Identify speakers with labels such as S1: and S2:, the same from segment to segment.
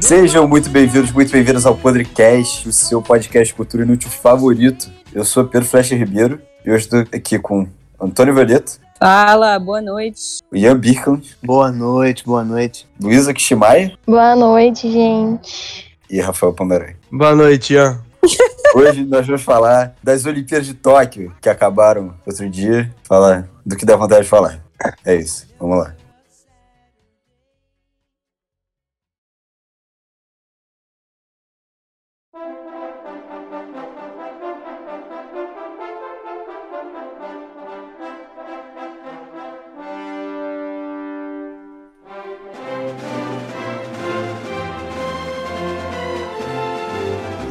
S1: Sejam muito bem-vindos, muito bem-vindos ao Podcast, o seu podcast cultura inútil favorito. Eu sou Pedro Flecha Ribeiro e hoje estou aqui com Antônio Violeto,
S2: Fala, boa noite.
S1: Ian Birkland,
S3: Boa noite, boa noite.
S1: Luísa Kishimaya
S4: Boa noite, gente.
S1: e Rafael Pandaray.
S3: Boa noite, Ian.
S1: Hoje nós vamos falar das Olimpíadas de Tóquio, que acabaram outro dia. Falar do que dá vontade de falar. É isso, vamos lá.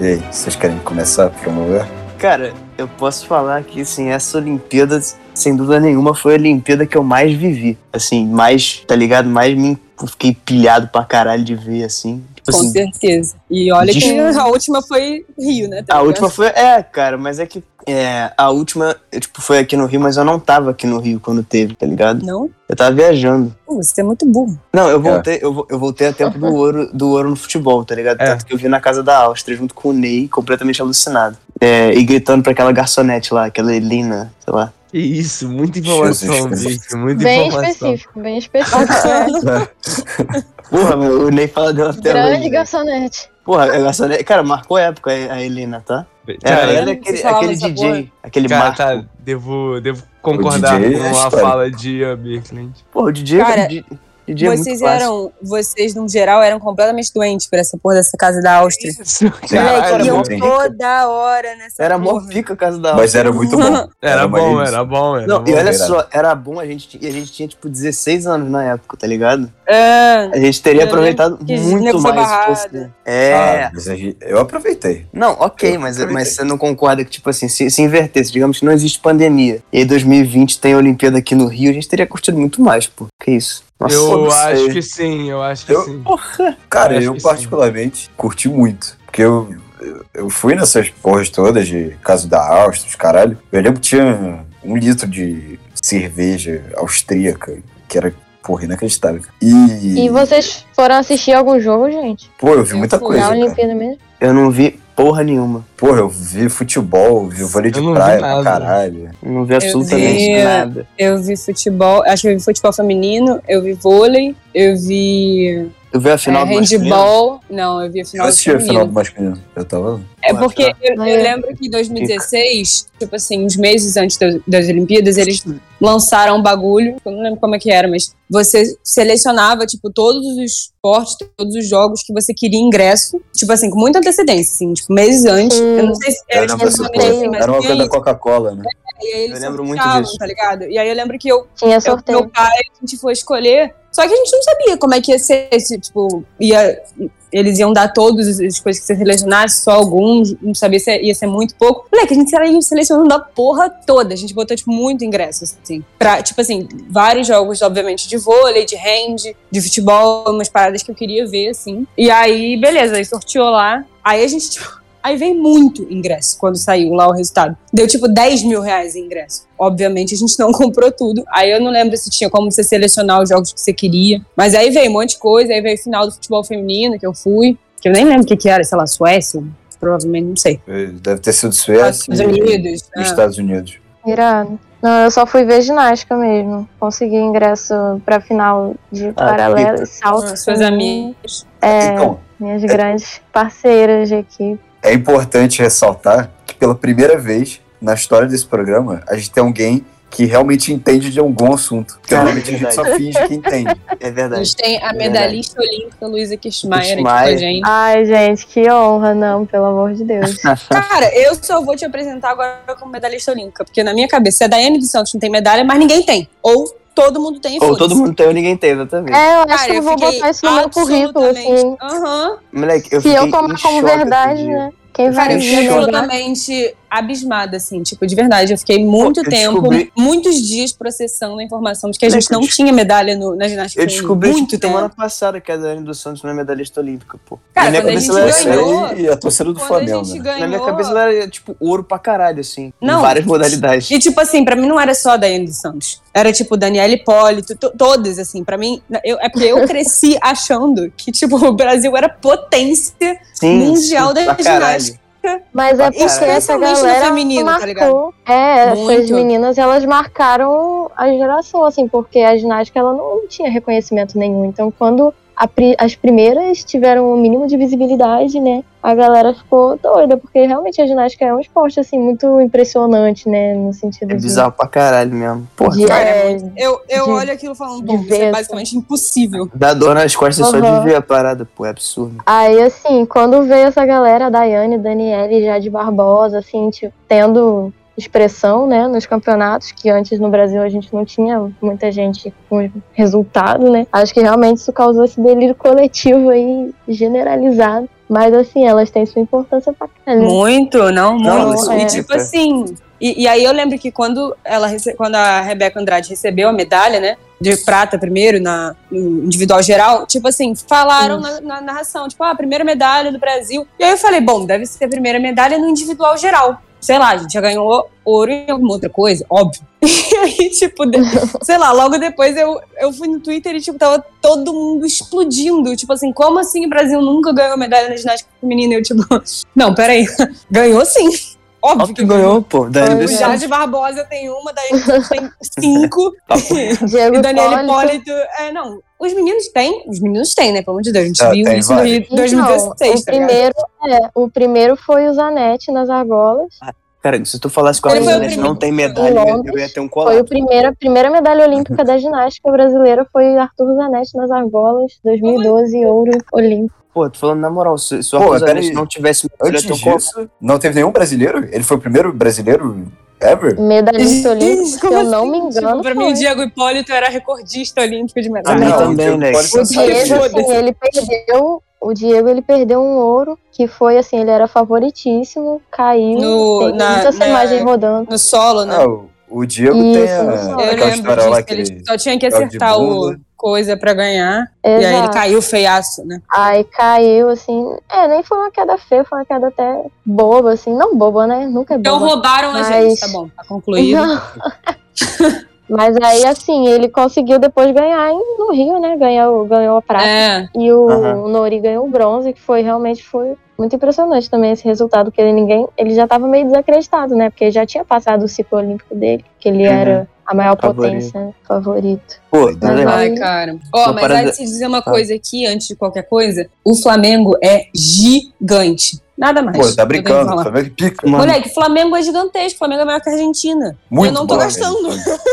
S1: E aí, vocês querem começar por um lugar?
S3: Cara, eu posso falar que, assim, essa Olimpíada, sem dúvida nenhuma, foi a Olimpíada que eu mais vivi. Assim, mais, tá ligado? Mais me eu fiquei pilhado pra caralho de ver, assim. Tipo
S2: Com
S3: assim,
S2: certeza. E olha
S3: diz-
S2: que a última foi Rio, né? tá
S3: a
S2: ligado?
S3: última foi. É, cara, mas é que. É, a última, eu, tipo, foi aqui no Rio, mas eu não tava aqui no Rio quando teve, tá ligado?
S2: Não?
S3: Eu tava viajando.
S2: Pô, você é muito burro.
S3: Não, eu voltei, eu, vo- eu voltei a tempo do ouro, do ouro no futebol, tá ligado?
S5: É.
S3: Tanto que eu vi na casa da Áustria, junto com o Ney, completamente alucinado. É, e gritando pra aquela garçonete lá, aquela Elina, sei lá.
S5: Que isso, muita informação,
S1: Jesus.
S5: bicho, muita
S4: Bem
S5: informação.
S4: específico, bem
S3: É,
S4: específico.
S3: Porra, meu, o Ney fala dela até
S4: Grande
S3: hoje.
S4: garçonete.
S3: Porra, a garçonete. Cara, marcou a época a a Elina, tá? Era
S5: Cara,
S3: ela e
S2: Vocês
S3: aquele,
S2: falavam
S3: aquele
S2: essa
S3: DJ, aquele
S5: cara,
S3: Marco.
S5: tá, devo, devo concordar
S1: O DJ é
S5: com a
S1: histórico.
S5: fala de Ian Birkland.
S3: Porra, o DJ,
S2: Cara,
S3: o DJ, DJ é muito
S2: vocês
S3: clássico.
S2: eram, vocês, no geral, eram completamente doentes por essa porra dessa casa da Áustria.
S5: Isso,
S3: Ah,
S1: Caralho,
S2: Moleque, iam
S1: entendi.
S2: toda hora nessa
S3: Era mó
S2: porra.
S3: pica a casa da Áustria.
S1: Mas era muito bom.
S5: Era
S1: uma
S5: bom,
S1: delícia.
S5: era bom, era
S3: Não,
S5: bom.
S3: e olha
S1: Irado.
S3: só, era bom, a gente, e a gente tinha tipo 16 anos na época, tá ligado?
S2: É,
S3: A gente teria
S2: Eu
S3: aproveitado
S2: que
S3: muito
S2: nego foi
S3: mais. se
S2: barrado.
S3: fosse- É.
S1: Ah, mas a gente- eu aproveitei.
S3: Não, ok, mas,
S1: aproveitei.
S3: mas você não concorda que, tipo assim, se, se invertesse, digamos que não existe pandemia, e aí 2020 tem a Olimpíada aqui no Rio, a gente teria curtido muito mais, pô. Que isso?
S5: eu
S3: não
S5: acho
S3: sei.
S5: que sim, eu acho que
S1: Eu-
S5: sim.
S1: Cara,
S5: Eu acho
S1: eu
S5: que sim.
S1: particularmente curti muito. Porque eu, eu- eu fui nessas porras todas de caso da Áustria, os caralho. Eu lembro que tinha um litro de cerveja austríaca, que era, porra, inacreditável. E,
S4: E vocês foram assistir algum jogo, gente?
S1: pô, eu vi
S2: Eu
S1: muita
S2: fui
S3: é.
S1: coisa.
S4: Na
S1: Cara.
S4: Olimpíada mesmo?
S3: Eu não vi porra nenhuma.
S1: Porra, eu vi futebol, vi vôlei de
S5: Eu não vi
S1: praia pra
S5: nada.
S1: caralho.
S3: Eu Não vi absolutamente
S2: vi-
S3: nada.
S2: eu vi futebol, acho que eu vi futebol feminino, eu vi vôlei, eu vi
S3: Eu vi a
S2: é,
S3: final do masculino.
S2: handball. Não, eu vi a
S1: Eu
S2: final do
S1: assisti a
S2: feminino.
S1: final do masculino. Eu tava.
S2: É porque eu, eu
S4: É.
S2: lembro que em 2016, tipo assim, uns meses antes das, das Olimpíadas, eles lançaram um bagulho, eu não lembro como é que era, mas você selecionava, tipo, todos os esportes, todos os jogos que você queria ingresso, tipo assim, com muita antecedência, assim, tipo, meses antes.
S4: Sim.
S2: Eu não sei se
S1: Eu
S2: era
S1: lembro dessa
S2: especificamente
S1: porra.
S2: assim, mas
S1: Era uma
S2: tinha
S1: coisa da
S2: isso.
S1: Coca-cola, né?
S2: E aí eles
S3: Eu lembro muito
S2: sorteavam,
S3: disso.
S2: tá ligado? E aí eu lembro que eu
S4: Tinha
S2: eu, meu
S4: sorteio.
S2: pai, a gente foi escolher. Só que a gente não sabia como é que ia ser. Se, tipo, ia, eles iam dar todas as coisas que você selecionasse, só alguns. Não sabia se ia ser muito pouco. Moleque, a gente saiu selecionando a porra toda. A gente botou, tipo, muito ingresso, assim. Pra, tipo assim, vários jogos, obviamente, de vôlei, de hand, de futebol. Umas paradas que eu queria ver, assim. E aí, beleza. Aí sorteou lá. Aí a gente, tipo... Aí vem muito ingresso quando saiu lá o resultado. Deu tipo 10 mil reais em ingresso. Obviamente a gente não comprou tudo. Aí eu não lembro se tinha como você selecionar os jogos que você queria. Mas aí veio um monte de coisa. Aí veio o final do futebol feminino que eu fui. Que eu nem lembro o que, que era, sei lá, Suécia. Provavelmente, não sei.
S1: Deve ter sido
S3: É
S1: Suécia.
S3: assim,
S2: Estados
S1: e-
S2: Unidos.
S1: e
S2: é.
S1: Estados Unidos.
S4: Irado. Não, eu só fui ver ginástica mesmo. Consegui ingresso pra final
S3: Ah,
S4: de paralelo e salto.
S2: Ah, Suas amigas.
S4: É,
S1: Então,
S4: minhas grandes parceiras de equipe.
S1: É importante ressaltar que pela primeira vez na história desse programa, a gente tem alguém que realmente entende de algum assunto. Porque
S2: É
S3: Ah,
S1: normalmente a gente só finge que entende.
S3: É
S2: A
S3: verdade.
S2: gente tem a medalhista olímpica Luísa Kirchmeier aqui com a
S3: Kirchmeier.
S2: gente.
S4: Ai, gente, que honra, não, pelo amor de Deus.
S2: Cara, eu só vou te apresentar agora como medalhista olímpica, porque na minha cabeça, se a Daiane dos Santos não tem medalha, mas ninguém tem. Ou todo mundo tem e
S3: Ou
S2: foda-se.
S3: todo mundo tem ou ninguém tem, exatamente.
S4: É, eu acho
S2: Cara,
S4: que eu vou
S2: fiquei
S4: botar isso no meu currículo,
S2: absolutamente-
S4: assim.
S2: Aham.
S3: Moleque, eu
S4: Se
S3: fiquei
S4: eu tomar
S3: em
S4: como
S3: choque
S4: verdade,
S3: esse dia.
S4: né? Quem vai
S2: Cara, eu
S4: me
S2: fiquei
S3: choque.
S4: negar?
S2: absolutamente abismada, assim, tipo, de verdade. Eu fiquei muito
S3: eu
S2: tempo,
S3: descobri-
S2: muitos dias processando a informação de que a
S3: É
S2: gente
S3: que eu
S2: não
S3: des-
S2: tinha medalha no- na ginástica.
S3: Eu descobri
S2: muito
S3: tipo,
S2: tempo.
S3: semana passada que a Daiane dos Santos não é medalhista olímpica, pô.
S2: Cara,
S3: na minha
S2: quando a
S3: cabeça
S2: gente
S3: ela
S1: Isso
S3: era-
S2: ganhou-
S1: aí é a torcida do
S2: Quando a
S1: Flamengo,
S2: gente
S1: né?
S2: ganhou.
S3: Na minha cabeça ela era tipo ouro pra caralho, assim.
S2: Não.
S3: Em várias modalidades.
S2: E, tipo assim, pra mim não era só a Daiane dos Santos. Era, tipo, Daniela Hipólito, to- todas, assim. Pra mim, eu, é porque eu cresci achando que, tipo, o Brasil era potência.
S3: Sim,
S2: Mundial da
S3: pra caralho.
S2: ginástica.
S4: Mas é
S3: Pra
S4: porque
S3: caralho.
S4: essa
S2: Especialmente no
S4: galera
S2: feminino, tá
S4: marcou. é, essas
S2: Muito.
S4: meninas, elas marcaram a geração, assim, porque a ginástica ela não tinha reconhecimento nenhum. Então, quando a pri- as primeiras tiveram o mínimo de visibilidade, né, a galera ficou doida, porque realmente a ginástica é um esporte, assim, muito impressionante, né, no sentido
S3: É
S4: de...
S3: bizarro pra caralho mesmo. Porra,
S4: de-
S3: cara,
S4: é,
S2: Eu, eu
S4: De-
S2: olho aquilo falando,
S4: de
S2: bom, isso
S4: ver,
S2: é
S4: assim.
S2: basicamente impossível.
S3: dá dor nas costas só
S4: Aham.
S3: de ver a parada, pô, é absurdo.
S4: Aí, assim, quando veio essa galera, Daiane, Daniele, Jade Barbosa, assim, tipo, tendo expressão, né, nos campeonatos, que antes no Brasil a gente não tinha muita gente com resultado, né. Acho que realmente isso causou esse delírio coletivo aí, generalizado. Mas, assim, elas têm sua importância pra caralho.
S2: Muito, não,
S3: Não,
S2: muito.
S4: é.
S2: E tipo assim. E, e aí eu lembro que quando, ela rece- quando a Rebeca Andrade recebeu a medalha, né? De prata primeiro, na, no individual geral, tipo assim, falaram na, na narração, tipo, ah, a primeira medalha do Brasil. E aí eu falei, bom, deve ser a primeira medalha no individual geral. Sei lá, a gente já ganhou ouro em alguma outra coisa, óbvio. E aí, tipo, de- sei lá, logo depois eu, eu fui no Twitter e, tipo, tava todo mundo explodindo. Tipo assim, como assim o Brasil nunca ganhou medalha na ginástica feminina? Eu, tipo, não, peraí, ganhou sim. Óbvio
S3: Óbvio
S2: que
S3: que
S2: ganhou.
S3: ganhou, pô. Daiane
S4: Foi,
S2: O
S3: dos
S1: é
S3: Santos.
S1: um-
S2: Jade Barbosa tem uma, daí tem cinco.
S4: Diego
S2: E Daniela
S4: Hipólito-
S2: Hipólito. É, não. Os meninos têm. Os meninos têm, né? Pelo amor de Deus. A gente
S1: Ah,
S2: viu
S1: tem
S2: isso no
S1: vários.
S2: Rio de 2016.
S4: o
S2: tá ligado?
S4: primeiro, é, o primeiro foi o Zanetti nas argolas.
S3: Cara, se tu falasse com a
S2: Ele foi o
S3: Daiane não
S2: primeiro.
S3: tem medalha,
S4: Em Londres,
S3: eu ia ter um
S4: Foi o
S3: colapso.
S4: primeiro, a primeira medalha olímpica da ginástica brasileira foi Arthur Zanetti nas argolas, 2012, ouro olímpico.
S3: Pô, tô falando na moral, se, se o
S1: Pô,
S3: Arthur
S1: peraí.
S3: Zanetti não tivesse medalha, eu
S1: Antes
S3: ia ter um colapso.
S1: disso, não teve nenhum brasileiro? Ele foi o primeiro brasileiro ever?
S4: Medalhista olímpico, se
S2: Como
S4: eu não
S2: assim?
S4: me engano.
S2: Tipo, pra
S4: foi.
S2: mim, o Diego Hipólito era recordista olímpico de
S1: não,
S3: Ah,
S2: medalha.
S3: não,
S1: o
S3: também,
S1: Diego
S3: né?
S1: pode
S4: o
S1: ser
S2: Diego-
S1: sabe
S4: Diego,
S1: disso.
S4: assim, ele perdeu. O Diego ele perdeu um ouro que foi assim, ele era favoritíssimo, caiu.
S2: No-
S4: tem
S2: na-
S4: muita essa
S2: na-
S4: imagem rodando.
S2: No solo, né?
S1: Ah, o- o Diego
S4: Isso,
S1: tem a-
S4: isso.
S2: Eu
S1: aquela
S2: lembro
S1: história
S2: disso.
S1: lá
S2: que
S1: que
S2: Ele
S1: ele
S2: só tinha que
S1: joga de
S2: acertar o
S1: bunda.
S2: coisa pra ganhar. E aí ele
S4: Exato.
S2: caiu feiaço, né?
S4: Aí caiu, assim. É, nem foi uma queda feia, foi uma queda até boba, assim. Não boba, né?
S3: Tá
S4: Nunca é
S2: Então
S4: boba.
S2: roubaram a
S4: Mas-
S2: gente, tá bom, tá concluído.
S4: Mas aí, assim, ele conseguiu depois ganhar em- no Rio, né? Ganhou, ganhou a prata.
S2: É,
S4: E o
S3: Aham.
S4: Nori ganhou o bronze, que foi realmente foi muito impressionante também esse resultado, porque ele ninguém. Ele já estava meio desacreditado, né? Porque já tinha passado o ciclo olímpico dele, que ele
S3: Uhum.
S4: era a maior
S3: Favorito.
S4: potência né? favorito.
S3: Pô, tá
S4: Mas
S3: legal.
S4: vai.
S2: ai, cara. Ó,
S3: Uma
S2: mas
S3: parada- Tá.
S2: há de se dizer uma coisa aqui, antes de qualquer coisa, o Flamengo é gigante. Nada mais.
S1: Pô, tá
S2: eu tenho que
S1: brincando. O
S2: falar.
S1: Flamengo pica.
S3: Mano,
S2: Moleque, o Flamengo é gigantesco, o Flamengo é maior que a Argentina.
S1: Muito
S2: não tô
S1: bom. né?
S2: gastando.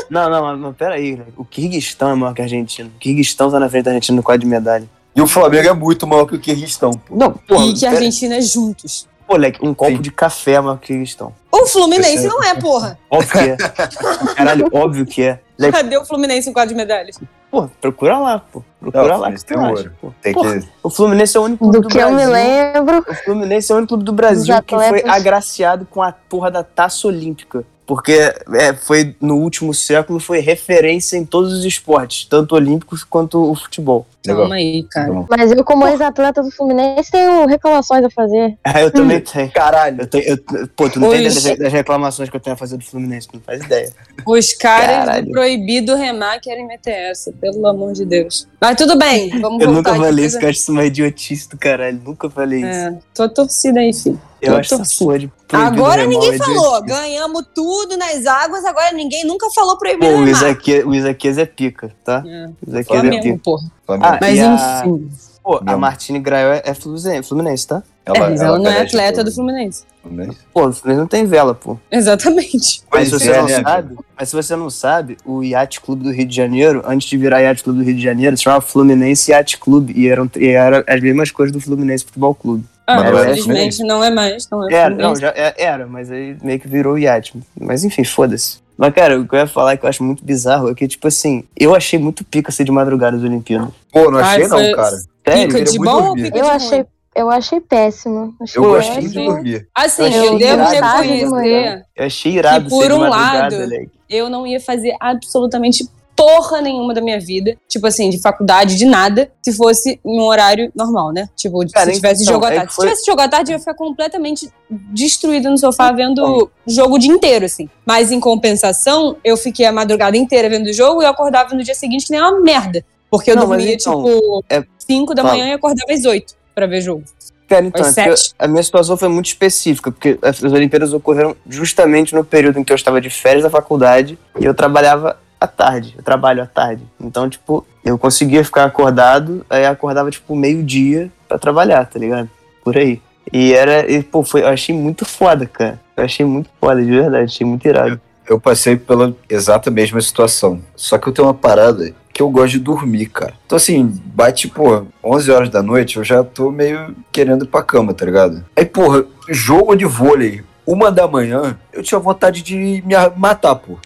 S3: Não, não, mas- mas peraí. né? O Kirguistão é maior que a Argentina. O Kirguistão tá na frente da Argentina no quadro de medalha.
S1: E o Flamengo é muito maior que o Kirguistão. pô.
S3: Não, pô,
S2: e que a
S3: pera-
S2: Argentina é juntos.
S3: pô, moleque, um copo
S1: Sim.
S3: de café é maior que o Kirguistão.
S2: O Fluminense não é, porra.
S3: Óbvio que é. Caralho, óbvio que é. Moleque,
S2: Cadê o Fluminense em quadro de medalhas?
S3: pô, procura lá, pô. Procura
S1: Não,
S3: lá
S1: mas
S3: que
S1: tem
S3: tu acha,
S1: ouro.
S3: pô.
S1: Tem
S3: Porra,
S1: que.
S3: O Fluminense é o único
S4: Do,
S3: clube do,
S4: que eu me
S3: Brasil-
S4: lembro,
S3: O Fluminense é o único clube do Brasil
S4: Dos
S3: que foi
S4: atletas.
S3: agraciado com a porra da taça olímpica. Porque é, foi no último século foi referência em todos os esportes, tanto olímpicos quanto o futebol.
S1: Legal.
S2: Calma aí,
S1: Tá
S2: cara.
S4: mas eu, como ex-atleta do Fluminense, tenho reclamações a fazer.
S3: Ah, eu também tenho.
S1: Caralho.
S3: Eu tenho, eu- pô, tu não
S2: Oi.
S3: tem ideia das, das reclamações que eu tenho a fazer do Fluminense, tu não faz ideia.
S2: Os caras
S3: Caralho.
S2: do proibido remar querem meter essa, pelo amor de Deus. Mas tudo bem, vamos
S3: Eu
S2: voltar
S3: nunca
S2: aqui,
S3: falei
S2: coisa-
S3: isso, que eu acho isso uma idiotice do caralho. Nunca falei isso.
S2: É, tô torcida aí, filho.
S3: Eu
S2: eu
S3: acho
S2: tô-
S3: essa porra de proibido é
S2: Agora
S3: remar
S2: ninguém
S3: uma
S2: falou.
S3: idiotice.
S2: Ganhamos tudo nas águas, agora ninguém nunca falou proibido
S3: Pô, o
S2: remar.
S3: Isaquias, o Isaquias é pica, tá?
S2: É,
S3: O Isaquias é
S2: Flamengo,
S3: pica.
S2: porra.
S1: Flamengo.
S3: Ah,
S2: Mas
S3: E a-
S2: enfim.
S3: Pô, a
S1: Não.
S3: Martine Grael é, é Fluminense, Fluminense, tá?
S2: É, mas ela, não é
S1: merece
S2: atleta
S1: tudo.
S2: do Fluminense.
S1: Fluminense.
S3: Pô, o Fluminense não tem vela, pô.
S2: Exatamente.
S3: Mas
S1: Pois
S3: se você
S1: é,
S3: não
S1: né,
S3: sabe, mas se você não sabe, o Yacht Clube do Rio de Janeiro, antes de virar Yacht Clube do Rio de Janeiro, se chamava Fluminense Yacht Clube e eram e era as mesmas coisas do Fluminense Futebol Clube.
S2: Ah,
S1: Mas
S3: não é
S2: infelizmente não é mais. Não é
S3: Era, não,
S2: Fluminense.
S3: já é- era, mas aí meio que virou Yacht. Mas enfim, foda-se. Mas, cara, o que eu ia falar que eu acho muito bizarro é que, tipo assim, eu achei muito pica ser de madrugada as Olimpíadas.
S1: Pô, não
S2: Ai,
S1: achei
S2: foi-
S1: não, cara.
S3: Sério? é
S2: Pica
S1: eu
S2: de
S1: queria
S2: bom
S1: muito
S2: ou
S1: dormir.
S2: pica de
S4: Eu
S2: ruim?
S4: achei Eu achei péssimo. Achei
S1: Eu
S2: Pô,
S1: gostei
S2: é,
S1: de
S2: sim.
S4: péssimo.
S1: dormir.
S2: Assim,
S1: Eu
S2: eu devo
S1: achei
S4: engraçado demais.
S2: reconhecer,
S3: Eu achei irado
S2: Que por
S3: ser de
S2: um
S3: madrugada,
S2: lado-
S3: Alex.
S2: eu não ia fazer absolutamente porra nenhuma da minha vida, tipo assim, de faculdade, de nada, se fosse em um horário normal, né? Tipo,
S3: Cara,
S2: se tivesse
S3: então,
S2: jogo à
S3: é que
S2: tarde.
S3: foi-
S2: Se tivesse jogo à tarde, eu ia ficar completamente destruída no
S3: Então.
S2: sofá vendo jogo o dia inteiro, assim. Mas em compensação, eu fiquei a madrugada inteira vendo o jogo e eu acordava no dia seguinte que nem uma merda. Porque eu
S3: Não, mas
S2: dormia,
S3: então,
S2: tipo,
S3: é-
S2: 5 da
S3: Fala.
S2: manhã e acordava às 8 pra ver jogo.
S3: Cara, então,
S2: Foi
S3: é porque
S2: sete.
S3: a minha situação foi muito específica, porque as Olimpíadas ocorreram justamente no período em que eu estava de férias da faculdade e eu trabalhava à tarde, eu trabalho à tarde. Então, tipo, eu conseguia ficar acordado, aí eu acordava, tipo, meio-dia pra trabalhar, tá ligado? Por aí. E era, e, pô, foi, eu achei muito foda, cara. Eu achei muito foda, de verdade, achei muito irado.
S1: Eu passei pela exata mesma situação. Só que eu tenho uma parada que eu gosto de dormir, cara. Então, assim, bate, porra, 11 horas da noite, eu já tô meio querendo ir pra cama, tá ligado? Aí, porra, jogo de vôlei, uma da manhã, eu tinha vontade de me a- matar, pô.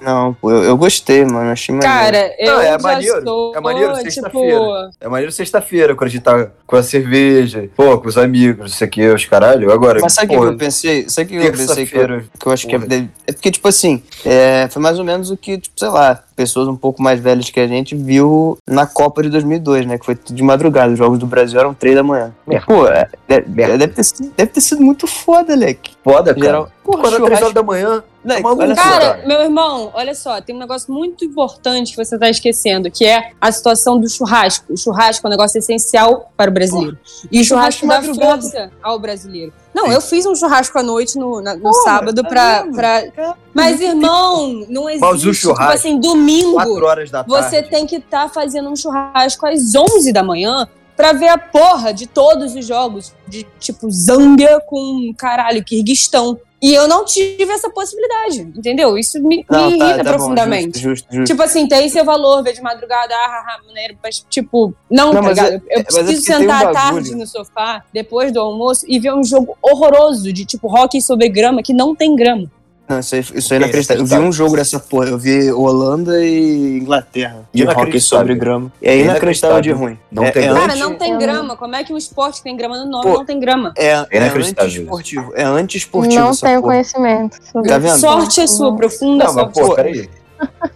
S3: Não, pô, eu, eu gostei, mano, eu achei maneiro.
S2: Cara, eu
S1: Não, é
S2: já
S1: maneiro,
S2: sou,
S1: é maneiro,
S2: tipo...
S1: sexta-feira. É maneiro sexta-feira, quando a gente tá com a cerveja, pô, com os amigos, não sei o que, os caralho. Agora,
S3: Mas sabe o que
S1: porra,
S3: eu pensei? Sabe o que eu pensei que eu,
S1: terça-feira.
S3: que eu acho que é,
S1: Porra.
S3: deve- é porque, tipo assim, é, foi mais ou menos o que, tipo, sei lá, pessoas um pouco mais velhas que a gente viu na Copa de 2002, né? Que foi de madrugada. Os jogos do Brasil eram três da manhã.
S1: Merda.
S3: Pô, é, de-
S1: Merda.
S3: deve, ter, sido- deve ter sido muito foda, Leque.
S1: Foda, cara.
S3: Geral. Porra,
S1: Quando é 3 horas
S3: churrasco.
S1: da manhã,
S3: Leque,
S1: maluco,
S3: olha só.
S1: cara.
S2: Cara, meu irmão, olha só, tem um negócio muito importante que você tá esquecendo, que é a situação do churrasco. O churrasco é um negócio essencial para o brasileiro. E o churrasco
S4: Churrasco
S2: dá
S4: madrugada.
S2: força ao brasileiro. Não, eu fiz um churrasco à noite no, na- no sábado
S3: tá
S2: pra,
S3: vendo?
S2: pra- Mas, irmão, não existe.
S1: Mas o churrasco,
S2: tipo assim, domingo,
S1: 4 horas da tarde.
S2: você tem que estar fazendo um churrasco às 11 da manhã pra ver a porra de todos os jogos, de tipo Zâmbia com caralho, Kirguistão. E eu não tive essa possibilidade, entendeu? Isso me, me
S3: tá-
S2: irrita
S3: tá bom,
S2: profundamente.
S3: justo, justo, justo.
S2: Tipo assim, tem seu valor, ver de madrugada, ah, ah, ah, maneiro, mas tipo, não,
S3: Não,
S2: tá
S3: mas
S2: ligado? Eu,
S3: é- é- mas é
S2: preciso
S3: porque tem um
S2: sentar à
S3: bagulho.
S2: tarde no sofá, depois do almoço, e ver um jogo horroroso de tipo hockey sobre grama, que não tem grama.
S3: Não, isso aí, isso aí é inacreditável. Eu vi
S1: Inacreditável.
S3: um jogo dessa porra. Eu vi Holanda e Inglaterra. De hockey
S1: Inacreditável.
S3: sobre grama. É inacreditável de ruim.
S1: Não
S3: é,
S1: tem
S3: é
S1: grama.
S2: Cara,
S3: anti-
S2: não tem
S4: eu-
S2: grama. Como é que um esporte que tem grama no nome
S3: Pô,
S2: não tem grama?
S3: É, é
S1: inacreditável
S3: anti-esportivo. É anti-esportivo
S4: não
S3: essa
S4: tenho
S3: porra.
S4: conhecimento. sobre
S3: Tá vendo?
S2: Sorte é sua, profunda
S1: Não, mas
S2: sorte.
S1: pô, peraí.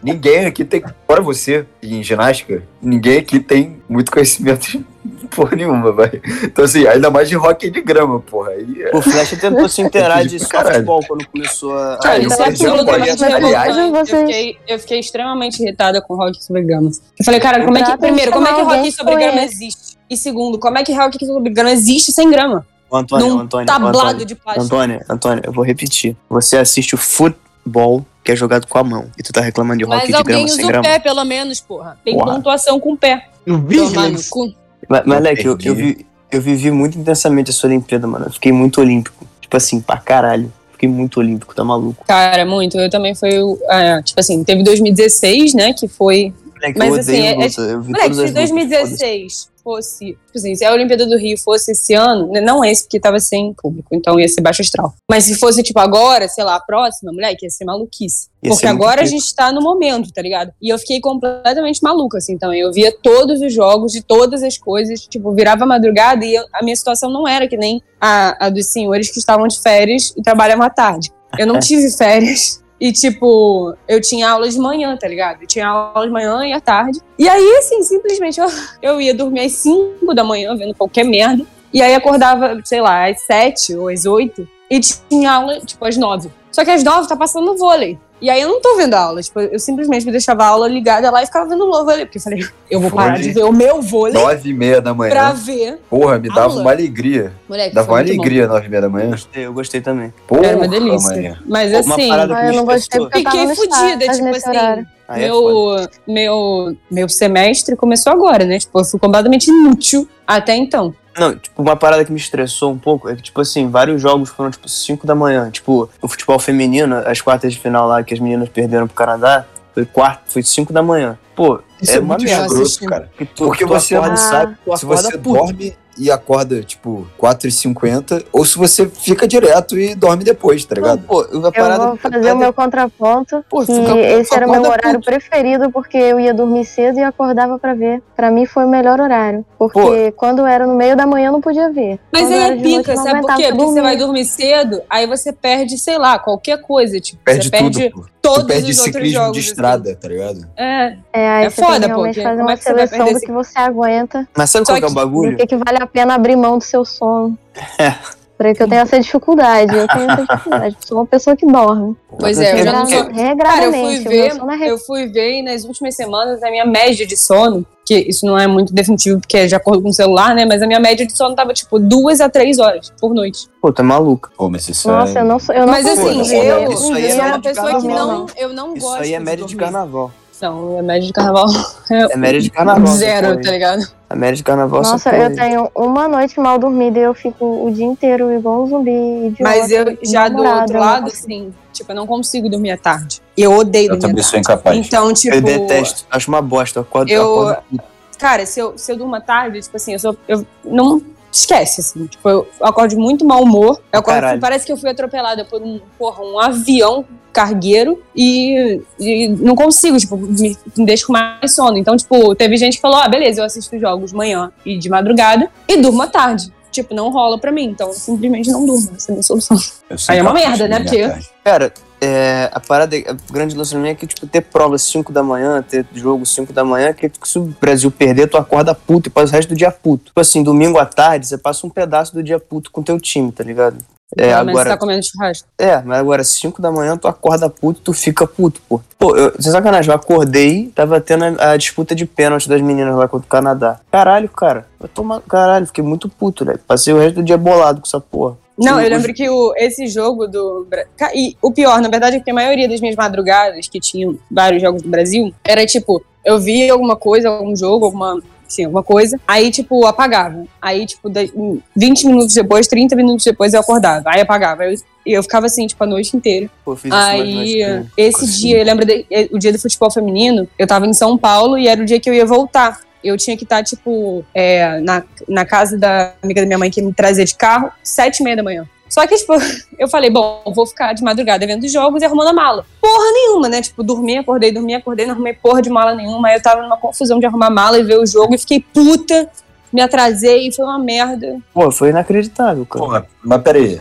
S1: Ninguém aqui tem. Fora você em ginástica, ninguém aqui tem muito conhecimento de porra nenhuma, vai. Então, assim, ainda mais de rock de grama, porra. Aí é.
S3: O Flash tentou se inteirar de
S1: Caralho.
S3: softball quando começou a.
S1: Cara,
S2: isso
S1: eu
S2: é
S1: perdi a
S2: tudo,
S1: bolinha.
S2: mas me
S1: Aliás,
S2: revoltante.
S4: vocês-
S2: eu, fiquei, eu fiquei extremamente irritada com hockey sobre grama. Eu falei, cara, como é que.
S4: Tratem de
S2: Primeiro, como é que
S4: chamar alguém
S2: hockey
S4: que
S2: sobre grama
S4: conhece.
S2: existe? E segundo, como é que hockey sobre grama existe sem grama?
S3: O Antônio,
S2: num
S3: o Antônio, o
S2: Tablado
S3: Antônio,
S2: de plástico.
S3: Antônio, Antônio, eu vou repetir. Você assiste o futebol que é jogado com a mão. E tu tá reclamando de
S2: Mas
S3: hockey de
S2: alguém
S3: grama
S2: usa
S3: sem
S2: o
S3: grama.
S2: pé, pelo menos, porra. Tem
S3: Porra.
S2: pontuação com o pé.
S5: Eu vi,
S2: Tomar no
S5: Glenn.
S2: cu.
S3: Mas, mas
S1: Eu
S3: Leque, eu, eu, vi- eu vivi muito intensamente essa Olimpíada, mano. Eu fiquei muito olímpico. Tipo assim, pra caralho. Fiquei muito olímpico, tá maluco.
S2: Cara, muito. Eu também fui. ah, tipo assim, teve 2016, né? Que foi
S3: Moleque,
S2: Mas,
S3: eu
S2: assim,
S3: odeio
S2: é-
S3: luta. Eu vi
S2: Moleque,
S3: todas as
S2: se
S3: lutas, foda-se.
S2: 2016 fosse, tipo assim, se a Olimpíada do Rio fosse esse ano, né, não esse, porque tava sem público, então ia ser baixo astral. Mas se fosse, tipo, agora, sei lá, a próxima, moleque, ia ser maluquice.
S3: Ia
S2: porque
S3: ser muito
S2: agora a
S3: pico.
S2: gente tá no momento, tá ligado? E eu fiquei completamente maluca, assim, também. Eu via todos os jogos, de todas as coisas, tipo, virava madrugada e eu- a minha situação não era que nem a, a dos senhores que estavam de férias e trabalhavam à tarde. Eu não tive férias. E, tipo, eu tinha aula de manhã, tá ligado? Eu tinha aula de manhã e à tarde. E aí, assim, simplesmente eu, eu ia dormir às 5 da manhã, vendo qualquer merda. E aí acordava, sei lá, às 7 ou às 8. E tinha aula, tipo, às 9. Só que às 9 tá passando vôlei. E aí eu não tô vendo a aula. Tipo, eu simplesmente me deixava a aula ligada lá e ficava vendo o vôlei. Porque eu falei, eu vou parar
S1: Vôlei. é.
S2: de ver o meu vôlei
S1: Nove e meia da manhã.
S2: pra ver.
S1: Porra, me dava
S2: Aula.
S1: uma alegria.
S3: é
S2: Moleque,
S1: Dava
S2: foi
S1: uma
S2: muito bom.
S1: alegria nove e meia da manhã.
S3: Gostei, eu gostei também.
S1: Porra,
S2: Era uma delícia.
S1: mané.
S2: Mas
S3: Uma
S2: assim,
S3: parada
S4: Ah, eu
S3: que
S4: não
S3: me
S4: gostei
S3: estressou.
S4: porque eu tava
S2: Fiquei
S4: no
S2: fudida,
S4: Chaves
S2: tipo
S4: nesse
S2: assim.
S4: horário.
S3: Aí é foda.
S2: meu,
S1: né?
S2: meu, meu semestre começou agora, né? Tipo, eu fui completamente inútil até então.
S3: Não, tipo, uma parada que me estressou um pouco é que, tipo assim, vários jogos foram, tipo, 5 da manhã. Tipo, o futebol feminino, as quartas de final lá que as meninas perderam pro Canadá, foi quarto, foi 5 da manhã. Pô,
S1: Isso
S3: é
S1: é,
S3: uma
S1: muito
S3: merda.
S1: escroto,
S2: assistindo.
S1: cara.
S3: Que tu,
S1: Porque
S3: tu
S1: você
S3: acorda,
S1: não
S4: Ah.
S3: sabe, tu
S1: Se
S3: acorda
S1: você
S3: puto.
S1: dorme e acorda, tipo, 4h50, ou se você fica direto e dorme depois, tá ligado?
S3: Não, pô, a
S4: Eu
S3: parada. é
S4: vou fazer o meu contraponto.
S3: Pô,
S4: Que
S3: tu fica-
S4: esse
S3: tu
S4: era o meu
S3: acorda
S4: horário
S3: puto.
S4: preferido, porque eu ia dormir cedo e acordava pra ver. Pra mim foi o melhor horário. Porque quando era no meio da manhã eu não podia ver.
S2: Mas
S4: Quando
S2: aí
S4: era
S2: é
S4: de noite, eu
S2: pica,
S4: não
S2: sabe por
S4: aguentava
S2: quê? Porque você
S4: dormir.
S2: vai dormir cedo, aí você perde, sei lá, qualquer coisa. Tipo,
S1: Perde
S2: você perde
S1: tudo, pô.
S2: todos
S1: Tu perde
S2: os outros
S1: ciclismo
S2: jogos.
S1: de
S2: assim.
S1: estrada, tá ligado?
S2: É.
S4: É, aí
S2: É
S4: você
S2: foda,
S4: tem
S2: pô,
S4: que realmente
S2: porque
S4: fazer
S2: como
S4: uma
S2: é que você vai
S4: seleção
S2: perder
S4: do
S2: esse-
S4: que você aguenta
S3: Mas sabe
S2: Só
S3: qual que é o
S2: que-
S4: do
S3: bagulho?
S4: que, que vale a pena abrir mão do seu sono.
S3: É.
S4: Peraí que eu tenho essa dificuldade. Eu tenho essa dificuldade. Sou uma pessoa que dorme.
S2: Pois é, eu já não
S4: Regra-
S2: sou. Cara, eu fui
S4: Regradamente. o meu
S2: ver,
S4: sono é
S2: eu fui ver e nas últimas semanas a minha média de sono, que isso não é muito definitivo porque é de acordo com o celular, né? Mas a minha média de sono tava tipo duas a três horas por noite.
S3: Pô, tu é maluca.
S1: Pô, mas isso
S4: Nossa,
S1: é...
S4: eu não sou. Eu não
S2: Mas
S4: consigo.
S2: assim,
S1: isso aí é-
S2: eu,
S3: isso aí é
S2: eu sou
S3: média
S2: uma
S3: de
S2: pessoa que
S4: carnaval, né?
S2: não,
S4: não.
S2: eu não
S3: Isso
S2: gosto.
S3: aí é média de
S2: dormir.
S3: carnaval.
S2: Não, é média de carnaval.
S3: É média de carnaval.
S2: Zero,
S3: essa
S2: tá
S3: porra aí.
S2: ligado?
S3: A média de carnaval essa
S4: Nossa,
S3: porra
S4: eu
S3: aí.
S4: tenho uma noite mal dormida e eu fico o dia inteiro igual um zumbi. Idiota,
S2: Mas eu já do
S4: namorada,
S2: outro
S4: eu não
S2: lado,
S4: consigo.
S2: assim, tipo, eu não consigo dormir à tarde. Eu odeio
S1: Eu
S2: dormir à
S1: também
S2: tarde.
S1: sou incapaz.
S2: Então, tipo.
S3: Eu detesto. Acho uma bosta. Eu acordo.
S2: Eu-
S3: acordo puto.
S2: Cara, se eu, se eu durmo à tarde, tipo assim, eu, sou, eu não. Esquece, assim. Tipo, eu acordo de muito mau humor. Eu acordo,
S3: Caralho.
S2: parece que eu fui atropelada por um, porra, um avião cargueiro e, e não consigo, tipo, me, me deixo com mais sono. Então, tipo, teve gente que falou: ah, beleza, eu assisto jogos de manhã e de madrugada e durmo à tarde. Tipo, não rola pra mim. Então, eu simplesmente não durmo. Essa é a minha solução.
S1: Eu sou
S2: Aí é uma
S1: incapaz
S2: merda,
S1: de
S2: né,
S1: dormir
S2: porque-
S1: à tarde.
S3: Cara, é, a parada, o grande lance pra mim é que, tipo, ter prova às 5 da manhã, ter jogo 5 da manhã, que se o Brasil perder, tu acorda puto e passa o resto do dia puto. Tipo assim, domingo à tarde, você passa um pedaço do dia puto com teu time, tá ligado? É,
S2: Pelo menos você
S3: agora,
S2: tá comendo churrasco.
S3: É, mas agora 5 da manhã tu acorda puto, tu fica puto, pô. Pô, eu, sem sacanagem, eu acordei, tava tendo a, a disputa de pênalti das meninas lá contra o Canadá. Caralho, cara, eu tomar. Caralho, fiquei muito puto, velho. Passei o resto do dia bolado com essa porra.
S2: Não, eu
S3: Os-
S2: lembro que o- esse jogo do. Bra- Ca- E o pior, na verdade, é que a maioria das minhas madrugadas, que tinham vários jogos do Brasil, era tipo, eu via alguma coisa, algum jogo, alguma. Assim, alguma coisa. Aí, tipo, apagava. Aí, tipo, da- em 20 minutos depois, 30 minutos depois eu acordava. Aí apagava. Aí Eu, e eu ficava assim, tipo, a noite inteira.
S3: Pô, eu fiz isso tipo, mais ou menos
S2: Aí,
S3: comigo.
S2: esse
S1: Assim.
S2: dia, eu lembro de- eh, o dia do futebol feminino, eu tava em São Paulo e era o dia que eu ia voltar. Eu tinha que estar, tipo, eh, na, na casa da amiga da minha mãe que me trazia de carro, sete e meia da manhã. Só que, tipo, eu falei, bom, vou ficar de madrugada vendo os jogos e arrumando a mala. Porra nenhuma, né? Tipo, dormi, acordei, dormi, acordei, não arrumei porra de mala nenhuma. Aí eu tava numa confusão de arrumar mala e ver o jogo e fiquei puta, me atrasei, foi uma merda.
S3: Pô, foi inacreditável, cara.
S1: Pô, mas- mas peraí.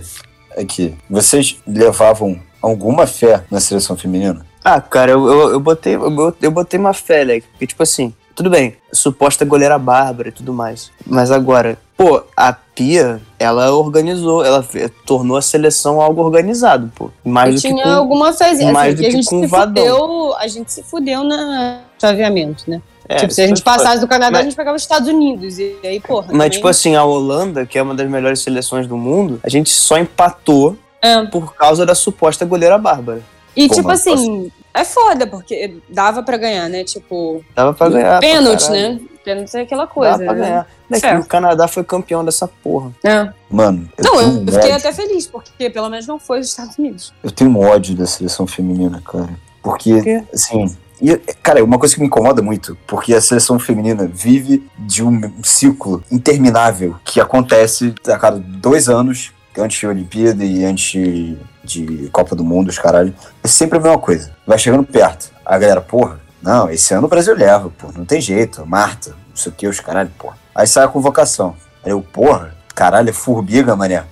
S1: Aqui, vocês levavam alguma fé na seleção feminina?
S3: Ah, cara, eu, eu, eu botei, eu, bo- eu botei uma fé, né? Porque, tipo assim, tudo bem, suposta goleira bárbara e tudo mais. Mas agora, pô, a Pia, ela organizou, ela fe- tornou a seleção algo organizado, pô. Mais
S2: eu
S3: do que
S2: tinha
S3: com...
S2: alguma fezinha,
S3: mais
S2: assim,
S3: do
S2: que a
S3: que
S2: gente
S3: com
S2: se
S3: o Vadão.
S2: fudeu, a gente se fudeu na chaveamento, né?
S3: É,
S2: tipo, se a gente
S3: foi-
S2: passasse do Canadá,
S3: Mas-
S2: a gente pegava os Estados Unidos. E aí, porra. também-
S3: Mas, tipo assim, a Holanda, que é uma das melhores seleções do mundo, a gente só empatou
S2: É.
S3: por causa da suposta goleira bárbara.
S2: E,
S1: Pô,
S2: tipo
S1: mas
S2: assim, é foda, porque dava pra ganhar, né? Tipo,
S3: Dava pra ganhar. pra
S2: pênalti,
S3: caralho.
S2: né? Pênalti é aquela
S3: Dava
S2: coisa.
S3: pra
S2: né?
S3: ganhar. Né, que
S2: Certo.
S3: o Canadá foi campeão dessa porra.
S2: É.
S1: Mano, eu,
S2: Não,
S1: tenho
S2: eu
S1: um
S2: fiquei
S1: ódio,
S2: até feliz, porque pelo menos não foi os Estados Unidos.
S1: eu tenho um ódio da seleção feminina, cara. Porque,
S3: Por quê?
S1: assim. e, cara, uma coisa que me incomoda muito, porque a seleção feminina vive de um ciclo interminável que acontece a cada dois anos, antes de Olimpíada e antes de Copa do Mundo, os caralho. É sempre a mesma coisa. Vai chegando perto. A galera, porra, não, esse ano o Brasil leva, pô, não tem jeito. Marta, não sei o que, os caralho, porra. Aí sai a convocação. Aí eu, porra, caralho, é formiga, mané.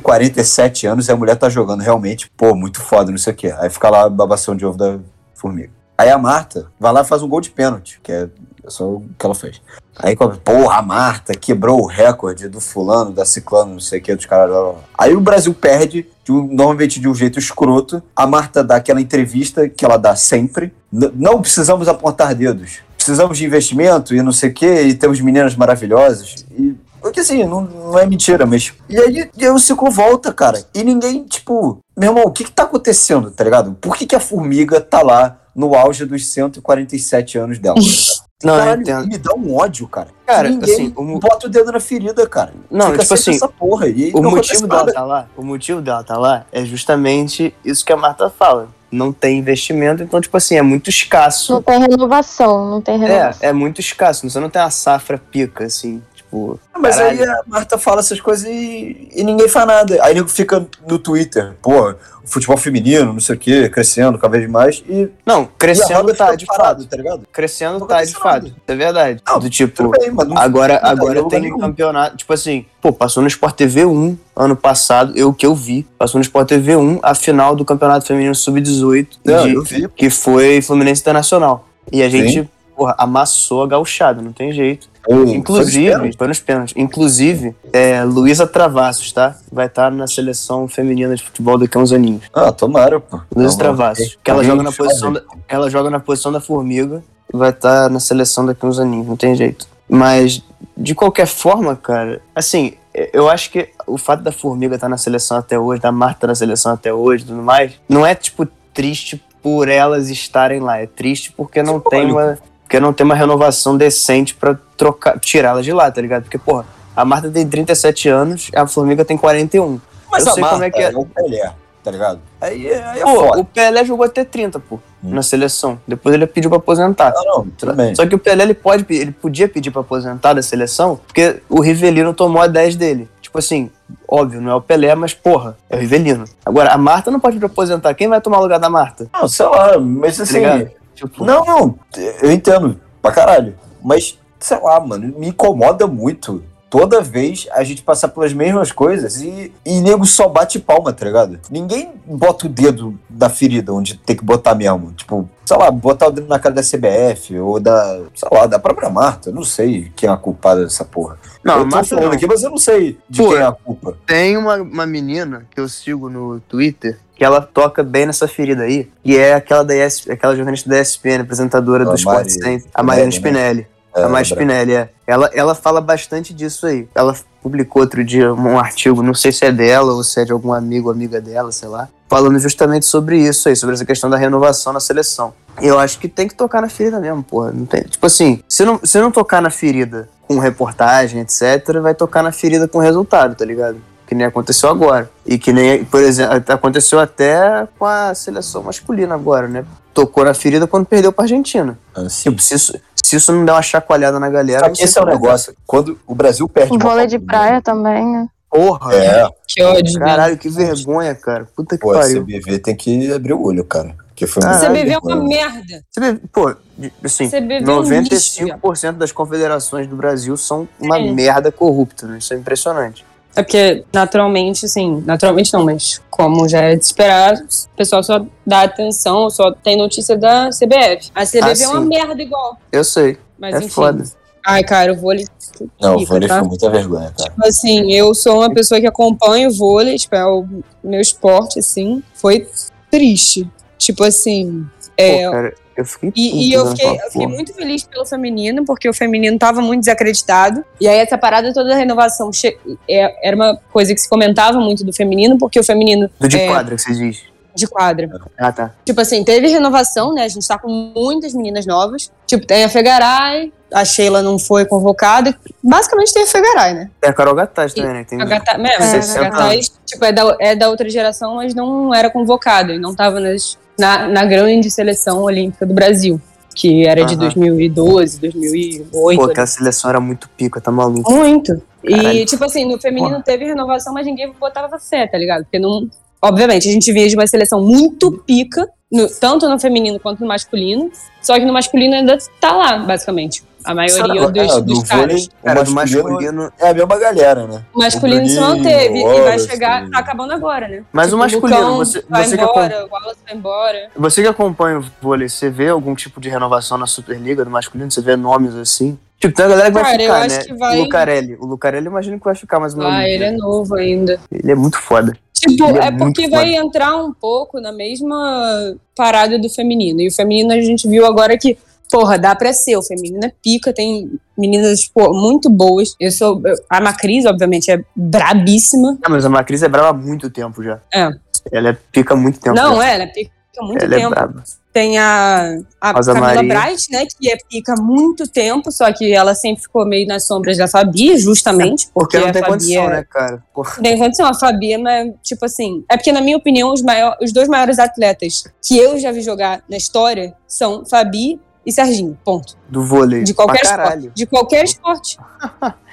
S1: 147 anos e a mulher tá jogando realmente, pô, muito foda, não sei o que. Aí fica lá a babação de ovo da formiga. Aí a Marta vai lá e faz um gol de pênalti, que é só o que ela fez. Aí, co- porra, a Marta quebrou o recorde do fulano, da ciclano, não sei o que, dos caras. blá, blá, blá. Aí o Brasil perde, de um- normalmente de um jeito escroto. A Marta dá aquela entrevista que ela dá sempre. "N- não precisamos apontar dedos. Precisamos de investimento e não sei o que, e temos meninas maravilhosas. E, porque assim, não, não é mentira, mas. E aí, e aí o ciclo volta, cara. E ninguém, tipo, meu irmão, o que que tá acontecendo, tá ligado? Por que, que a formiga tá lá no auge dos 147 anos dela?
S3: Não, eu
S1: Caralho,
S3: entendo.
S1: me dá um ódio, cara.
S3: Cara,
S1: Ninguém
S3: assim, o, mo-
S1: bota o dedo na ferida, cara.
S3: Não,
S1: Fica
S3: tipo
S1: sempre
S3: assim,
S1: essa porra. E
S3: o
S1: não acontece
S3: motivo dela
S1: nada.
S3: tá lá, o motivo dela tá lá é justamente isso que a Marta fala. Não tem investimento, então, tipo assim, é muito escasso.
S4: Não tem renovação, não tem renovação.
S3: É, é muito escasso. Você não tem uma safra pica, assim. Tipo, Tipo,
S1: Ah, Mas
S3: Caralho.
S1: aí a Marta fala essas coisas e, e ninguém faz nada. Aí nego fica no Twitter, pô, futebol feminino, não sei o quê, crescendo cada vez mais e, e
S3: não,
S1: a
S3: crescendo
S1: roda
S3: tá
S1: fica
S3: de fato.
S1: parado, tá ligado?
S3: Crescendo
S1: Não
S3: tá de
S1: aconteceu nada.
S3: fato, isso é verdade.
S1: Não,
S3: Do tipo,
S1: Tudo bem, mas não
S3: Agora,
S1: tá em
S3: agora
S1: lugar
S3: tem
S1: nenhum.
S3: campeonato, tipo assim, pô, passou no Sport TV 1 ano passado, eu que eu vi, passou no Sport TV 1 a final do Campeonato Feminino Sub-18,
S1: Não,
S3: de-
S1: eu vi.
S3: que foi Fluminense Internacional. E a
S1: Sim.
S3: gente, porra, amassou a gauchada, não tem jeito.
S1: Pô,
S3: Inclusive, foi nos pênaltis, inclusive, é, Luísa Travassos, tá? Vai estar na seleção feminina de futebol daqui a uns aninhos.
S1: Ah, tomara, pô.
S3: Luísa
S1: Tá bom.
S3: Travassos, que ela
S1: Alguém
S3: joga, na
S1: fala.
S3: posição da, ela joga na posição da formiga e vai estar na seleção daqui a uns aninhos, não tem jeito. Mas, de qualquer forma, cara, assim, eh, eu acho que o fato da formiga estar na seleção até hoje, da Marta na seleção até hoje e tudo mais, não é, tipo, triste por elas estarem lá, é triste porque não tem uma. Porque não tem uma renovação decente pra trocar, tirá-las de lá, tá ligado? Porque, porra, a Marta tem 37 anos, a Formiga tem 41.
S1: Mas
S3: eu
S1: a
S3: sei
S1: Marta
S3: como é que é.
S1: o Pelé, tá ligado? Aí, aí é
S3: Pô,
S1: foda.
S3: o Pelé jogou até 30, pô,
S1: Hum.
S3: na seleção. Depois ele pediu pra aposentar.
S1: Não, não, tudo bem.
S3: Só que o Pelé ele pode, pe- ele podia pedir pra aposentar da seleção, porque o Rivelino tomou a 10 dele. Tipo assim, óbvio, não é o Pelé, mas porra, é o Rivelino. Agora, a Marta não pode pedir pra aposentar. Quem vai tomar o lugar da Marta?
S1: Não, sei lá, mas
S3: Tá
S1: assim...
S3: ligado? Tipo,
S1: Não, não, eu entendo, pra caralho. Mas, sei lá, mano, me incomoda muito toda vez a gente passar pelas mesmas coisas e, e nego só bate palma, tá ligado? Ninguém bota o dedo na ferida onde tem que botar mesmo. Tipo, sei lá, botar o dedo na cara da CBF ou da, sei lá, da própria Marta. eu Não sei quem é a culpada dessa porra.
S3: Não,
S1: eu tô
S3: Marta
S1: falando
S3: não.
S1: aqui, mas eu não sei de
S3: Pô,
S1: quem é a culpa.
S3: Tem uma, uma menina que eu sigo no Twitter que ela toca bem nessa ferida aí, que é aquela da ES, aquela jornalista da ESPN, apresentadora
S1: A
S3: do Sport
S1: Mari-
S3: Center, a Mariana
S1: Spinelli,
S3: Spinelli.
S1: É,
S3: a mais Spinelli, é. Ela, ela fala bastante disso aí. Ela publicou outro dia um artigo, não sei se é dela ou se é de algum amigo ou amiga dela, sei lá, falando justamente sobre isso aí, sobre essa questão da renovação na seleção. Eu acho que tem que tocar na ferida mesmo, porra. Não tem, tipo assim, se não, se não tocar na ferida com reportagem, etc., vai tocar na ferida com resultado, tá ligado? Que nem aconteceu agora. E que nem, por exemplo, aconteceu até com a seleção masculina agora, né? Tocou na ferida quando perdeu pra Argentina.
S1: Assim,
S3: Tipo, Se isso, se isso não der uma chacoalhada na galera,
S1: Só
S3: não
S1: que
S3: sei
S1: esse é o
S3: como
S1: negócio. Quando o Brasil perde.
S4: O
S1: é, uma
S4: Um vôlei
S1: Copa
S4: de
S1: do
S4: praia também, né?
S3: Porra!
S1: Mundo- É,
S2: Que ódio.
S3: Caralho, que vergonha, cara. Puta que
S1: Pô, a
S3: pariu.
S1: CBV tem que abrir o olho, cara. Porque foi
S3: Ah,
S1: muito
S2: Você
S3: Caralho,
S2: bebeu é uma
S1: mano.
S2: merda.
S3: Você vê- Pô, de- assim,
S2: Você bebeu um lixo.
S3: 95% das confederações do Brasil são uma
S2: É.
S3: merda corrupta, né? Isso é impressionante.
S2: É porque, naturalmente, assim, naturalmente não, mas como já é de esperar, o pessoal só dá atenção, só tem notícia da CBF. A CBF
S3: Ah,
S2: é uma
S3: sim.
S2: merda igual,
S3: Eu sei.
S2: mas
S3: é
S2: enfim.
S3: foda.
S2: Ai, cara, o vôlei.
S1: Não, o
S2: Fica,
S1: vôlei
S2: tá?
S1: foi muita vergonha, cara.
S2: Tipo Assim, eu sou uma pessoa que acompanha o vôlei, tipo, é o meu esporte, assim. Foi triste. Tipo assim, é,
S3: Pô, né? cara, eu fiquei.
S2: E, e
S3: puto
S2: eu,
S3: vendo
S2: fiquei,
S3: aquela
S2: eu fiquei
S3: porra.
S2: muito feliz pelo feminino, porque o feminino tava muito desacreditado. E aí essa parada toda da renovação che- é- era uma coisa que se comentava muito do feminino, porque o feminino
S3: Do de
S2: é,
S3: quadra que você diz.
S2: de quadra.
S3: Ah, tá.
S2: Tipo assim, teve renovação, né? A gente tá com muitas meninas novas. Tipo, tem a Fegaray, a Sheila não foi convocada. Basicamente tem a Fegaray, né?
S3: É a Carol Gattaz também, né? que Tem...
S2: A Gata, é,
S4: É,
S2: mas a
S4: verdade.
S2: Gataz, tipo, é da, é da outra geração, mas não era convocada e não estava na, na grande seleção olímpica do Brasil, que era de
S3: Aham.
S2: 2012, 2008.
S3: Pô,
S2: ali.
S3: aquela seleção era muito pica, tá maluco.
S2: Muito. E,
S3: Caralho.
S2: tipo assim, no feminino
S3: Porra.
S2: teve renovação, mas ninguém botava fé, tá ligado? Porque não. Obviamente, a gente vinha de uma seleção muito pica, no- tanto no feminino quanto no masculino. Só que no masculino ainda tá lá, basicamente. A maioria
S1: Será-
S2: dos,
S1: ah,
S2: dos
S1: do
S2: caras.
S1: vôlei,
S3: Cara, do
S1: o masculino
S3: masculino.
S1: é a mesma galera, né?
S2: O masculino se
S1: Bruninho,
S2: manteve.
S1: o
S2: E vai
S1: Wallace.
S2: chegar. Tá acabando agora, né?
S3: Mas o masculino,
S2: Lucão
S3: você,
S2: vai
S3: você que acompanha.
S2: embora, o Wallace vai embora.
S3: Você que acompanha o vôlei, você vê algum tipo de renovação na Superliga do masculino? Você vê nomes assim? Tipo, tem uma galera que vai
S2: Cara, eu
S3: ficar,
S2: acho
S3: né?
S2: que vai-
S3: O Lucarelli. O Lucarelli eu imagino que vai ficar, mas o
S2: Ah, ele é novo ainda.
S3: ele é muito foda.
S2: Tipo,
S3: Ele é
S2: é porque
S3: muito
S2: vai entrar um pouco na mesma parada do feminino. E o feminino a gente viu agora que, porra, dá pra ser. O feminino é pica, tem meninas, pô, muito boas. Eu sou. eu- a Macris, obviamente, é brabíssima.
S3: Ah, mas a Macris é brava há muito tempo já.
S2: É.
S3: Ela é pica há muito tempo.
S2: Não,
S3: já.
S2: é, ela é pica. há Muito
S3: Ela
S2: tempo.
S3: é brava.
S2: Tem a, a
S3: Rosa
S2: Camila
S3: Maria.
S2: Bright, né? Que é pica há muito tempo, só que ela sempre ficou meio nas sombras da Fabi, justamente. Porque,
S3: Porque não tem
S2: a Fabi
S3: condição,
S2: é-
S3: né, cara? Porra.
S2: Tem condição, a Fabi, mas, tipo assim. É porque, na minha opinião, os, maior, os dois maiores atletas que eu já vi jogar na história são Fabi e Serginho. Ponto.
S3: Do vôlei.
S2: De qualquer
S3: pra
S2: esporte.
S3: caralho.
S2: De qualquer esporte.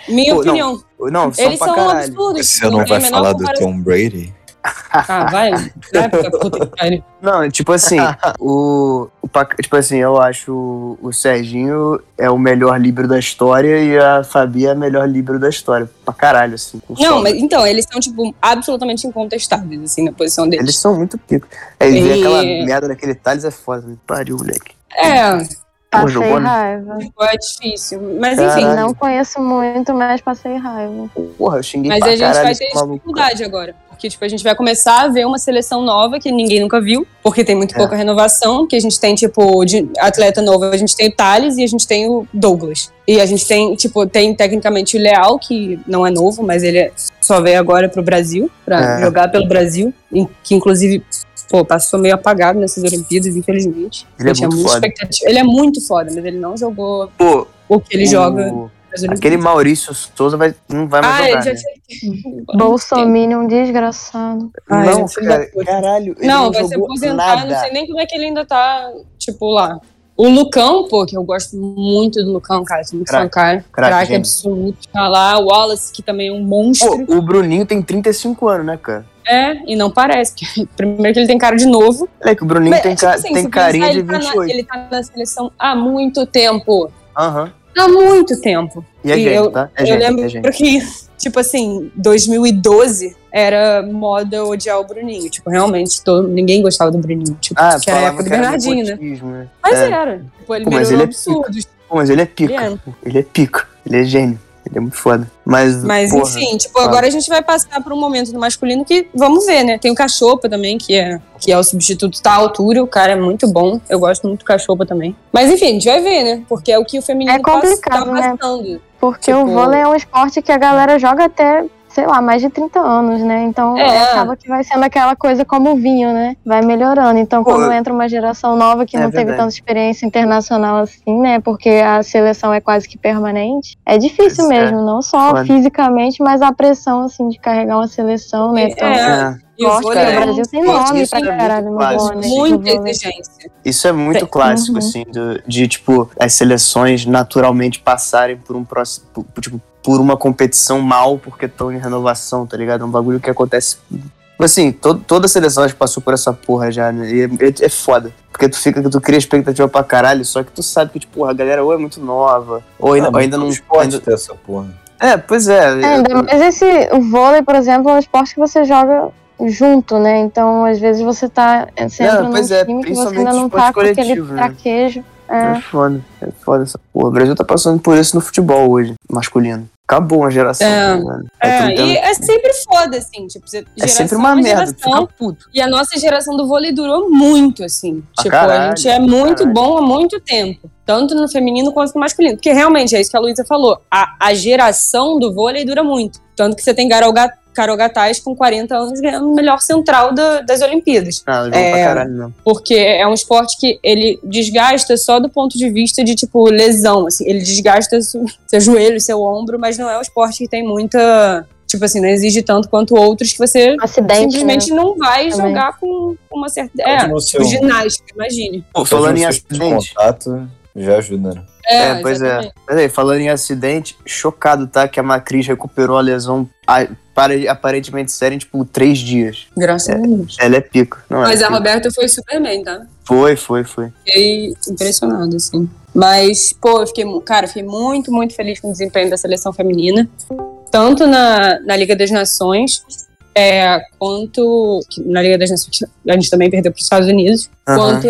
S2: Minha
S3: Pô, não,
S2: opinião.
S3: Não, são
S2: Eles
S3: pra
S2: são
S3: caralho.
S2: absurdos.
S1: Você não
S2: tem
S1: vai
S2: a menor
S1: falar do
S2: comparação.
S1: Tom Brady?
S2: Ah, vai. Vai pra puta que pariu.
S3: Não, tipo assim, o, o Pac- tipo assim, eu acho o, o Serginho é o melhor livro da história e a Fabi é a melhor livro da história. Pra caralho, assim. com
S2: Não,
S3: sobra.
S2: mas então, eles são, tipo, absolutamente incontestáveis, assim, na posição deles.
S3: Eles são muito picos. É, e... ver
S2: E-
S3: aquela merda daquele Thales é foda. Me pariu, moleque.
S2: É,
S3: Pô,
S4: Passei
S3: jogou, né?
S4: raiva.
S2: é difícil. Mas
S3: Caralho.
S2: enfim,
S3: Sim.
S4: Não conheço muito, mas passei raiva.
S3: Porra, eu xinguei
S2: mas
S3: pra
S2: a gente
S3: caralho
S2: vai
S3: esse
S2: ter
S3: maluco.
S2: dificuldade agora. Porque, tipo, a gente vai começar a ver uma seleção nova que ninguém nunca viu, porque tem muito
S3: É.
S2: pouca renovação, que a gente tem, tipo, de atleta novo, a gente tem o Thales e a gente tem o Douglas. E a gente tem, tipo, tem tecnicamente o Leal, que não é novo, mas ele é- só veio agora pro Brasil, pra
S3: É.
S2: jogar pelo Brasil, em- que inclusive, pô, passou meio apagado nessas Olimpíadas, infelizmente.
S3: Ele é
S2: Eu tinha
S3: muito
S2: muita
S3: foda.
S2: expectativa. Ele é muito foda, mas ele não jogou
S3: Pô,
S2: o que ele
S3: o-
S2: joga nas Olimpíadas.
S3: Aquele Maurício Souza vai, não vai mais
S2: Ah,
S3: jogar,
S2: ele já
S3: né?
S2: tinha.
S4: Bolsominion um desgraçado.
S2: Ai,
S3: não,
S2: ah, ele foi
S3: cara,
S2: da puta.
S3: caralho, ele
S2: Não,
S3: não
S2: vai se
S3: jogou
S2: aposentar,
S3: nada.
S2: não sei nem como é que ele ainda tá, tipo, lá. O Lucão, pô, que eu gosto muito do Lucão, cara. Sou muito fã do cara.
S3: craque,
S2: Craque
S3: gente.
S2: absoluto. Tá lá. O Wallace, que também é um monstro.
S3: Pô, o Bruninho tem 35 anos, né, cara?
S2: É, e não parece. porque primeiro que ele tem cara de novo.
S3: Moleque, o Bruninho
S2: Mas,
S3: tem,
S2: tipo
S3: ca-
S2: assim, se
S3: tem
S2: pensar,
S3: carinha de
S2: ele tá na-
S3: 28.
S2: ele tá na seleção há muito tempo.
S3: Aham.
S2: Há muito tempo.
S3: E é
S2: E
S3: gente,
S2: eu-
S3: tá? É
S2: eu
S3: gente,
S2: lembro
S3: é gente.
S2: que, tipo assim, 2012 era moda odiar o Bruninho. Tipo, realmente, todo, ninguém gostava do Bruninho. Tipo,
S3: Ah,
S2: que era a
S3: falava
S2: época do
S3: que era
S2: Bernardinho, né?
S3: nepotismo, né?
S2: Mas
S3: É.
S2: era. Tipo, ele
S3: Pô, mas
S2: melhorou
S3: ele é
S2: absurdo.
S3: Pô, mas ele é
S2: ele
S3: pica.
S2: era.
S3: Ele é pica. Ele é gênio. Ele é muito foda. Mas,
S2: Mas,
S3: porra,
S2: enfim, tipo, agora a gente vai passar por um momento do masculino que vamos ver, né? Tem o Cachopa também, que é, que é o substituto tá à altura. O cara é muito bom. Eu gosto muito do Cachopa também. Mas, enfim, a gente vai ver, né? Porque é o que o feminino
S4: É complicado, né?
S2: passa- tá passando.
S4: Porque o
S2: Tipo-
S4: vôlei é um esporte que a galera joga até, sei lá, mais de 30 anos, né? Então
S2: É.
S4: acaba que vai sendo aquela coisa como o vinho, né? Vai melhorando. Então
S3: Pô,
S4: quando entra uma geração nova que
S3: é
S4: não teve
S3: verdade.
S4: tanta experiência internacional assim, né? Porque a seleção é quase que permanente. É difícil
S3: Pois é.
S4: mesmo, não só
S3: Foda.
S4: fisicamente, mas a pressão, assim, de carregar uma seleção, né? Então,
S2: É,
S3: é,
S2: E o
S4: forte,
S2: vôlei
S3: cara,
S4: né? o
S2: é
S4: Brasil
S2: um-
S4: tem
S3: Pô,
S4: nome
S3: isso é
S4: pra
S3: muito
S4: caralho no
S3: clássico,
S4: vôlei.
S3: assim,
S4: no
S2: muita
S4: vôlei.
S2: exigência.
S3: isso é muito
S2: Uhum.
S3: clássico, assim, do- de, tipo, as seleções naturalmente passarem por um próximo, por, por, tipo, por uma competição mal porque estão em renovação, tá ligado? É um bagulho que acontece. Assim, to, toda seleção acho que passou por essa porra já, né? E é- é, é foda. Porque tu fica, tu cria expectativa pra caralho, só que tu sabe que, tipo, porra, a galera ou é muito nova, ou ainda, ou ainda não.
S1: Ah, pode
S3: ainda-
S1: ter essa porra.
S3: É, pois é.
S4: É, ainda mais esse o vôlei, por exemplo, é um esporte que você joga junto, né? Então, às vezes você tá você
S3: É,
S4: entra num
S3: pois é,
S4: time que você
S3: principalmente
S4: ainda não tá
S3: esporte
S4: com aquele
S3: coletivo, né?
S4: traquejo.
S3: É
S4: É.
S3: foda, é foda essa porra. O Brasil tá passando por isso no futebol hoje, masculino. Acabou uma geração,
S2: É.
S3: tá ligado? Aí tu
S2: É,
S3: não tem-
S2: e é sempre foda, assim, tipo, geração
S3: é sempre uma
S2: a
S3: merda, tu
S2: geração,
S3: fica puto.
S2: E a nossa geração do vôlei durou muito, assim.
S3: Ah,
S2: tipo,
S3: caralho,
S2: a gente é muito
S3: caralho.
S2: bom há muito tempo. Tanto no feminino quanto no masculino. Porque realmente é isso que a Luísa falou. A, a geração do vôlei dura muito. Tanto que você tem Carol Ga- Carol Gataz com 40 anos ganhando o melhor central da- das Olimpíadas
S3: Não, jogou
S2: É.
S3: Ah, pra caralho, não.
S2: porque é um esporte que ele desgasta só do ponto de vista de tipo lesão, assim, ele desgasta su- seu joelho, seu ombro, mas não é um esporte que tem muita, tipo assim, não exige tanto quanto outros que você
S4: Acidente, né?
S2: simplesmente não vai
S4: Também.
S2: jogar com com uma certa,
S1: Pode
S2: é,
S1: não ser
S2: tipo,
S1: um-
S2: ginástica, imagine.
S3: Pô,
S1: pode não
S3: falando em
S1: ser um
S3: acidente.
S1: contato já ajuda, né?
S3: É, pois é.
S2: exatamente.
S3: Peraí, falando em acidente, chocado, tá? Que a Macris recuperou a lesão a- para- aparentemente séria em, tipo, três dias.
S2: Graças a Deus.
S3: Ela é pico, não é?
S2: Mas a
S3: pico.
S2: Roberta foi super bem, tá?
S3: Foi, foi, foi.
S2: fiquei impressionada, assim. Mas, pô, eu fiquei, mu- cara, eu fiquei muito, muito feliz com o desempenho da seleção feminina. Tanto na, na Liga das Nações, é, quanto. que Na Liga das Nações, a gente também perdeu para os Estados Unidos,
S3: Aham.
S2: quanto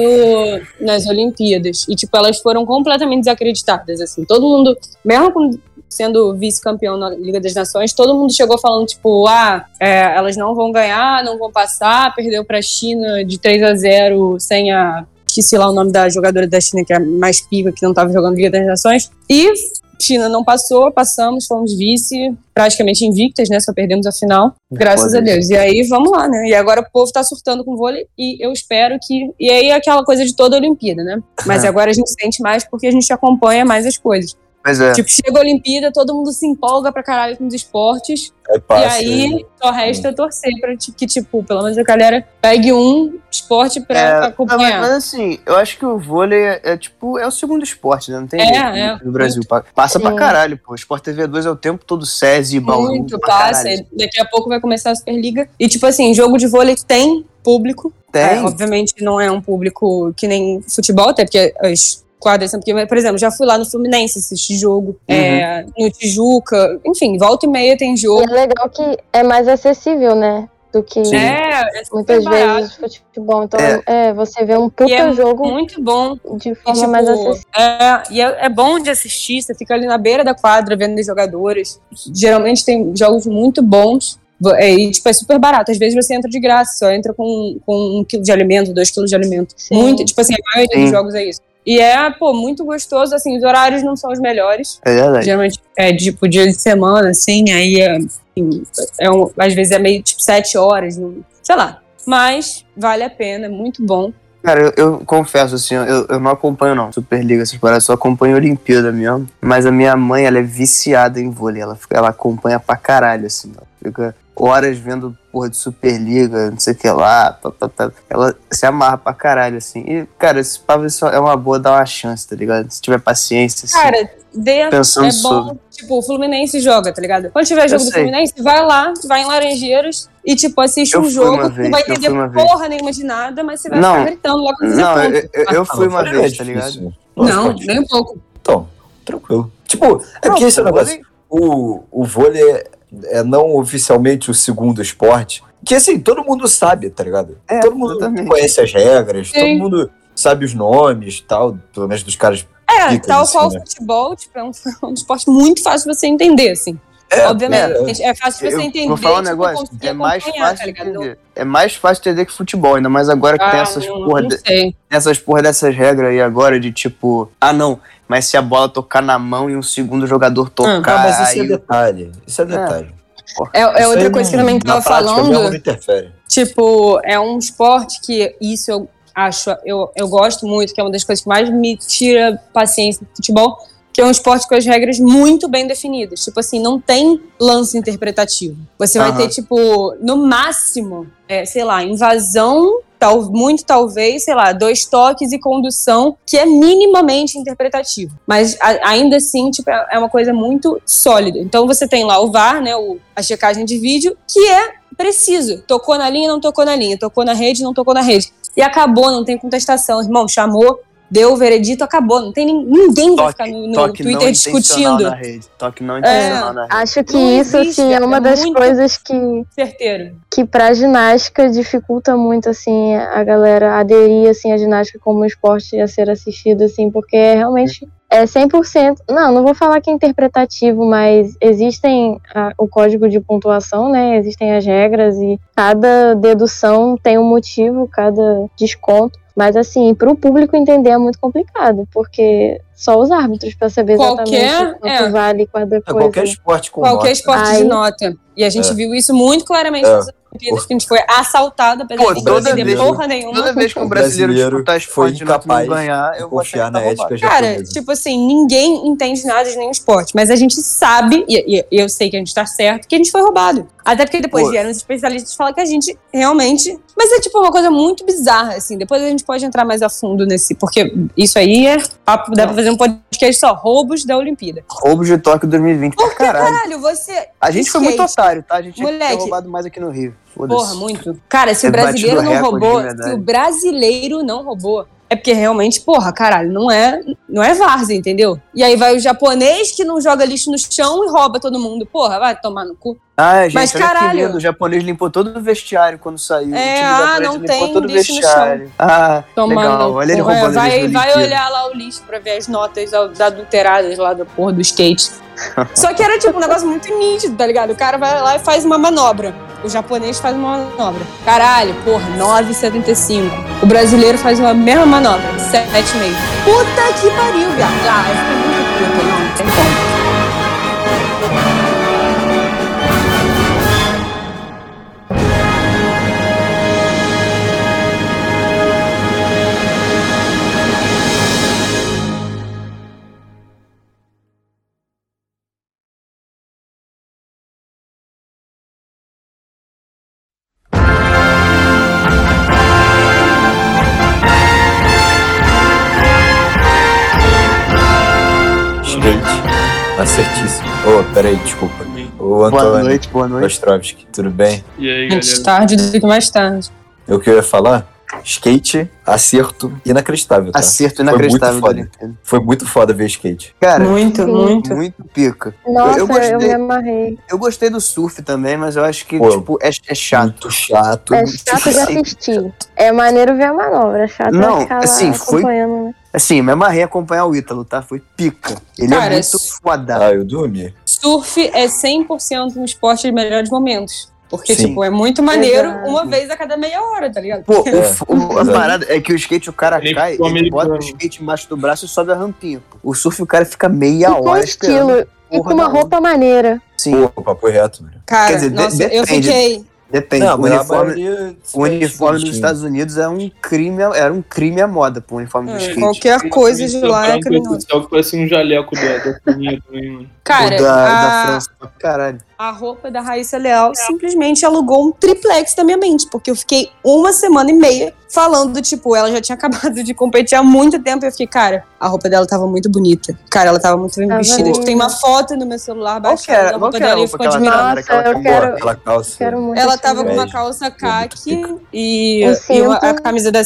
S2: nas Olimpíadas. E, tipo, elas foram completamente desacreditadas, assim. Todo mundo, mesmo com- sendo vice-campeão na Liga das Nações, todo mundo chegou falando, tipo, ah, é, elas não vão ganhar, não vão passar, perdeu para a China de 3 a 0 sem a esqueci lá o nome da jogadora da China, que é a mais pica, que não estava jogando Liga das Nações. E China não passou, passamos, fomos vice, praticamente invictas, né? Só perdemos a final, graças
S3: Foda
S2: a Deus. E aí, vamos lá, né? E agora o povo tá surtando com vôlei e eu espero que. E aí, é aquela coisa de toda a Olimpíada, né? Mas
S3: É.
S2: agora a gente sente mais porque a gente acompanha mais as coisas.
S3: Pois é.
S2: Tipo, chega a Olimpíada, todo mundo se empolga pra caralho com os esportes.
S1: Aí passa.
S2: e aí só resta torcer pra ti- que, tipo, pelo menos a galera pegue um esporte pra
S3: É, Ah, mas,
S2: acompanhar.
S3: mas assim, eu acho que o vôlei é, é, tipo, é o segundo esporte, né? Não tem
S2: É,
S3: jeito
S2: é.
S3: no Brasil. Pa- Passa pra
S4: Sim.
S3: caralho, pô. Sport TV 2 é o tempo todo SESI, Bauru.
S2: Muito
S3: pra
S2: passa. é,
S3: caralho.
S2: Daqui a pouco vai começar a Superliga. E, tipo assim, jogo de vôlei tem público. É,
S3: Tem.
S2: obviamente não é um público que nem futebol, até porque as quadras são pequenas. Mas, Por exemplo, já fui lá no Fluminense assistir jogo,
S3: Uhum.
S2: é, no Tijuca. Enfim, volta e meia tem
S4: E
S2: jogo.
S4: é legal que é mais acessível, né? Do que
S3: Sim.
S2: É, é super
S4: muitas
S2: barato,
S4: vezes futebol. Então,
S3: É.
S4: é. você vê um puta
S2: E é
S4: jogo
S2: Muito bom.
S4: de
S2: E,
S4: forma
S2: tipo,
S4: mais acessível.
S2: é, e é, é bom de assistir, você fica ali na beira da quadra vendo os jogadores. Geralmente tem jogos muito bons. vo- é, E, tipo, é super barato. Às vezes você entra de graça, só entra com, com um quilo de alimento, dois quilos de alimento.
S4: Sim.
S2: Muito, tipo assim, a maioria
S3: Sim.
S2: dos jogos é isso. E é, pô, muito gostoso, assim, os horários não são os melhores.
S3: É verdade.
S2: Geralmente é tipo dia de semana, assim, aí é, enfim, é um- às vezes é meio tipo sete horas, não- sei lá. Mas vale a pena, é muito bom.
S3: Cara, eu, eu confesso, assim, eu, eu não acompanho, não. Superliga, essas paradas, só acompanho a Olimpíada mesmo. Mas a minha mãe, ela é viciada em vôlei. Ela, fica- ela acompanha pra caralho, assim. Ela fica horas vendo, porra, de Superliga, não sei o que lá. pá, pá, pá. Ela se amarra pra caralho, assim. E, cara, esse pavo só é uma boa dar uma chance, tá ligado? Se tiver paciência, assim.
S2: Cara, dê a
S3: pensando
S2: é
S3: sobre.
S2: bom, tipo, o Fluminense joga, tá ligado? Quando tiver jogo do
S3: sei.
S2: Fluminense, vai lá, vai em Laranjeiras e, tipo, assiste
S3: Eu
S2: um
S3: fui
S2: jogo,
S3: uma
S2: que
S3: vez,
S2: não vai
S3: eu fui
S2: entender
S3: uma vez.
S2: porra nenhuma de nada, mas você vai
S3: Não.
S2: ficar gritando lá quando
S3: Não, é,
S2: fizer
S3: eu,
S2: ponto.
S3: eu- eu fui uma
S1: Não,
S3: vez, tá
S1: é
S3: ligado?
S1: difícil.
S2: não,
S1: pode-
S2: nem um pouco.
S1: Então, tranquilo. Tipo, é
S3: Não,
S1: porque esse
S3: pô,
S1: negócio. O, o vôlei é- é não oficialmente o segundo esporte. Que assim, todo mundo sabe, tá ligado?
S3: É,
S1: todo mundo
S3: exatamente.
S1: conhece as regras,
S2: Sim.
S1: todo mundo sabe os nomes e tal, pelo menos dos caras.
S2: É,
S1: Dicas,
S2: tal
S1: assim,
S2: qual o
S1: né?
S2: futebol, tipo, é um, é um esporte muito fácil de você entender, assim.
S1: É,
S2: Obviamente, é, fácil de você
S3: Eu
S2: entender.
S3: Vou falar um
S2: tipo,
S3: negócio.
S2: conseguir
S3: É mais
S2: acompanhar,
S3: fácil
S2: tá ligado? Não-
S3: entender. É mais fácil entender que futebol, ainda mais agora que tem
S2: Ah,
S3: essas
S2: não,
S3: porra,
S2: não
S3: de-
S2: sei.
S3: essas porra dessas regras aí agora de tipo, ah não, mas se a bola tocar na mão e um segundo jogador tocar.
S2: Ah,
S1: Ah, mas isso é
S3: aí-
S1: detalhe. Isso é detalhe.
S2: É, é
S1: Isso
S2: outra
S1: aí
S2: coisa que eu
S1: não-
S2: também
S1: na
S2: tava
S1: prática
S2: falando.
S1: mesmo não interfere.
S2: Tipo, é um esporte que isso eu acho, eu, eu gosto muito, que é uma das coisas que mais me tira paciência do futebol, que é um esporte com as regras muito bem definidas. Tipo assim, não tem lance interpretativo. Você vai
S3: Aham.
S2: ter, tipo, no máximo, é, sei lá, invasão. Tal, muito talvez, sei lá, dois toques e condução, que é minimamente interpretativo. Mas a- ainda assim, tipo, é é uma coisa muito sólida. Então você tem lá o VAR, né, o, a checagem de vídeo, que é preciso. Tocou na linha, não tocou na linha. Tocou na rede, não tocou na rede. E acabou, não tem contestação. Irmão, chamou, deu o veredito, acabou. Não tem nin- ninguém vai
S3: Toque,
S2: ficar no, no
S3: toque não é
S2: Twitter
S3: intencional
S2: discutindo. É, ah,
S3: né? Na rede, toque não intencional na rede.
S4: Acho que
S2: Não
S4: isso,
S2: existe,
S4: assim, é
S2: cara,
S4: uma
S2: é
S4: das
S2: muito-
S4: coisas que
S2: Certeiro.
S4: que pra ginástica dificulta muito assim a galera aderir assim à ginástica como um esporte a ser assistido assim, porque é realmente é 100%. Não, não vou falar que é interpretativo, mas existem a- o código de pontuação, né? Existem as regras e cada dedução tem um motivo, cada desconto. Mas assim, para o público entender é muito complicado, porque só os árbitros para saber
S2: Qualquer-
S4: exatamente quanto
S2: é.
S4: vale cada
S1: É,
S4: coisa.
S1: qualquer esporte com
S2: Qualquer
S1: nota.
S2: esporte de
S4: Aí-
S2: nota. E a gente
S1: É.
S2: viu isso muito claramente
S1: É.
S2: nas Olimpíadas, que a gente foi assaltado, apesar
S3: Pô,
S2: de não
S1: toda
S2: entender
S1: vez-
S2: porra nenhuma.
S3: Toda vez que um
S1: O
S3: brasileiro,
S1: brasileiro
S3: disputar
S1: foi
S3: esporte e não
S1: incapaz
S3: ganhar, eu vou achar
S1: né? Confiar
S3: que tá
S1: na ética
S3: roubado.
S2: Cara,
S1: japonesa.
S2: tipo assim, ninguém entende nada de nenhum esporte, mas a gente sabe, e, e- e eu sei que a gente tá certo, que a gente foi roubado. Até porque depois
S3: Pô.
S2: vieram os especialistas falar que a gente realmente. Mas é tipo uma coisa muito bizarra, assim. Depois a gente pode entrar mais a fundo nesse. Porque isso aí é. papo- Dá pra fazer um podcast só, roubos da Olimpíada.
S3: Roubo de toque 2020 pra caralho.
S2: Caralho, você.
S3: A gente foi muito
S2: skate.
S3: otário, tá? A gente tinha que ter
S2: Moleque.
S3: roubado mais aqui no Rio. Foda-se.
S2: Porra, muito. Cara, se
S3: É
S2: o brasileiro
S3: batido
S2: não
S3: recorde,
S2: roubou,
S3: de verdade.
S2: se o brasileiro não roubou, é porque realmente, porra, caralho, não é, não é várzea, entendeu? E aí vai o japonês que não joga lixo no chão e rouba todo mundo. Porra, vai tomar no cu.
S3: Ah, gente,
S2: Mas,
S3: olha que
S2: caralho.
S3: lindo. O japonês limpou todo o vestiário quando saiu.
S2: É,
S3: o time
S2: ah,
S3: japonês
S2: não
S3: limpou
S2: tem
S3: todo o
S2: lixo no
S3: vestiário. Ah,
S2: Tomar
S3: legal.
S2: no cu.
S3: Olha ele
S2: É,
S3: roubando
S2: vai,
S3: lixo
S2: vai olhar lá o lixo pra ver as notas ad- adulteradas lá da porra do skate. Só que era tipo um negócio muito nítido, tá ligado? O cara vai lá e faz uma manobra. O japonês faz uma manobra. Caralho, porra, 9,75. O brasileiro faz uma mesma manobra, 7,5. Puta que pariu, viado. Ah, eu fiquei muito puta, não, não tem como.
S1: tá certíssimo. Ô, peraí, desculpa. Ô,
S3: Boa
S1: Antônio
S3: noite, boa noite.
S1: Ostrovski, tudo bem?
S6: E aí,
S2: Antes
S6: galera?
S2: tarde do que mais tarde.
S1: É O que eu ia falar? Skate, acerto inacreditável, tá?
S3: Acerto
S1: muito
S3: inacreditável da
S1: foda.
S3: Olimpíada.
S1: Foi muito foda ver skate.
S3: Cara,
S2: muito,
S4: sim.
S2: muito.
S3: muito pica.
S4: Nossa, eu,
S3: gostei.
S4: me amarrei.
S3: Eu gostei do surf também, mas eu acho que,
S1: Pô, Hum.
S3: tipo, é, é chato.
S1: Muito chato.
S4: É
S1: muito
S4: chato de assistir. É maneiro ver a manobra, é chato
S3: Não,
S4: é ficar lá
S3: assim, foi-
S4: acompanhando. né?
S3: Assim, me amarrei a acompanhar o Ítalo, tá? Foi pica. Ele
S2: Cara,
S3: é
S2: esse-
S3: muito foda.
S1: Ah, eu dormi.
S2: Surf é 100% um esporte de melhores momentos. Porque,
S1: Sim.
S2: tipo, é muito maneiro
S4: Exato.
S2: uma vez a cada meia hora, tá ligado?
S3: Pô, o
S1: É.
S3: f- o- a
S1: Exato.
S3: parada é que o skate, o cara
S6: Ele
S3: cai,
S6: ficou
S3: ele bota o
S6: americano.
S3: skate embaixo do braço e sobe a rampinha. pô. O surf, o cara fica
S4: E
S3: meia
S4: com
S3: hora
S4: estilo,
S3: esperando.
S4: e
S3: porra
S4: com uma
S3: da onda.
S4: roupa maneira.
S3: Sim,
S1: Pô, papo é reto, velho.
S2: Cara,
S3: dizer, de-
S2: nossa, eu
S3: depende.
S2: fiquei.
S3: depende. o
S1: mas a
S3: uniforme,
S1: maioria-
S3: o uniforme dos
S1: Sim.
S3: Estados Unidos é um crime, era um crime à moda, pô, o uniforme do
S2: hum,
S3: skate.
S2: qualquer coisa de lá é
S6: Tem um cara
S2: criminoso.
S6: especial que parece um jaleco da, da fininha também, mano.
S2: Cara,
S3: o da, da
S2: a,
S3: França, pra caralho.
S2: a roupa da Raíssa Leal simplesmente alugou um triplex da minha mente, porque eu fiquei uma semana e meia falando, tipo, ela já tinha acabado de competir há muito tempo, e eu fiquei, cara, a roupa dela tava muito bonita. Cara, ela tava muito bem
S4: Tava
S2: vestida. Tipo,
S4: linda.
S2: Tem uma foto no meu celular
S3: Qual que era-
S2: baixada da
S3: qual
S2: roupa
S3: que era
S2: dela
S3: a
S2: e eu
S3: roupa
S2: fico
S3: que ela
S2: admirada.
S3: Admirada
S4: Nossa,
S3: aquela
S4: eu
S3: com
S4: quero,
S1: Aquela calça.
S4: quero um- muito.
S2: Ela
S4: esse
S2: tava com uma
S1: Bege.
S2: calça
S1: Muito
S2: caqui
S1: pica.
S2: e,
S4: Um
S2: e uma-
S4: cinto.
S2: a camisa da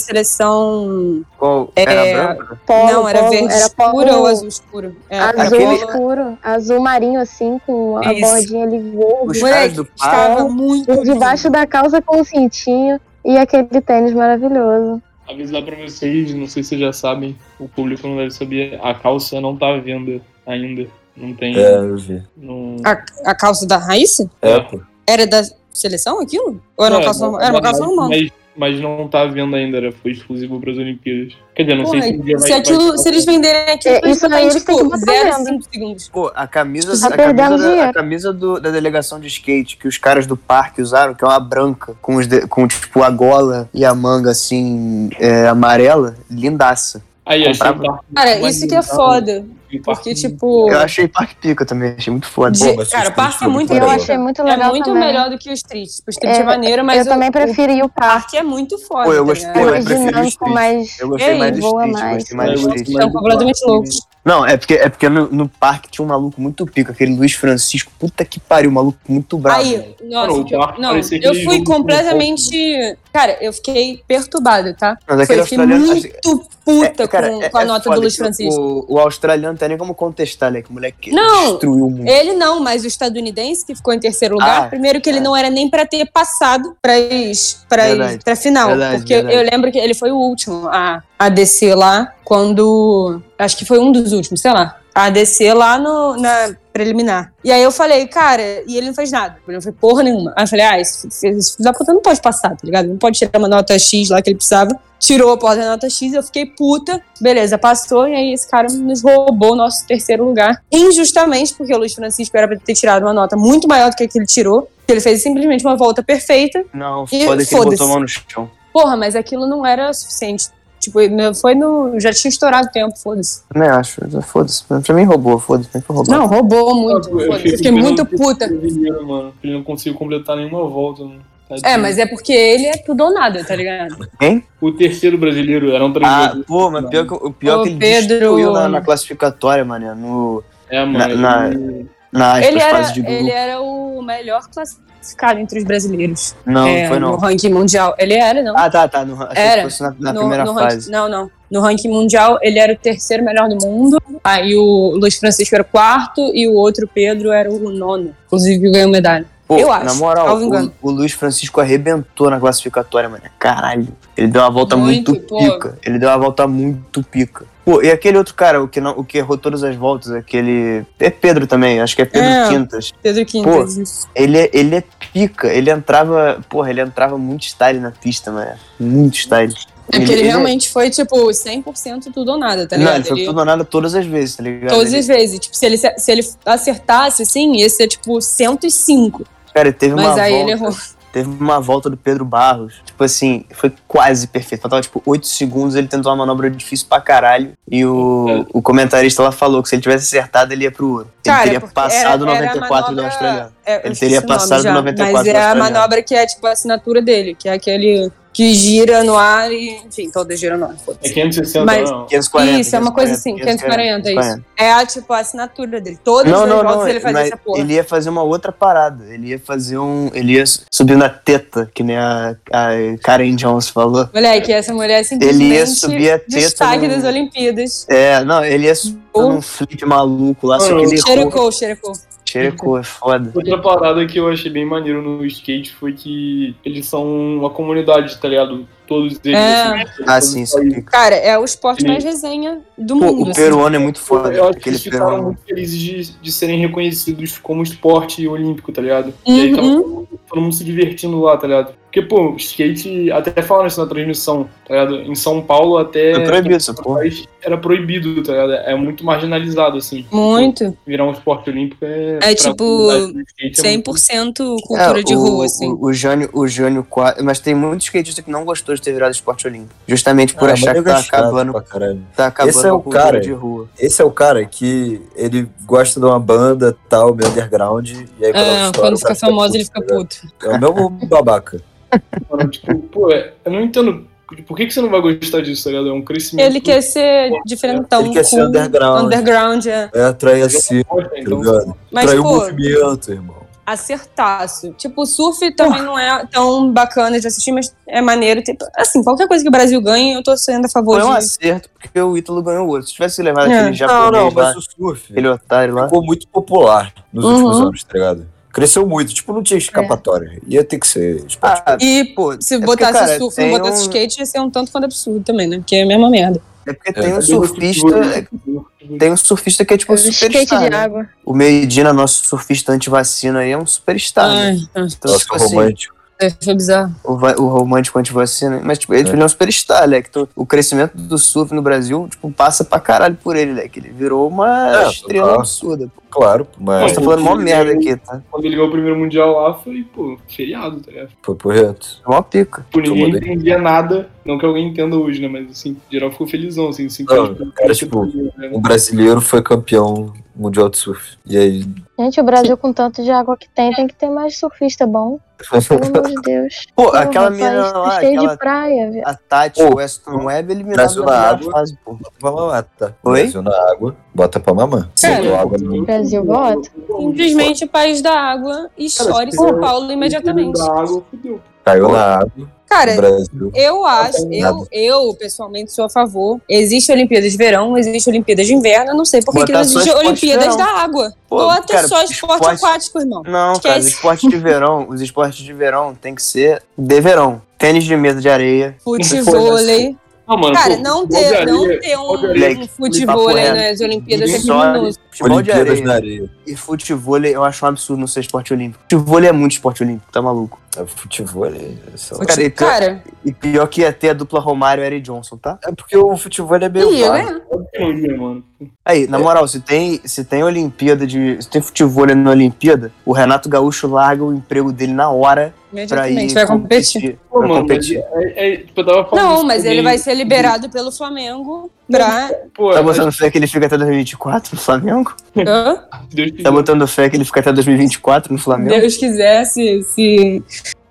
S2: seleção.
S3: Qual,
S2: É,
S3: era branca?
S4: polo,
S2: não, era
S4: polo,
S2: verde
S4: era
S2: escuro
S4: polo
S2: ou azul escuro? É,
S4: Azul
S3: Aquele-
S4: escuro, azul marinho, assim, com a
S2: Isso.
S4: bordinha ali verde.
S3: Os caras
S2: Moleque,
S3: do pau.
S2: estava muito lindo.
S4: Debaixo da calça com um cintinho e aquele tênis maravilhoso.
S6: Avisar pra vocês, não sei se vocês já sabem, o público não deve saber, a calça não tá à venda ainda. Não tem.
S1: É, eu vi.
S6: Não...
S2: A calça da Raíssa?
S1: É, pô.
S2: Era da seleção aquilo? Ou era
S6: É, Não,
S2: uma calça normal? Era uma calça normal.
S6: Mas, mas não tá à venda ainda, era, foi exclusivo para as Olimpíadas. Quer dizer, não
S2: Porra,
S6: sei se um dia
S2: se,
S6: vai-
S2: aquilo,
S6: vai-
S2: se eles venderem aquilo,
S4: É,
S2: eles
S4: isso aí
S2: vendem,
S4: eles têm que
S2: tipo,
S4: botar
S2: zero
S4: venda.
S2: cinco segundos.
S3: Pô, a camisa,
S4: Tá
S3: a
S4: perdendo
S3: camisa, da,
S4: dinheiro.
S3: a camisa do- da delegação de skate que os caras do parque usaram, que é uma branca, com, os de- com tipo a gola e a manga assim, é, amarela, lindaça.
S6: Aí, achei
S3: comprava.
S6: um parque
S2: Cara,
S6: muito
S2: isso que é
S6: maneiro,
S2: foda.
S6: um parque
S2: Porque,
S6: muito-
S2: tipo.
S3: Eu achei parque pica também, achei muito foda.
S2: de-
S1: Bom, mas
S2: cara,
S1: o
S2: parque é
S1: skate
S2: muito
S1: foi
S4: Eu
S1: legal.
S4: achei muito
S2: É
S4: legal
S2: muito
S4: também.
S2: melhor do que o street. Tipo, o street é,
S4: É,
S2: maneiro, mas
S4: eu
S2: o,
S4: também
S2: o
S4: preferi o parque.
S2: parque é muito foda.
S3: Pô, eu
S2: tá
S3: gostei,
S2: ligado?
S4: É
S3: eu
S4: mais
S3: prefiro o
S4: dinâmico,
S3: skate.
S4: mais.
S3: Eu gostei
S2: Ei,
S3: mais do
S4: voa
S3: skate,
S4: mais,
S3: gostei mais
S6: eu
S3: do
S6: gosto
S3: skate.
S6: mais
S2: São
S6: do
S2: completamente
S6: parque,
S2: loucos.
S3: Não, é porque, é porque no, no parque tinha um maluco muito pica, aquele Luiz Francisco. Puta que pariu, um maluco muito bravo.
S2: Aí, nossa,
S6: Mano, o
S2: que um eu-
S6: barco
S2: não,
S6: parecia
S2: eu
S6: aquele
S2: fui
S6: jogo do
S2: completamente. Cara, eu fiquei perturbada, tá?
S3: Mas
S2: Eu
S3: aquele
S2: fiquei
S3: australiano. assim,
S2: muito puta
S3: é, cara,
S2: com,
S3: é-
S2: com a
S3: é
S2: nota
S3: foda
S2: do Luiz
S3: que
S2: Francisco.
S3: O, o australiano não tem nem como contestar, né? Que o moleque
S2: Não,
S3: destruiu o mundo.
S2: Ele não, mas o estadunidense que ficou em terceiro lugar,
S3: Ah,
S2: primeiro que ele
S3: é.
S2: não era nem pra ter passado pras, pras,
S3: Verdade,
S2: pra final.
S3: verdade,
S2: porque
S3: verdade.
S2: eu lembro que ele foi o último a, a descer lá quando. Acho que foi um dos últimos, sei lá. A descer lá no, na preliminar. E aí eu falei, cara, e ele não fez nada. Ele não fez porra nenhuma. Aí eu falei, ah, esse, esse, esse filho da puta não pode passar, tá ligado? Não pode tirar uma nota X lá que ele precisava. Tirou a porra da nota X, eu fiquei puta. Beleza, passou, e aí esse cara nos roubou o nosso terceiro lugar. Injustamente, porque o Luiz Francisco era pra ter tirado uma nota muito maior do que a que ele tirou. que Ele fez simplesmente uma volta perfeita.
S3: Não,
S2: E
S3: foda que ele botou a
S2: foda-se.
S3: mão no chão.
S2: Porra, mas aquilo não era suficiente. Tipo, foi no. Já tinha estourado o tempo, foda-se.
S3: Também acho, é foda-se. Pra mim roubou, foda-se, pra mim foi roubado.
S2: Não, roubou muito.
S6: Eu
S2: foda-se.
S6: fiquei
S2: Eu fiquei
S6: com pena
S2: muito
S6: do
S2: puta.
S6: brasileiro, mano, que Ele não conseguiu completar nenhuma volta, mano. Tadinho.
S2: É, mas é porque ele é tudo ou nada, tá ligado?
S6: O terceiro brasileiro eram três
S3: Ah,
S6: brasileiros.
S3: pô, mas pior que, o pior
S2: Ô,
S3: que ele
S2: Pedro.
S3: destruiu na, na classificatória, mano. No,
S6: É, mano.
S3: na-
S6: ele-
S3: na aspas,
S2: Ele era,
S3: fase tipo de grupo.
S2: ele era o melhor classificado entre os brasileiros.
S3: Não,
S2: É,
S3: não foi
S2: No
S3: não.
S2: ranking mundial. Ele era, não?
S3: Ah, tá, tá. No, achei
S2: Era.
S3: que fosse na, na
S2: no,
S3: primeira
S2: no ranking-
S3: fase.
S2: não, não. No ranking mundial, ele era o terceiro melhor do mundo. Aí o Luiz Francisco era o quarto e o outro Pedro era o nono. Inclusive ganhou medalha.
S3: Pô,
S2: eu
S3: Na
S2: acho,
S3: moral,
S2: salvo
S3: o,
S2: engano.
S3: o Luiz Francisco arrebentou na classificatória, mano. Caralho. Ele deu uma volta muito,
S2: Muito, pô.
S3: pica. Ele deu uma volta muito pica. Pô, e aquele outro cara, o que, não, o que errou todas as voltas, aquele. É Pedro também, acho que é Pedro
S2: É.
S3: Quintas.
S2: Pedro Quintas. isso.
S3: Ele é, ele é pica, ele entrava. Porra, ele entrava muito style na pista, mano. Muito style.
S2: É porque ele, realmente foi, tipo, 100% tudo ou nada, tá
S3: não,
S2: ligado?
S3: ele foi
S2: Ele-
S3: tudo ou nada todas as vezes, tá ligado?
S2: Todas
S3: Ele-
S2: as vezes. Tipo, se ele, se se ele acertasse, assim, ia ser, tipo, 105.
S3: Cara, teve
S2: Mas
S3: uma
S2: aí
S3: volta.
S2: ele errou.
S3: Teve uma volta do Pedro Barros. Tipo assim, foi quase perfeito. Faltava, tipo, 8 segundos, ele tentou uma manobra difícil pra caralho. E o, o comentarista lá falou que se ele tivesse acertado, ele ia pro ouro. Ele
S2: Cara,
S3: teria
S2: porque
S3: passado
S2: era- era a
S3: 94 do
S2: manobra-
S3: australiano.
S2: É, eu
S3: Ele
S2: esqueci
S3: teria
S2: o nome
S3: passado
S2: já,
S3: 94
S2: Mas é a
S3: australiano.
S2: manobra que é, tipo, a assinatura dele, que é aquele que gira no ar e, enfim, todas giram no ar. foda-se.
S6: É 560,
S2: Mas-
S6: não.
S3: 540.
S2: Isso, é uma coisa assim, 540, é isso. É a, tipo, a assinatura dele. Todas
S3: Não,
S2: as
S3: não,
S2: voltas
S3: não.
S2: ele faz
S3: mas
S2: essa porra.
S3: Ele ia fazer uma outra parada. Ele ia fazer um. Ele ia subir na teta, que nem a, a Karen Jones falou.
S2: Moleque, essa mulher é simplesmente
S3: Ele ia subir a teta
S2: destaque
S3: no-
S2: das Olimpíadas.
S3: É, não, ele ia subir
S2: Ou-
S3: num flip maluco lá, só
S6: Mano,
S3: que ele errou.
S2: Xerocou, xerocou.
S3: Xerecou, é foda.
S6: Outra parada que eu achei bem maneiro no skate foi que eles são uma comunidade, tá ligado? Todos eles.
S2: É.
S6: assim,
S3: Ah,
S6: todos
S3: sim,
S6: os
S3: isso
S6: países.
S3: fica.
S2: Cara, é o esporte
S6: Ele-
S2: mais resenha do
S3: Pô,
S2: mundo.
S3: o
S2: assim.
S3: peruano é muito foda.
S6: Eu acho que
S3: Aquele
S6: eles ficaram
S3: peruano.
S6: muito felizes de, de serem reconhecidos como esporte olímpico, tá ligado? E aí
S2: Uhum.
S6: tava todo mundo- todo mundo se divertindo lá, tá ligado? Porque, pô, skate, até falaram isso na transmissão, tá ligado? Em São Paulo até.
S3: Foi É proibido essa porra.
S6: Era proibido, tá ligado? É muito marginalizado, assim.
S2: Muito.
S6: Virar um esporte olímpico é. pra
S2: tipo,
S6: comunidade do skate é muito-
S2: 100% cultura
S3: É,
S2: de
S3: o-
S2: rua, assim.
S3: O, o Jânio, o Jânio Quadros, mas tem muito skatista que não gostou de ter virado esporte olímpico, justamente por
S1: Ah,
S3: achar
S1: mas
S3: que
S1: nego
S3: tá
S1: é chato
S3: acabando,
S1: pra caralho.
S3: tá acabando
S1: Esse é
S3: com
S1: o
S3: a cultura
S1: cara.
S3: de rua.
S1: Esse é o cara que ele gosta de uma banda tal, meio underground, e aí quando, ela
S2: Ah,
S1: estoura,
S2: quando
S1: o cara
S2: fica famoso, ele fica
S1: puto, né?
S2: puto.
S1: É o mesmo babaca.
S6: Mano, tipo, pô, é- eu não entendo. Por que, que você não vai gostar disso, tá ligado? É um crescimento.
S2: Ele quer ser diferentão,
S1: ele quer ser
S2: cool,
S1: underground.
S2: underground, é.
S1: É atrair assim, tá
S6: Poxa, então,
S1: ligado?
S2: Mas,
S1: Traiu o
S2: pô,
S1: movimento, irmão.
S2: acertaço. Tipo, o surf também não é tão bacana de assistir, mas é maneiro. Tipo, assim, qualquer coisa que o Brasil ganhe, eu tô sendo a favor
S3: Foi um
S2: disso.
S3: acerto, porque o Ítalo ganhou o outro. Se tivesse levado
S2: É.
S3: aquele
S1: Não,
S3: japonês
S1: não,
S3: lá,
S1: mas o surf
S3: aquele otário lá,
S1: ficou muito popular nos
S2: Uhum.
S1: últimos anos, tá ligado? Cresceu muito, tipo, não tinha escapatória. Ia ter que ser esporte.
S3: ah,
S2: E
S3: pô,
S2: se
S3: é porque,
S2: botasse
S3: cara,
S2: surf e não
S3: tem
S2: botasse
S3: um-
S2: skate, ia ser um tanto quanto absurdo também, né? Porque é a mesma merda.
S3: é porque tem um
S1: mas
S3: surfista, tem um surfista que é tipo um
S4: Skate
S3: superstar,
S4: de
S3: né?
S4: água.
S3: O Medina, nosso surfista antivacina aí, é um superstar, né?
S2: Ai,
S3: Então,
S1: Nossa,
S3: tipo assim,
S1: romântico.
S2: ai, foi bizarro.
S3: o, va- o romântico antivacina. Mas, tipo, ele,
S1: É.
S3: ele é um superstar, né? Que tu- o crescimento do surf no Brasil, tipo, passa pra caralho por ele, né? Que ele virou uma
S1: É,
S3: estrela
S1: total. É,
S3: absurda. Pô,
S1: Claro,
S3: a
S1: mas
S3: gente tá falando mó merda aqui, tá?
S6: Quando ele ganhou o primeiro mundial lá, foi, pô, feriado, tá ligado?
S1: foi por reto.
S3: Mó pica.
S6: Tipo, ninguém
S1: Tomou
S6: entendia nada. Não que alguém entenda hoje, né? Mas, assim, geral ficou felizão, assim. Cinco
S1: Não,
S6: anos pra-
S1: cara, tipo,
S6: né?
S1: Um brasileiro foi campeão mundial de surf. E aí,
S4: Gente, o Brasil com tanto de água que tem, tem que ter mais surfista bom. Pelo amor de Deus.
S3: Pô,
S4: Porra,
S3: aquela
S4: um país
S3: menina lá,
S4: cheio de
S3: aquela
S4: praia, viado.
S3: a Tati
S1: Pô,
S3: Weston Webb eliminada
S1: Brasil
S3: na
S1: na
S3: primeira
S1: água.
S3: fase, pô.
S1: bota pra mamar, tá?
S3: Oi?
S1: Brasil na água, bota pra mamar. Se
S2: Cara,
S1: botou água no...
S4: Brasil bota?
S2: Simplesmente o país da água e
S6: Cara,
S2: chora em
S6: se
S2: São
S6: eu-
S2: Paulo imediatamente.
S6: Da água, fudeu.
S1: caiu na água,
S2: Cara,
S1: o Brasil.
S2: Eu
S3: tá
S2: acho, eu,
S1: Nada.
S2: eu pessoalmente sou a favor. Existe Olimpíadas de verão, existe Olimpíadas de inverno, eu não sei por que que não
S3: Botar só
S2: existe
S3: esporte de
S2: Olimpíadas
S3: verão.
S2: da água.
S3: Pô,
S2: Bota
S3: cara,
S2: só esporte,
S3: esporte-
S2: aquático, irmão.
S3: Não,
S2: Esquece.
S3: cara, os esportes de verão, os esportes de verão tem que ser de verão. Tênis de mesa de areia. assim,
S2: Futevôlei.
S6: Ah, mano,
S2: Cara,
S6: pô,
S2: não
S6: futebol de
S2: ter, não
S6: areia-
S2: ter um,
S6: futebol de areia-
S2: um futevôlei
S3: Papo
S2: nas Olimpíadas é
S3: tá Ninguém sobe.
S2: criminoso.
S3: Futebol de
S1: Olimpíadas na
S3: areia
S1: areia.
S3: e futebol, eu acho um absurdo não ser esporte olímpico. Futebol é muito esporte olímpico, tá maluco?
S1: É futebol ali. sei lá.
S2: Fute-
S3: Cara, então e-
S2: Cara,
S3: E pior que ia ter a dupla Romário e Eric Johnson, tá?
S1: É porque o futebol ele é meio
S2: ia,
S1: vago.
S2: né?
S6: Óbvio que não ia, mano.
S3: Aí, na moral, se tem, se tem Olimpíada de. Se tem futebol na Olimpíada, o Renato Gaúcho larga o emprego dele na hora pra ir.
S2: Imediatamente, vai competir.
S6: Pô,
S3: pra
S6: mano, mas
S3: competir.
S6: é, é, tipo, eu tava falando
S2: Não,
S6: isso
S2: mas ele
S6: também.
S2: vai ser liberado pelo Flamengo pra...
S6: Pô,
S3: Tá
S6: é,
S3: botando fé que ele fica até 2024 no Flamengo?
S2: Hã?
S6: Deus
S3: Tá
S6: quiser.
S3: botando fé que ele fica até 2024 no Flamengo?
S2: Deus quiser, se, se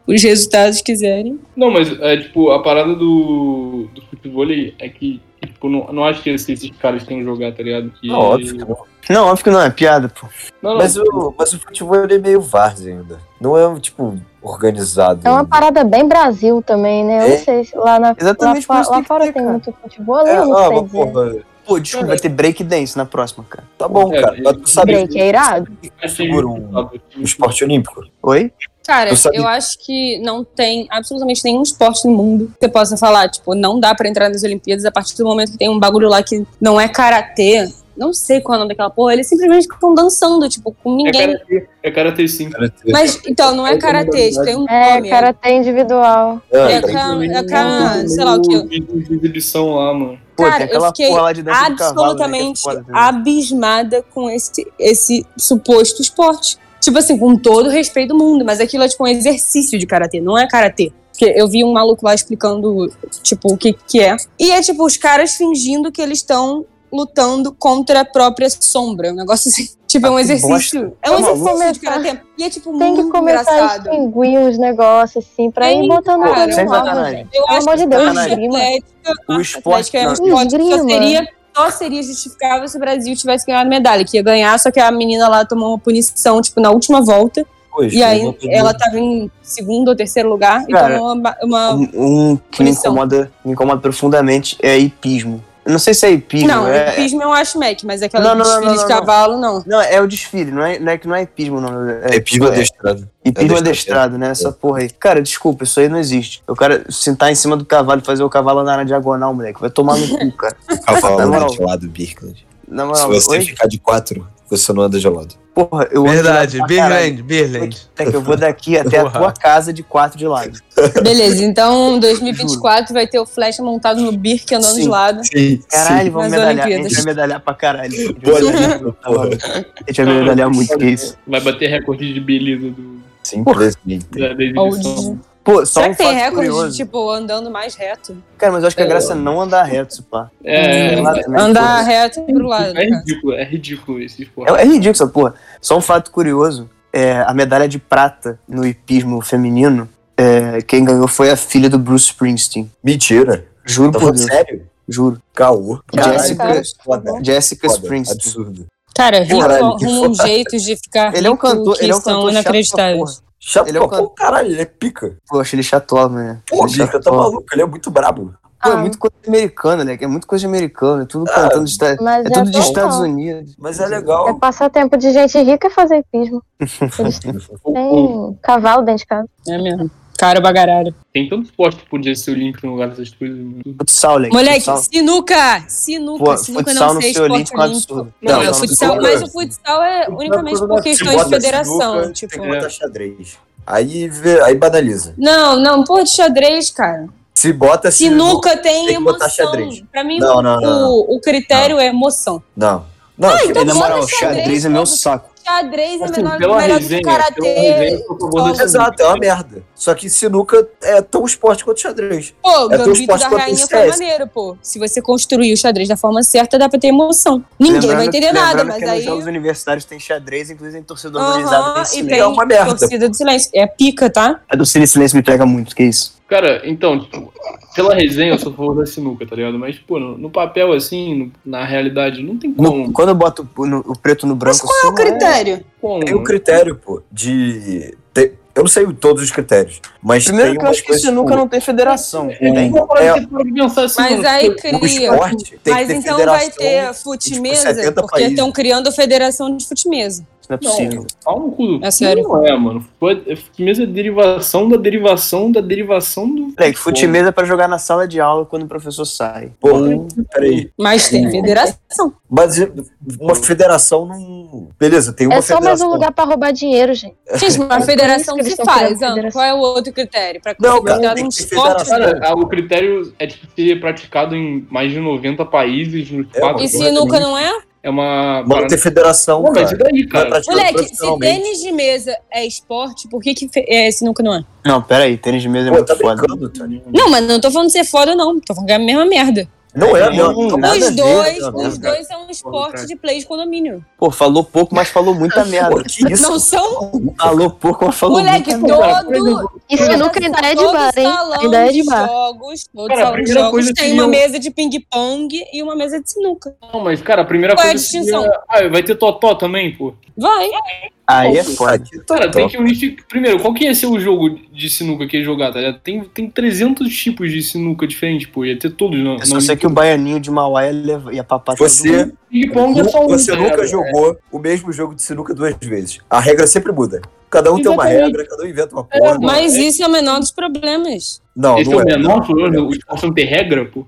S2: os resultados quiserem.
S6: Não, mas é tipo, a parada do, do futebol aí é que, tipo, não, não acho que esses, esses caras tenham jogar, tá ligado? Que...
S1: Não, é óbvio que não.
S3: Não, óbvio que não, é piada, pô.
S6: Não, não,
S1: Mas o, mas o futebol ele é meio várzea ainda. Não é, tipo, organizado.
S4: É uma
S1: ainda.
S4: parada bem Brasil também, né? Eu
S1: É.
S4: não sei se lá na
S3: Exatamente
S4: lá,
S3: por
S4: fa-
S3: isso
S4: lá
S3: tem que
S4: fora
S3: ter,
S4: tem
S3: cara.
S4: muito futebol, eu
S1: É,
S4: não
S1: ah,
S4: sei
S1: mas,
S4: dizer.
S1: porra,
S3: Pô, desculpa, vai ter break dance na próxima, cara.
S1: tá bom,
S6: É,
S1: cara. Mas tu sabe
S4: Break é irado.
S6: achei
S1: segura um,
S6: engraçado.
S1: um esporte olímpico?
S3: Oi?
S2: Cara,
S1: Eu sabia.
S2: eu acho que não tem absolutamente nenhum esporte no mundo que você possa falar, tipo, não dá pra entrar nas Olimpíadas a partir do momento que tem um bagulho lá que não é karatê. Não sei qual é o nome daquela porra. Eles simplesmente ficam dançando, tipo, com
S6: É
S2: ninguém.
S6: karatê, é karatê sim.
S1: Cara, tu-
S2: Mas, então, não é karatê, tem um
S4: É,
S2: nome.
S4: cara, tem individual.
S1: Ah,
S2: é
S1: tem-
S2: ca-
S6: né?
S2: é ca- sei lá o que.
S6: Vídeo de exibição lá, mano.
S3: Pô,
S2: Cara,
S3: tem
S2: eu
S3: aquela
S2: fiquei
S3: porra lá de dança do cavalo, né, que é
S2: absolutamente
S3: foda também.
S2: abismada com esse, esse suposto esporte. Tipo assim, com todo o respeito do mundo, mas aquilo é tipo um exercício de karatê, não é karatê. Porque eu vi um maluco lá explicando, tipo, o que que é. E é tipo os caras fingindo que eles estão lutando contra a própria sombra, um negócio assim. Tipo, é um
S3: Ah, que
S2: exercício. É um
S4: Tem que
S2: exercício de
S4: começar.
S2: karatê. E é, tipo,
S4: Tem
S3: Hum,
S4: que
S2: muito
S4: começar
S2: engraçado.
S4: a extinguir uns negócios, assim, pra ir
S2: Tem,
S4: botando
S2: cara,
S4: coisa
S2: sem
S4: nova,
S3: sacanagem.
S4: gente.
S2: Eu
S4: Pelo
S2: acho
S4: amor de Deus,
S2: que a arte
S4: esgrima.
S2: atlética, a
S3: O
S2: arte
S3: esporte-
S2: atlética é um
S3: não.
S2: esporte que só
S4: Esgrima.
S2: seria, só seria justificável se o Brasil tivesse ganhado medalha, que ia ganhar, só que a menina lá tomou uma punição, tipo, na última volta,
S1: Pois,
S2: e aí
S1: eu vou-
S2: ela tava em segundo ou terceiro lugar e
S3: Cara,
S2: tomou uma... uma-
S3: Um, um que me
S2: Punição.
S3: incomoda, me incomoda profundamente é hipismo. Eu não sei se é hipismo.
S2: Não,
S3: é,
S2: o pismo é um ashmack, mas aquela
S3: Não, não, não,
S2: desfile
S3: não,
S2: de
S3: não, não.
S2: cavalo, não.
S3: Não, é o desfile, não é, não é que não é hipismo, não. É,
S1: É pismo
S3: é-
S1: adestrado.
S3: Hipismo
S1: adestrado.
S3: adestrado, né? Essa porra aí. Cara, desculpa, isso aí não existe. O cara sentar em cima do cavalo e fazer o cavalo andar na diagonal, moleque. Vai tomar no cu, cara.
S1: Cavalo
S3: Na
S1: anda
S3: moral.
S1: de lado, Birkland.
S3: Na
S1: Se
S3: moral,
S1: você
S3: oi?
S1: ficar de quatro, você não anda gelado.
S3: Porra, eu ando de
S5: Verdade,
S3: lado pra caralho.
S5: Berland, Berland.
S3: Até que eu vou daqui até a
S5: Porra.
S3: tua casa de quatro de lado.
S2: Beleza, então 2024 vai ter o Flash montado no Birk andando de
S3: Sim.
S2: lado.
S1: Sim,
S3: Caralho, vamos
S2: Nas
S3: medalhar. A gente
S2: Olimpíadas.
S3: vai medalhar pra caralho. A gente vai
S1: Boa,
S3: medalhar.
S1: né?
S3: Tá maluco. A gente vai medalhar muito, que isso.
S6: Vai bater recorde de beleza do,
S1: Sim, presidente.
S6: da, da
S2: Ou
S6: exibição.
S2: de...
S3: Pô, só
S2: Será
S3: um
S2: que tem
S3: fato
S2: recorde
S3: curioso.
S2: de, tipo, andando mais reto?
S3: Cara, mas eu acho que a graça é não andar reto, se pá.
S6: É,
S3: Sei
S6: é,
S3: lá também,
S2: Andar
S3: porra.
S2: reto pro lado. né,
S6: é
S2: cara.
S6: ridículo, é ridículo esse esporte.
S3: É, é ridículo essa porra. Só um fato curioso: é, a medalha de prata no hipismo feminino, é, quem ganhou foi a filha do Bruce Springsteen.
S1: Mentira.
S3: Juro
S1: Tá
S3: por
S1: falando
S3: Deus.
S1: sério?
S3: Juro.
S1: Caô. é
S4: Caralho,
S3: Jessica-
S4: cara.
S1: Foda. é
S3: Jessica
S1: Foda.
S3: Springsteen.
S1: Absurdo.
S2: Cara, rico
S3: Caralho, que
S2: arruma um jeito de ficar
S3: Ele é um
S2: rico
S3: cantor,
S2: que
S3: ele é um
S2: são
S3: cantor chato pra porra.
S2: inacreditáveis.
S1: Chato,
S3: Ele é um
S1: pô, caralho, ele é pica.
S3: Pô, eu achei ele chatola, né?
S1: Pô,
S3: Achei ele
S1: pica, tá
S3: chatola.
S1: maluco, ele é muito brabo.
S3: Pô, é
S4: Ah.
S3: muito coisa americana, né? É muito coisa americana. É tudo cantando de Estados
S4: Mas
S3: É
S4: é,
S3: tudo de
S4: bom,
S3: Estados
S4: ó.
S3: Unidos.
S1: Mas é
S4: É
S1: legal.
S4: passar tempo de gente rica fazer hipismo. Eles têm cavalo dentro de casa.
S2: É mesmo. Cara bagaralho.
S6: Tem tanto esporte que podia ser olímpico no lugar dessas coisas. mano.
S3: Futsal, Leque.
S2: Moleque,
S3: futsal.
S2: sinuca! Sinuca,
S3: Pô,
S2: sinuca
S3: futsal
S2: não
S3: no
S2: sei
S3: ser
S2: esporte
S3: olímpico é um
S2: olímco.
S3: absurdo.
S2: Não, é
S1: Não,
S2: o futsal,
S1: não,
S2: mas
S1: não.
S2: o futsal é unicamente por questão de
S1: Bota
S2: federação.
S1: sinuca,
S2: Tipo.
S1: Tem que botar xadrez. Aí, vê- aí banaliza.
S2: Não, não, porra de xadrez, cara.
S1: Se bota sinuca.
S2: Sinuca tem
S1: tem que botar
S2: emoção.
S1: xadrez.
S2: Pra mim,
S1: Não, não,
S2: o,
S1: não,
S2: o critério é emoção.
S1: Não. Não, que-
S2: então
S3: Na
S2: bota
S3: moral, xadrez
S4: um
S3: é meu saco.
S2: Xadrez é
S6: Assim,
S2: menor,
S6: pela
S2: melhor que
S6: resenha,
S2: o
S6: pela
S2: karatê.
S6: resenha, eu sou a favor
S2: só-
S6: desse
S1: Exato, é uma merda. Só que sinuca é tão esporte quanto xadrez.
S2: Pô, o
S1: É tão
S2: Gambito
S1: esporte
S2: da
S1: quanto
S2: Rainha
S1: o
S2: foi
S1: CS.
S2: maneiro, pô. Se você construir o xadrez da forma certa, dá pra ter emoção. Ninguém vai entender nada, mas aí.
S3: Os jogos universitários tem xadrez, inclusive tem torcedor organizado,
S2: Aham,
S3: tem
S2: e
S3: silêncio.
S2: tem
S1: É uma merda.
S2: torcida do silêncio. É pica, tá?
S3: A do Cine Silêncio me pega muito, que é isso.
S6: Cara, então, tipo, pela resenha eu sou a favor da sinuca, tá ligado? Mas, pô, no, no papel, assim, no- na realidade, não tem
S3: No-
S6: como.
S3: quando eu boto o, no- o preto no branco...
S2: Mas qual é o
S3: assim, não
S2: critério?
S6: como.
S1: Tem o critério, pô, de. ter- Eu não sei todos os critérios, mas
S3: Primeiro
S1: tem
S3: que eu acho
S1: umas
S3: que
S1: coisas,
S3: sinuca não tem federação.
S6: É,
S3: Tem?
S6: tipo, parece
S1: É.
S6: que tem que pensar assim,
S2: Mas
S6: mano,
S2: aí
S1: tipo, o
S2: cria.
S1: esporte tem
S2: Mas
S1: que ter
S2: então vai
S1: federação.
S2: ter fute-mesa,
S1: 70
S2: porque um
S1: países.
S2: estão criando federação de fute-mesa.
S3: Não é possível.
S6: Pau no cu.
S2: É sério.
S6: Não é, mano. Futebol é- é mesmo é derivação da derivação da derivação do.
S3: Moleque, fute mesa é pra jogar na sala de aula quando o professor sai.
S1: Pô,
S2: Hum.
S1: peraí.
S2: Mas tem federação.
S1: Mas uma federação não. Beleza, tem uma
S4: É só
S1: federação.
S4: mais um lugar pra roubar dinheiro, gente.
S2: Gente, mas a
S4: isso
S2: federação
S4: que eles
S2: se
S4: estão
S2: faz,
S4: criando
S2: Ana.
S4: federação.
S2: Qual é o outro critério? Pra
S1: Não,
S2: conseguir
S1: cara,
S2: dar
S1: tem
S2: um
S1: que ter
S2: esporte?
S1: federação.
S6: Cara, a- o critério é de ser praticado em mais de 90 países, nos
S1: É,
S6: quatro.
S2: E
S1: mano.
S2: sinuca não é?
S6: É uma.
S1: Mano, tem federação.
S6: Pô, mas
S1: cara.
S6: e daí,
S1: Não é
S6: cara?
S1: praticado
S2: Moleque, se
S1: profissionalmente.
S2: tênis de mesa é esporte, por que, que fe- é, sinuca não é?
S3: Não, peraí, tênis de mesa é
S1: Pô, tá
S3: muito foda.
S1: brincando, Tony.
S2: Não, mas não tô falando de ser foda, não. Tô falando que é a mesma merda.
S1: Não é,
S3: Não,
S1: não.
S3: nada a
S2: os
S3: ver,
S2: dois,
S1: nada a
S2: os
S1: ver.
S2: dois são esporte de play de condomínio.
S3: Pô, falou pouco, mas falou muita merda.
S1: Pô, que isso?
S2: Não são,
S3: Falou pouco, mas falou
S2: moleque,
S3: muita merda.
S2: todo.
S4: E sinuca ainda é de
S2: todo
S4: bar, hein?
S2: salão
S4: Ainda é de bar.
S2: jogos, todo
S6: Cara, a
S2: salão de
S6: primeira
S2: jogos
S6: coisa
S2: tem
S6: seria
S2: uma
S6: um-
S2: mesa de ping-pong e uma mesa de sinuca.
S6: Não, mas, cara, a primeira
S2: Qual é a
S6: coisa. seria-
S2: distinção?
S6: Ah, vai ter totó também, pô.
S2: Vai.
S3: Aí é foda.
S1: Aqui, tá,
S6: Cara,
S1: tá.
S6: tem que unificar. Primeiro, qual que ia ser o jogo de sinuca que ia jogar, tá ligado? Tem, tem 300 tipos de sinuca diferentes, pô. Ia ter todos, não.
S3: Eu só sei que o baianinho de Mauá ia, levar, ia papar todo
S1: Você,
S3: mundo.
S6: Ping-pong é só um,
S1: você
S6: tá
S1: nunca
S6: ligado?
S1: jogou o mesmo jogo de sinuca duas vezes. A regra sempre muda. Cada um tem uma
S6: Exatamente.
S1: regra, cada um inventa uma porra.
S6: mano.
S2: Mas isso é o menor dos problemas.
S1: Não,
S6: Esse é
S1: não
S6: o
S1: é.
S6: menor problema, o esporte não tem regra, pô.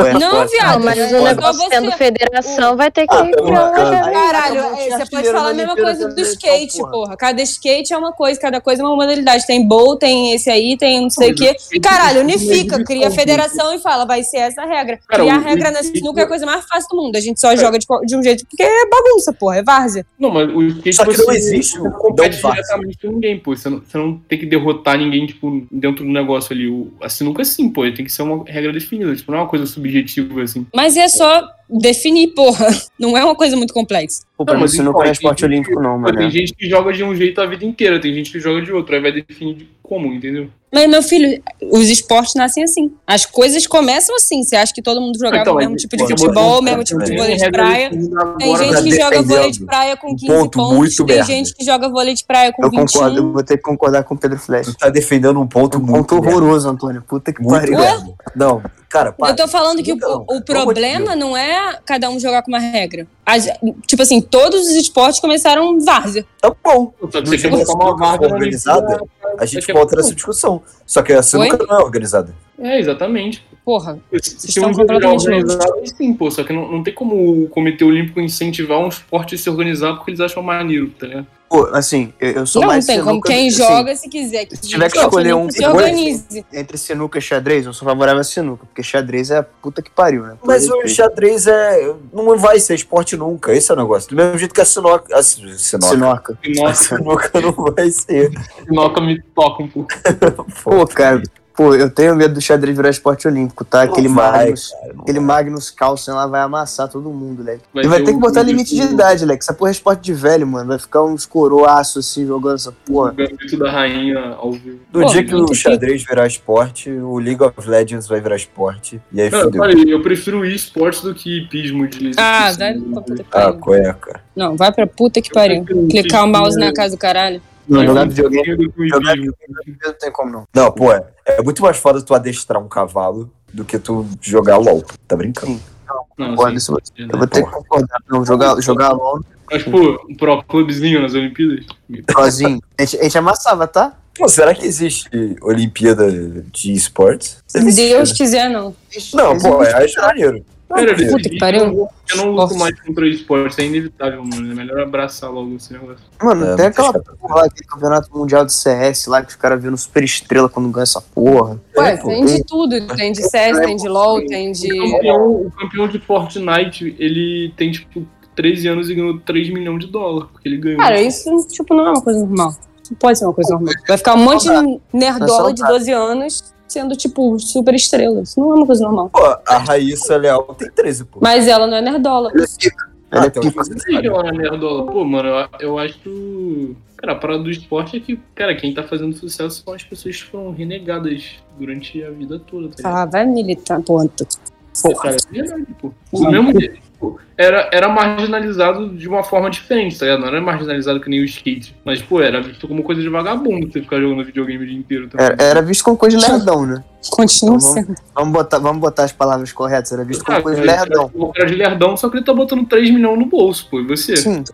S3: Ué,
S2: Não,
S3: foda.
S4: Não,
S2: viado.
S4: mas
S2: é
S4: o
S2: só
S4: negócio
S2: você-
S4: tendo federação vai ter que
S1: Ah, tá
S4: criar uma
S1: bacana.
S4: regra.
S2: Caralho,
S3: Acabou de
S2: é, você pode
S3: artilheiro
S2: falar a
S3: da
S2: mesma
S3: Olimpíada
S2: coisa do
S3: também,
S2: skate,
S3: então, porra.
S2: porra. Cada skate é uma coisa, cada coisa é uma modalidade. Tem bowl, tem esse aí, tem não sei o
S6: é.
S2: quê. Caralho, unifica,
S6: um
S2: cria a federação e fala, vai ser essa a regra.
S6: Cara,
S2: Criar a
S6: o-
S2: regra na
S6: o-
S2: sinuca é a coisa mais fácil do mundo. A gente só joga de, qual- de um jeito porque é bagunça, porra, é várzea.
S6: Não, mas o skate
S1: Só que
S6: você-
S1: não existe um
S6: você
S1: o
S6: não compete
S1: Dom Vasco.
S6: diretamente com ninguém, pô. Você não, você não tem assim, que derrotar ninguém, tipo, dentro do negócio ali. O, a sinuca sim, pô. Tem que ser uma regra definida. Tipo, não é uma coisa subjetiva, assim.
S2: Mas é só definir, porra. Não é uma coisa muito complexa.
S3: Pô, pra
S6: Não,
S3: mim
S6: mas
S3: isso não
S6: então,
S3: é
S6: tem
S3: esporte
S6: gente-
S3: olímpico, não,
S6: Pô,
S3: mano.
S6: tem gente que joga de um jeito a vida inteira, tem gente que joga de outro, aí vai definir de como, entendeu?
S2: Mas, meu filho, os esportes nascem assim. As coisas começam assim. Você acha que todo mundo jogava
S6: Então,
S2: o mesmo
S6: aí,
S2: tipo de
S1: pô, eu
S2: futebol,
S1: vou-
S2: o mesmo tipo de
S1: eu
S2: vôlei de
S6: Tem
S2: praia?
S6: regra definida
S2: Tem
S6: agora, né?
S2: gente que
S1: tá
S2: joga vôlei de
S1: defendendo
S2: praia com
S1: um
S2: 15
S1: ponto
S2: pontos,
S1: muito
S2: tem
S1: merda.
S2: gente que joga vôlei de praia com
S3: Eu
S2: 21.
S3: concordo, eu vou ter que concordar com o Pedro Flash.
S1: Tu tá defendendo um ponto
S3: Um
S1: muito
S3: ponto
S1: merda.
S3: horroroso, Antônio. Puta que
S1: Muito
S3: pariu.
S1: merda. Não, cara, para.
S2: Eu tô falando
S3: Então,
S2: que o-
S1: Não,
S2: o,
S1: cara, pelo amor de
S2: problema não é cada um jogar com uma regra. As- tipo assim, todos os esportes começaram várzea.
S1: Tá bom.
S6: Só que
S1: Se
S6: você
S1: a
S6: quer
S1: sinuca
S6: botar uma
S1: for
S6: vaga na
S1: organizada, a gente
S6: Você quer-
S1: volta nessa discussão. Só que a sinuca
S2: Oi?
S1: não é organizada.
S6: É, exatamente.
S2: Porra.
S6: Se
S2: estão
S6: um jogo é
S2: completamente
S6: organizado, sim, pô, só que não, não tem como o Comitê Olímpico incentivar um esporte a se organizar porque eles acham maneiro, tá ligado?
S3: Pô, assim, eu, eu sou
S2: não
S3: mais.
S2: tem como.
S3: sinuca-
S2: Quem
S3: assim,
S2: joga, se quiser.
S3: se tiver que
S2: Pô,
S3: escolher
S2: não
S3: um
S2: Se
S3: coisa,
S2: organize.
S3: Entre sinuca e xadrez, eu sou favorável a sinuca, porque xadrez é a puta que pariu, né?
S1: Mas o xadrez é. não vai ser esporte nunca. Esse é o negócio. Do mesmo jeito que a sinuca. A sin- sinuca.
S3: Sinoca.
S1: A
S6: Nossa,
S1: sinuca não vai ser.
S6: Noca me toca um pouco.
S3: Pô, cara, pô, eu tenho medo do xadrez virar esporte olímpico, tá? Aquele
S1: Não vai,
S3: Magnus.
S1: cara, não
S3: Aquele
S1: vai.
S3: Magnus Carlsen lá vai amassar todo mundo, Leque.
S6: Vai um
S3: e vai
S6: ter
S3: ter um que
S6: o-
S3: botar
S6: o-
S3: limite de
S6: o-
S3: idade, Leque. Essa porra é esporte de velho, mano. Vai ficar uns coroaços assim jogando essa
S6: O
S3: porra.
S6: gambito da rainha ao vivo.
S1: No
S2: Pô,
S1: dia que
S2: muito
S1: o xadrez virar esporte, o League of Legends vai virar esporte. E aí
S6: Não, eu
S1: fudeu.
S6: falei, eu prefiro esportes do que hipismo de.
S2: Ah,
S6: de-
S2: vai
S6: de-
S3: um
S2: pra puta que
S1: Ah,
S2: pariu.
S1: cueca.
S2: Não, vai pra puta que pariu.
S6: assim, prefiro
S2: Clicar o
S6: hipismo-
S2: mouse na casa do caralho.
S3: Não, jogar
S6: Eu
S3: videogame é
S6: prefiro do que o
S3: jogar
S6: hipismo.
S3: não tem como, não.
S1: Não, pô, é, é muito mais foda tu adestrar um cavalo do que tu jogar LOL. Tá brincando?
S6: Não, assim,
S3: Concordo,
S6: sim,
S3: isso-
S6: sim,
S3: um Eu vou ter que concordar. Não, jogar, jogar LOL
S6: Mas, pô, um pro clubzinho nas Olimpíadas.
S3: sozinho. A gente, a gente amassava, tá?
S1: Pô, será que existe Olimpíada de esportes? Deve
S2: Se
S1: existir,
S2: Deus
S1: né?
S2: quiser, não.
S1: Não, pô, é, acho maneiro. Não,
S6: Cara,
S1: porque-
S2: Puta que pariu.
S6: Eu não luto
S2: Esporte.
S6: mais contra esportes, é inevitável, mano. É melhor abraçar logo esse negócio.
S3: Mano,
S1: É,
S3: tem
S1: muito
S3: aquela
S1: chato.
S3: porra lá, aquele campeonato mundial de CS lá que os caras viram super estrela quando ganha essa porra.
S2: Ué,
S1: É, pô,
S2: tem de tudo. Tem de CS, tem de LOL, tem de.
S3: Então,
S6: O campeão, o campeão de Fortnite, ele tem, tipo, 13 anos e ganhou 3 milhões de dólares, porque ele ganhou.
S2: Cara, isso, tipo, não é uma coisa normal. Não pode ser uma coisa normal. Vai ficar um monte de nerdola de 12 anos sendo, tipo, super estrela. Isso não é uma coisa normal.
S1: Pô, a Raíssa Leal tem 13, pô.
S2: Mas ela não é nerdola.
S3: Ela é pica. Ela
S1: Ah,
S3: é
S1: então,
S3: pica.
S1: você
S6: Não sei que
S1: sabe.
S6: ela é nerdola. Pô, mano, eu, eu acho. Cara, a parada do esporte é que, cara, quem tá fazendo sucesso são as pessoas que foram renegadas durante a vida toda, tá ligado?
S2: Ah, vai militar, ponto.
S6: Cara, é verdade, pô. O mesmo jeito, pô, era, era marginalizado de uma forma diferente, tá ligado? Não era marginalizado que nem o skate. Mas, pô, era visto como coisa de vagabundo você ficar jogando videogame o dia inteiro tá também.
S3: Era, era visto como coisa de nerdão, né?
S2: Continua
S3: Tá bom.
S2: sendo.
S3: Vamos botar, vamos botar as palavras corretas. Era visto
S1: Ah,
S3: como
S6: Sabe,
S3: coisa de
S1: é,
S6: ele era-
S3: nerdão.
S6: O Tipo, ah, cara de lerdão, só que ele tá botando 3 milhões no bolso, pô. E
S1: é.
S6: você? Tipo,
S3: Sim.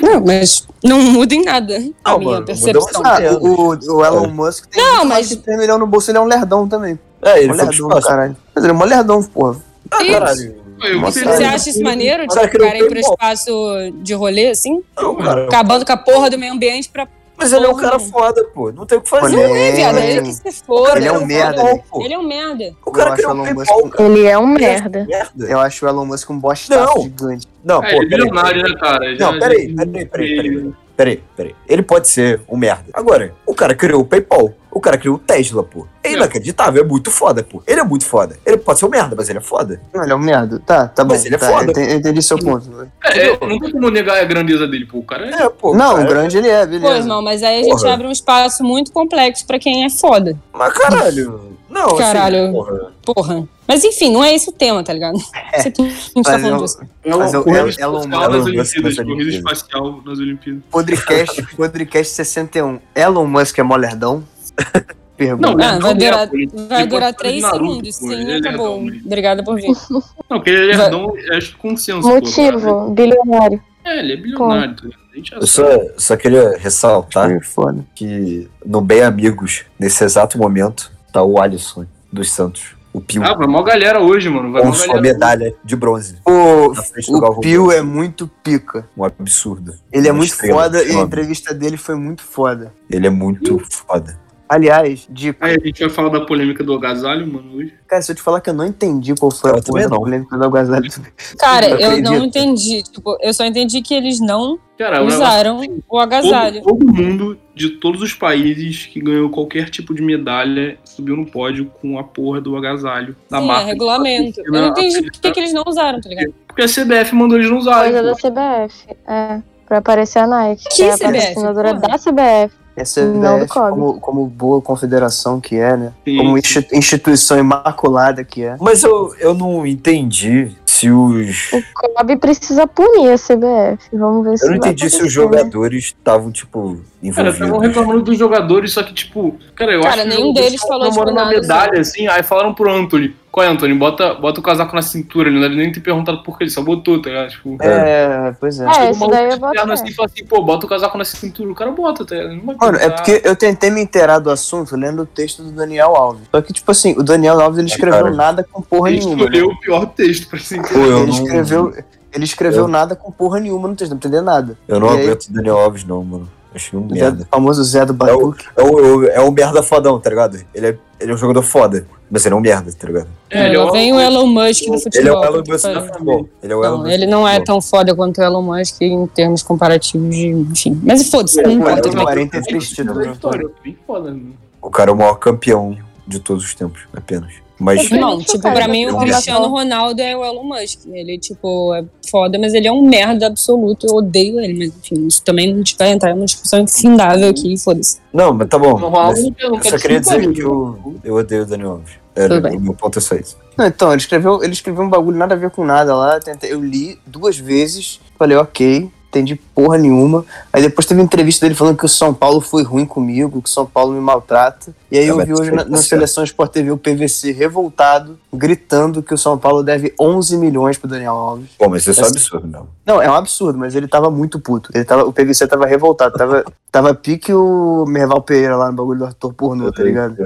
S2: Não, mas não muda em nada a
S1: Não,
S2: minha
S1: mano,
S2: percepção.
S1: mudou
S3: Ah, o, o Elon Musk tem
S2: Não,
S3: 24
S2: mas-
S3: e 3 milhões no bolso, ele é um lerdão também.
S1: É, ele foi
S3: um
S1: pro
S3: lerdão, do
S1: espaço.
S3: caralho. Mas ele é um lerdão, porra.
S2: E
S1: Caralho.
S6: Eu
S3: Nossa,
S6: queria-
S2: Você acha isso maneiro? Tipo,
S1: Cara,
S2: o
S1: que não
S2: cara ir pro
S1: tem bom.
S2: espaço de rolê, assim?
S1: Não, cara.
S2: Acabando com a porra do meio ambiente pra.
S1: Mas ele é um cara foda, pô. Não tem o que fazer.
S2: Ih, é, viado, ele que se foda.
S3: É. Ele é um
S2: não,
S3: merda,
S2: não.
S1: né? pô.
S2: Ele é um merda.
S1: O cara
S3: Eu
S1: criou
S3: acho
S1: um
S3: Elon Musk
S1: PayPal, cara.
S4: Ele é um merda.
S1: Merda.
S3: Eu acho o Elon Musk um bosta
S1: Não.
S3: gigante.
S1: Não, pô,
S6: Ah, ele é
S1: peraí.
S6: bilionário, né, cara? Já-
S1: Não, peraí,
S6: já-
S1: peraí, peraí, peraí. Peraí, peraí. Ele pode ser um merda. Agora, o cara criou o PayPal. O cara criou o Tesla, pô. É inacreditável, é muito foda, pô. Ele é muito foda. Ele pode ser um merda, mas ele é foda.
S3: Não, ele é um merda. Tá, tá bom.
S1: Mas ele é
S3: tá,
S1: foda.
S3: eu enten- Eu entendi seu ponto. né?
S6: É, é, não tem como negar a grandeza dele, pô. O cara é.
S1: É, pô.
S3: Não,
S1: cara.
S3: grande ele é, beleza.
S2: Pô, irmão, mas aí a gente
S1: Porra.
S2: abre um espaço muito complexo pra quem é foda.
S1: Mas caralho. Não,
S2: Caralho.
S1: assim, porra.
S2: Porra. Mas enfim, não é esse o tema, tá ligado? Isso aqui, a gente tá
S3: Mas
S2: falando
S3: eu,
S2: disso.
S3: Mas eu- é um-
S6: corrida
S3: Elon-
S6: espacial
S3: Elon
S6: nas
S1: Musk
S6: Olimpíadas,
S1: nas
S6: corrida
S1: Olimpíadas.
S6: espacial nas Olimpíadas.
S3: Podrecast, Podrecast 61. Elon Musk é mó lerdão?
S6: Não,
S3: Pergunta.
S2: Ah,
S6: Não,
S2: vai
S6: não é,
S2: durar,
S6: pô, ele-
S2: vai durar
S6: ele gosta de
S2: três
S6: Naruto,
S2: segundos,
S6: pô,
S2: sim,
S6: ele é
S2: acabou.
S6: lerdão, ele-
S2: Obrigada por vir.
S6: Não, porque ele é
S2: Vai-
S6: lerdão, eu acho que
S1: um
S6: consenso. pô.
S1: né?
S4: Motivo, bilionário.
S6: É, ele é bilionário. tá ligado? A gente já
S1: Eu só,
S6: sabe.
S1: só queria ressaltar
S3: É foda.
S1: que no Bem Amigos, nesse exato momento, tá o Alisson dos Santos. O Pio.
S6: Ah, vai mó galera hoje, mano. Vai mó
S1: com sua
S6: galera.
S1: medalha de bronze.
S3: O,
S1: Na frente do
S3: o
S1: Galvão
S3: Pio
S1: Bueno.
S3: é muito pica.
S1: Um absurdo.
S3: Ele é
S1: Uma
S3: muito
S1: estrela,
S3: foda e a
S1: fenômeno.
S3: entrevista dele foi muito foda.
S1: Ele é muito foda.
S3: Aliás, dica.
S6: Aí a gente vai falar da polêmica do agasalho, mano, hoje.
S3: Cara, se eu te falar que eu não entendi qual foi
S1: Eu
S3: a porra
S1: também
S3: da
S1: não.
S3: polêmica do agasalho.
S2: Cara,
S3: Não
S2: eu não
S3: acredito.
S2: entendi. Tipo, eu só entendi que eles não
S6: Cara, É, o negócio-
S2: usaram o agasalho.
S6: todo, todo mundo de todos os países que ganhou qualquer tipo de medalha subiu no pódio com a porra do agasalho
S2: Sim,
S6: na tipo,
S2: é
S6: marca.
S2: regulamento. Eu não entendi por que, que eles não usaram, tá ligado?
S6: Porque a CBF mandou eles não usarem.
S4: Coisa da
S6: pô.
S4: CBF. É. Pra aparecer a Nike.
S2: Que
S4: Que é a
S2: CBF,
S4: patrocinadora
S2: porra.
S4: da CBF.
S3: Essa é
S4: Não do
S3: ideia,
S4: Kobe.
S3: como, como boa confederação que é, né?
S6: Sim.
S3: Como insti- instituição imaculada que é.
S1: Mas eu, eu não entendi se os.
S4: O Kobe precisa punir a CBF. Vamos ver se.
S1: Eu não
S4: vai
S1: entendi se é
S4: acontecer,
S1: os jogadores estavam, tipo,
S6: Cara, estavam
S1: envolvidos.
S6: reclamando dos jogadores, só que, tipo, cara, eu
S2: Cara,
S6: acho que
S2: nenhum
S6: os
S2: deles
S6: estavam
S2: falou, tipo,
S6: comemorando a
S2: nada,
S6: medalha, assim, aí falaram pro Anthony, qual é, Anthony, bota, bota o casaco na cintura, ele não deve nem ter perguntado por que ele só botou, tá ligado? Tipo,
S3: É, pois é.
S4: É,
S6: Chega um
S4: isso daí eu
S6: maluco
S4: boto
S6: externo
S4: fé.
S2: é.
S6: assim e fala assim, pô, bota o casaco na cintura, o cara bota, tá ligado? Não vai
S3: Mano, é
S6: pensar.
S3: porque eu tentei me inteirar do assunto lendo o texto do Daniel Alves. Só que, tipo assim, o Daniel Alves ele escreveu
S1: cara.
S3: nada com porra
S6: Ele
S3: nenhuma. né?
S6: escolheu o pior texto pra se
S1: Pô, eu
S3: Ele
S1: não,
S3: escreveu, ele escreveu
S1: Eu-
S3: nada com porra nenhuma no texto, não entendeu nada.
S1: eu não
S3: E aí-
S1: aguento o Daniel Alves, não, mano. Achei um
S3: Zé,
S1: merda.
S3: o famoso Zé do Batuque.
S1: É um, é um- é um merda fodão, tá ligado? Ele é, ele é um jogador foda, mas ele é um merda, tá ligado?
S6: É, ele é
S2: Ela
S6: o-
S2: vem o Elon Musk do futebol.
S1: Ele é o Elon
S2: puta que
S1: Musk do
S2: pariu.
S1: futebol. Ele é o Elon
S2: Não,
S1: Musk
S2: ele
S1: do
S2: não é
S1: futebol.
S2: tão foda quanto o Elon Musk em termos comparativos de. Enfim. Mas
S1: É,
S2: foda-se, não
S6: Pô,
S2: importa.
S6: o
S3: Elon
S2: também.
S6: maior
S3: 43
S6: texto da
S3: títulos.
S6: história, bem foda, né?
S1: O cara é o maior campeão de todos os tempos, apenas. Mas
S4: Ele é
S2: Não,
S4: muito
S2: tipo,
S4: cara,
S2: pra mim
S1: ele é
S2: o
S1: um
S2: Cristiano
S4: gastão.
S2: Ronaldo é o Elon Musk. Ele, tipo, é foda, mas ele é um merda absoluto. Eu odeio ele, mas enfim, isso também a gente vai entrar numa discussão
S3: Uhum.
S2: infindável aqui, foda-se.
S1: Não, mas tá bom.
S6: Não rola,
S1: Mas
S6: não quero- não
S1: eu
S6: quero
S1: só queria
S6: desculpa
S1: dizer
S6: aí,
S1: que
S6: né?
S1: eu, eu odeio o Daniel Alves. Era,
S2: é Tudo bem.
S1: o meu ponto é só isso.
S3: Não, então, ele escreveu, ele escreveu um bagulho nada a ver com nada lá. eu tentei- Eu li duas vezes, falei, ok, entendi porra nenhuma. Aí depois teve uma entrevista dele falando que o São Paulo foi ruim comigo, que o São Paulo me maltrata. E aí
S1: Ah,
S3: eu
S1: mas
S3: vi hoje
S1: isso aí
S3: na,
S1: tá
S3: na
S1: certo.
S3: seleção Sport TV o PVC revoltado, gritando que o São Paulo deve 11 milhões pro Daniel Alves.
S1: Bom, mas isso é um
S3: Essa-
S1: absurdo, não.
S3: Não, é um absurdo, mas ele tava muito puto. Ele tava, o PVC tava revoltado, tava, tava pique o Merval Pereira lá no bagulho do Arthur Pornô,
S1: Uhum.
S3: tá ligado?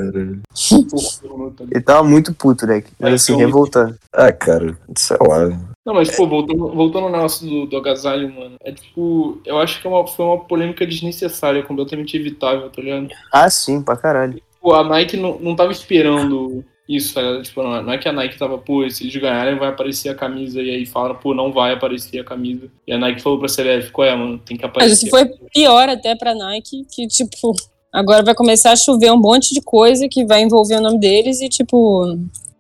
S6: Porra, tá ligado?
S3: Ele tava muito puto, né?
S1: É,
S3: Mas assim, revoltando.
S1: Ah, cara, sei lá.
S6: Não,
S2: É.
S6: mas, pô, voltando, voltando ao negócio do, do agasalho, mano, é tipo, eu acho que é uma, foi uma polêmica desnecessária, completamente evitável, tá ligado?
S3: Ah, sim, pra caralho.
S6: Pô, a Nike não, não tava esperando isso, tá ligado? Tipo, não, não é que a Nike tava, pô, se eles ganharem vai aparecer a camisa, e aí falaram, pô, não vai aparecer a camisa. E a Nike falou pra CBF, qual é, mano, tem que
S2: Mas
S6: aparecer.
S2: isso foi pior até pra Nike, que, tipo, agora vai começar a chover um monte de coisa que vai envolver o nome deles e, tipo.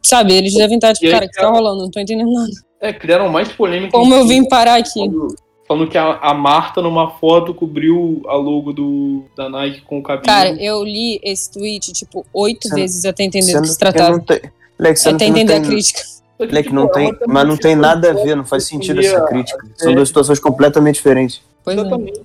S2: Sabe, eles devem estar, tipo,
S6: E aí, é
S2: cara, o que tá
S6: cara?
S2: rolando? Não tô entendendo nada.
S6: É, criaram mais polêmica.
S2: Como eu
S6: em-
S2: vim parar aqui?
S6: Falando, falando que a, a Marta, numa foto, cobriu a logo do, da Nike com o cabelo.
S2: Cara, eu li esse tweet, tipo, oito
S3: Você não-
S2: vezes até entender
S3: Você
S2: do que se
S3: eu
S2: tratava.
S3: não te- Lex, você não,
S2: Até
S3: não
S2: entender a
S3: tem,
S2: crítica.
S6: Só que,
S3: Lex,
S6: tipo,
S3: não
S6: ela
S3: tem,
S6: também
S3: mas não tem
S6: ficou-
S3: nada a ver, não faz sentido essa
S6: Seria-
S3: crítica.
S6: é.
S3: São duas situações completamente diferentes.
S2: Pois é.
S6: Exatamente.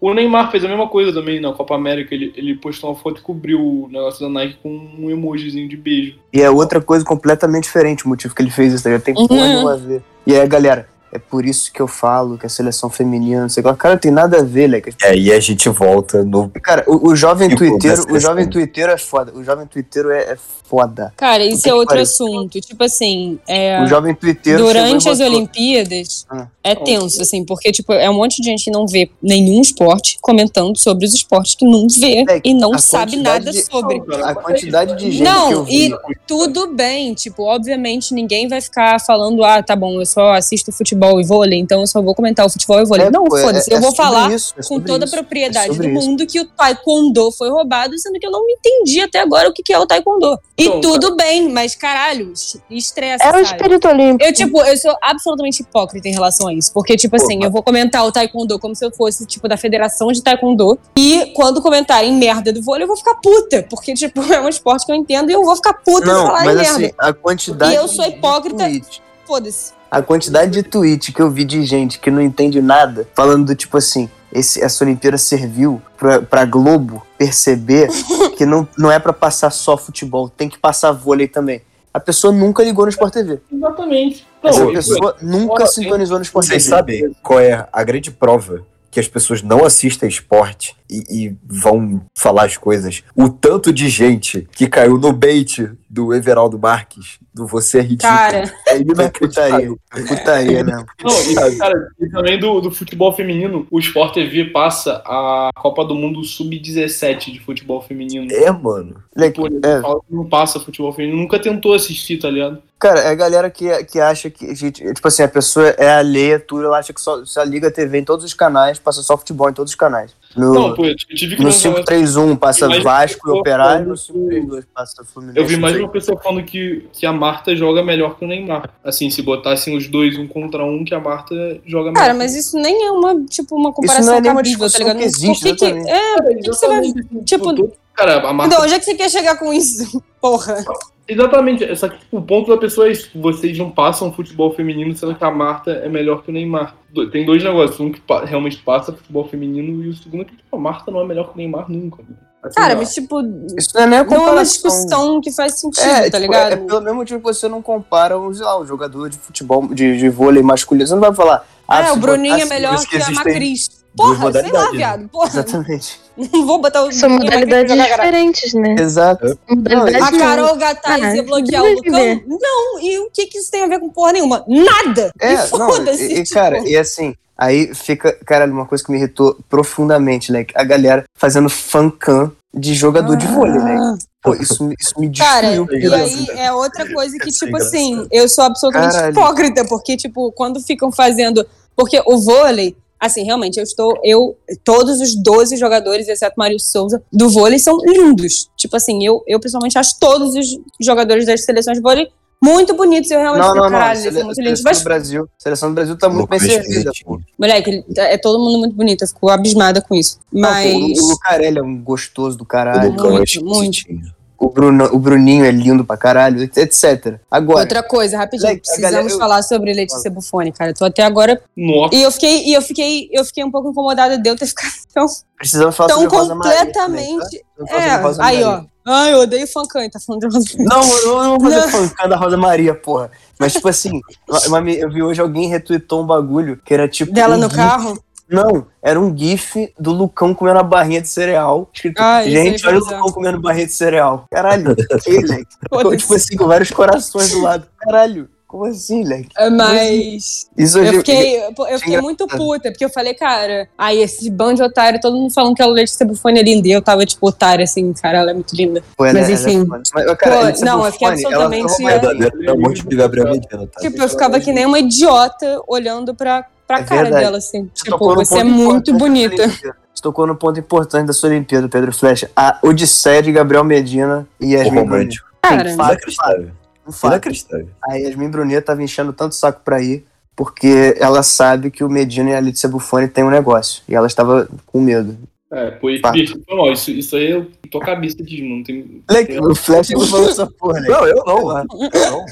S6: O Neymar fez a mesma coisa também na Copa América. Ele, ele postou uma foto e cobriu o negócio da Nike com um emojizinho de beijo.
S3: E é outra coisa completamente diferente o motivo que ele fez isso, tá ligado? Tem porra
S2: Uhum.
S3: nenhuma a ver. E aí, galera, é por isso que eu falo que a seleção feminina, não sei o que lá. Cara, tem nada a ver, Lex.
S1: É, e a gente volta no.
S3: Cara, o, o jovem
S1: Tipo,
S3: twitteiro,
S1: dessa
S3: o jovem
S1: questão.
S3: twitteiro é foda. O jovem twitteiro é, é foda.
S2: Cara, isso
S3: Puta
S2: é
S3: que
S2: outro
S3: pariu.
S2: assunto. Tipo assim, é,
S3: O jovem twitteiro
S2: durante
S3: chegou e
S2: as
S3: botou-
S2: Olimpíadas
S3: Ah.
S2: é tenso, assim, porque tipo, é um monte de gente que não vê nenhum esporte comentando sobre os esportes que não vê
S3: É,
S2: e não
S3: a
S2: sabe
S3: quantidade
S2: nada
S3: de-
S2: sobre.
S3: A quantidade de gente
S2: Não,
S3: que eu vi.
S2: e- Tudo bem, tipo, obviamente ninguém vai ficar falando, ah, tá bom, eu só assisto futebol e vôlei, então eu só vou comentar o futebol e vôlei.
S3: É,
S2: não,
S3: pô, é-
S2: foda-se,
S3: é
S2: eu vou
S3: sobre
S2: falar
S3: isso, é
S2: com
S3: sobre
S2: toda a
S3: isso.
S2: propriedade
S3: É
S2: do
S3: sobre isso.
S2: mundo que o taekwondo foi roubado, sendo que eu não entendi até agora o que que é o taekwondo. E
S6: Então,
S2: tudo bem, mas caralho, es- estressa,
S4: É o
S2: sabe?
S4: espírito olímpico.
S2: Eu, tipo, eu sou absolutamente hipócrita em relação a isso. Porque, tipo assim, eu vou comentar o Taekwondo como se eu fosse, tipo, da Federação de Taekwondo. E quando comentarem merda do vôlei, eu vou ficar puta. Porque, tipo, é um esporte que eu entendo e eu vou ficar puta se
S3: Não,
S2: falarem
S3: mas
S2: merda.
S3: assim, a quantidade.
S2: E eu sou
S3: de
S2: hipócrita.
S3: tweet-
S2: Foda-se.
S3: a quantidade de tweet que eu vi de gente que não entende nada, falando do tipo assim. Esse, essa Olimpíada serviu pra, pra Globo perceber que não, não é pra passar só futebol, tem que passar vôlei também. A pessoa nunca ligou no Sport TV.
S6: Exatamente.
S3: Essa
S1: Não,
S3: pessoa nunca
S6: Olha,
S3: sintonizou no Sport
S1: Vocês
S3: TV.
S1: sabem qual é a grande prova que as pessoas não assistem esporte e, e vão falar as coisas. O tanto de gente que caiu no bait do Everaldo Marques, do Você é Ridículo.
S2: Cara,
S1: é
S3: É putaria.
S1: inacreditável.
S3: É putaria, né?
S6: Não, e, cara, e também do, do futebol feminino, o Sport TV passa a Copa do Mundo Sub-17 de futebol feminino.
S1: É, mano.
S6: Pô, ele
S3: É,
S6: fala que não passa futebol feminino, nunca tentou assistir, tá ligado?
S3: Cara, é a galera que, que acha que, gente, tipo assim, a pessoa é alheia, a tudo, ela acha que só, só liga a TV em todos os canais, passa só futebol em todos os canais. No,
S6: Não, pô, eu tive que um
S3: no
S6: lançar uma-
S3: 531 passa
S6: Mas-
S3: Vasco e Operário, no
S6: Eu-
S3: 532 passa Fluminense.
S6: Eu vi mais um. uma pessoa falando que, que a Marta joga melhor que o Neymar. Assim, se botassem os dois um contra um, que a Marta joga melhor.
S2: Cara, mas isso nem é uma, tipo, uma
S3: não
S2: comparação
S3: é nenhuma
S2: cabível, tá
S3: discussão
S2: ligado?
S3: que existe,
S2: Por que que-
S3: exatamente.
S2: É,
S6: Cara,
S2: que você vai-
S4: assim,
S6: exatamente,
S2: tipo-
S6: todo- Cara, a Marta...
S2: então, onde é que você quer chegar com isso? Porra.
S6: Exatamente, só que tipo, o ponto da pessoa é isso. Vocês não passam futebol feminino, sendo que a Marta é melhor que o Neymar. Do- Tem dois negócios. Um que pa- realmente passa futebol feminino e o segundo é que tipo, a Marta não é melhor que o Neymar nunca. mano. Assim,
S2: Cara,
S6: ó,
S2: mas, tipo,
S3: Isso não é nem a
S2: não é uma
S3: comparação.
S2: discussão que faz sentido,
S3: É,
S2: tá
S3: tipo,
S2: ligado?
S3: é pelo mesmo motivo que você não compara um, sei lá, um jogador de futebol, de, de vôlei masculino. Você não vai falar. ah,
S2: É,
S3: se
S2: o Bruninho é
S3: botasse-
S1: por
S2: melhor
S1: isso
S2: que
S1: que
S2: a
S1: existem
S2: Macris. Porra, sei lá,
S1: modalidades, né?
S2: viado. Porra,
S3: Exatamente.
S2: não vou botar o Bruninho e
S4: São
S2: a Macris pra
S4: modalidades
S2: jogar caralho.
S4: diferentes, né?
S3: Exato.
S6: É.
S4: Modalidades
S2: A
S3: diferentes.
S2: Carol Gataz
S4: Ah,
S2: ia bloquear o
S4: nada a
S2: Lucão?
S4: ver.
S2: Não, e o que que isso tem a ver com porra nenhuma? Nada!
S3: É,
S2: e
S3: não,
S2: foda-se,
S3: e, e,
S2: tipo,
S3: cara, e assim, aí fica, cara, uma coisa que me irritou profundamente, né? A galera fazendo fancam de jogador de vôlei,
S2: Ah.
S3: né? Pô, isso, me- isso me
S2: Cara,
S3: destruiu.
S2: e aí é outra coisa que,
S1: Isso é
S2: tipo
S1: engraçado.
S2: assim, eu sou absolutamente
S3: Caralho.
S2: hipócrita, porque, tipo, quando ficam fazendo. Porque o vôlei, assim, realmente, eu estou. Eu. Todos os 12 jogadores, exceto Mário Souza, do vôlei são lindos. Tipo assim, eu, eu pessoalmente acho todos os jogadores das seleções de vôlei muito bonitos. Eu realmente
S3: não,
S2: fico,
S3: não, é não.
S2: caralho, eles
S3: sele-
S2: são muito lindos.
S3: seleção,
S2: Mas,
S3: do Brasil, seleção do Brasil tá muito bem
S1: Lucas
S3: servida,
S1: Veríssimo.
S3: pô.
S2: moleque, é todo mundo muito bonito. Eu fico abismada com isso.
S3: Não, pô,
S2: Mas.
S3: o- O Lucarelli é um gostoso do
S1: O
S3: caralho.
S1: Lucão é
S2: muito,
S1: esquisitinho.
S3: O, Bruno, o Bruninho é lindo pra caralho, etc. Agora,
S2: Outra coisa, rapidinho,
S3: Leque, a
S2: precisamos
S3: galera- eu-
S2: falar sobre Letícia Bufone, cara. Eu tô até agora
S6: Nossa,
S2: E eu fiquei, e eu fiquei, eu fiquei um pouco incomodada de eu ter ficado tão,
S3: precisamos falar
S2: tão
S3: sobre Rosa Maria também, tá?
S2: completamente.
S3: Precisamos falar
S2: É,
S3: sobre Rosa
S2: aí,
S3: Maria.
S2: ó. Ai, eu odeio Funkan, tá falando de Rosa
S3: Não, eu não vou
S2: Não.
S3: fazer pancada da Rosa Maria, porra. Mas, tipo assim, uma- uma- eu vi hoje alguém retweetou um bagulho que era tipo.
S2: dela
S3: um
S2: no
S3: gif-
S2: carro.
S3: Não, era um gif do Lucão comendo a barrinha de cereal. Escrito,
S2: Ah, isso
S3: gente,
S2: aí
S3: olha o
S2: foi
S3: Lucão comendo barrinha de cereal. Caralho, que, leque?
S2: Foda-se.
S3: Tipo assim, com vários corações do lado. Caralho, como assim, leque?
S2: Mas
S3: Isso
S2: eu
S3: hoje-
S2: fiquei, eu fiquei
S3: engraçado.
S2: muito puta, porque eu falei, cara, ai, esse bando de otário, todo mundo falando que a Letícia Bufone é linda. E eu tava, tipo, otária, assim, cara, ela é muito linda.
S3: Pô, ela-
S2: mas
S3: ela é
S2: enfim.
S3: foda. Mas, cara,
S2: Pô,
S3: Letícia
S2: não, eu fiquei
S3: Buffoni, ela-
S2: absolutamente-
S3: ela- ela-
S1: Verdadeiro, é um monte de Gabriel Medina, tá?
S2: Tipo, eu ficava que nem uma idiota olhando pra, pra
S3: É
S2: cara
S3: verdade.
S2: dela, assim.
S3: tocou
S2: Tipo,
S3: no
S2: você é
S3: ponto
S2: muito
S3: importante da
S2: bonita.
S3: sua Olimpíada. Você tocou no ponto importante da sua Olimpíada, Pedro Flecha. A Odisseia de Gabriel Medina e
S1: O
S3: Yasmin Brunet.
S1: É romântico.
S2: Cara,
S3: fato.
S1: Inacreditável.
S3: Um fato.
S1: Inacreditável.
S3: A Yasmin Brunet tava enchendo tanto saco pra ir, porque ela sabe que o Medina e a Letícia Buffoni têm um negócio. E ela estava com medo.
S6: é, pô,
S3: Fato.
S6: bicho, foi mal, isso, isso aí é eu tô cabeça de não tem.
S3: Moleque, o Flecha não falou essa porra, né?
S1: Não, eu não. Eu não.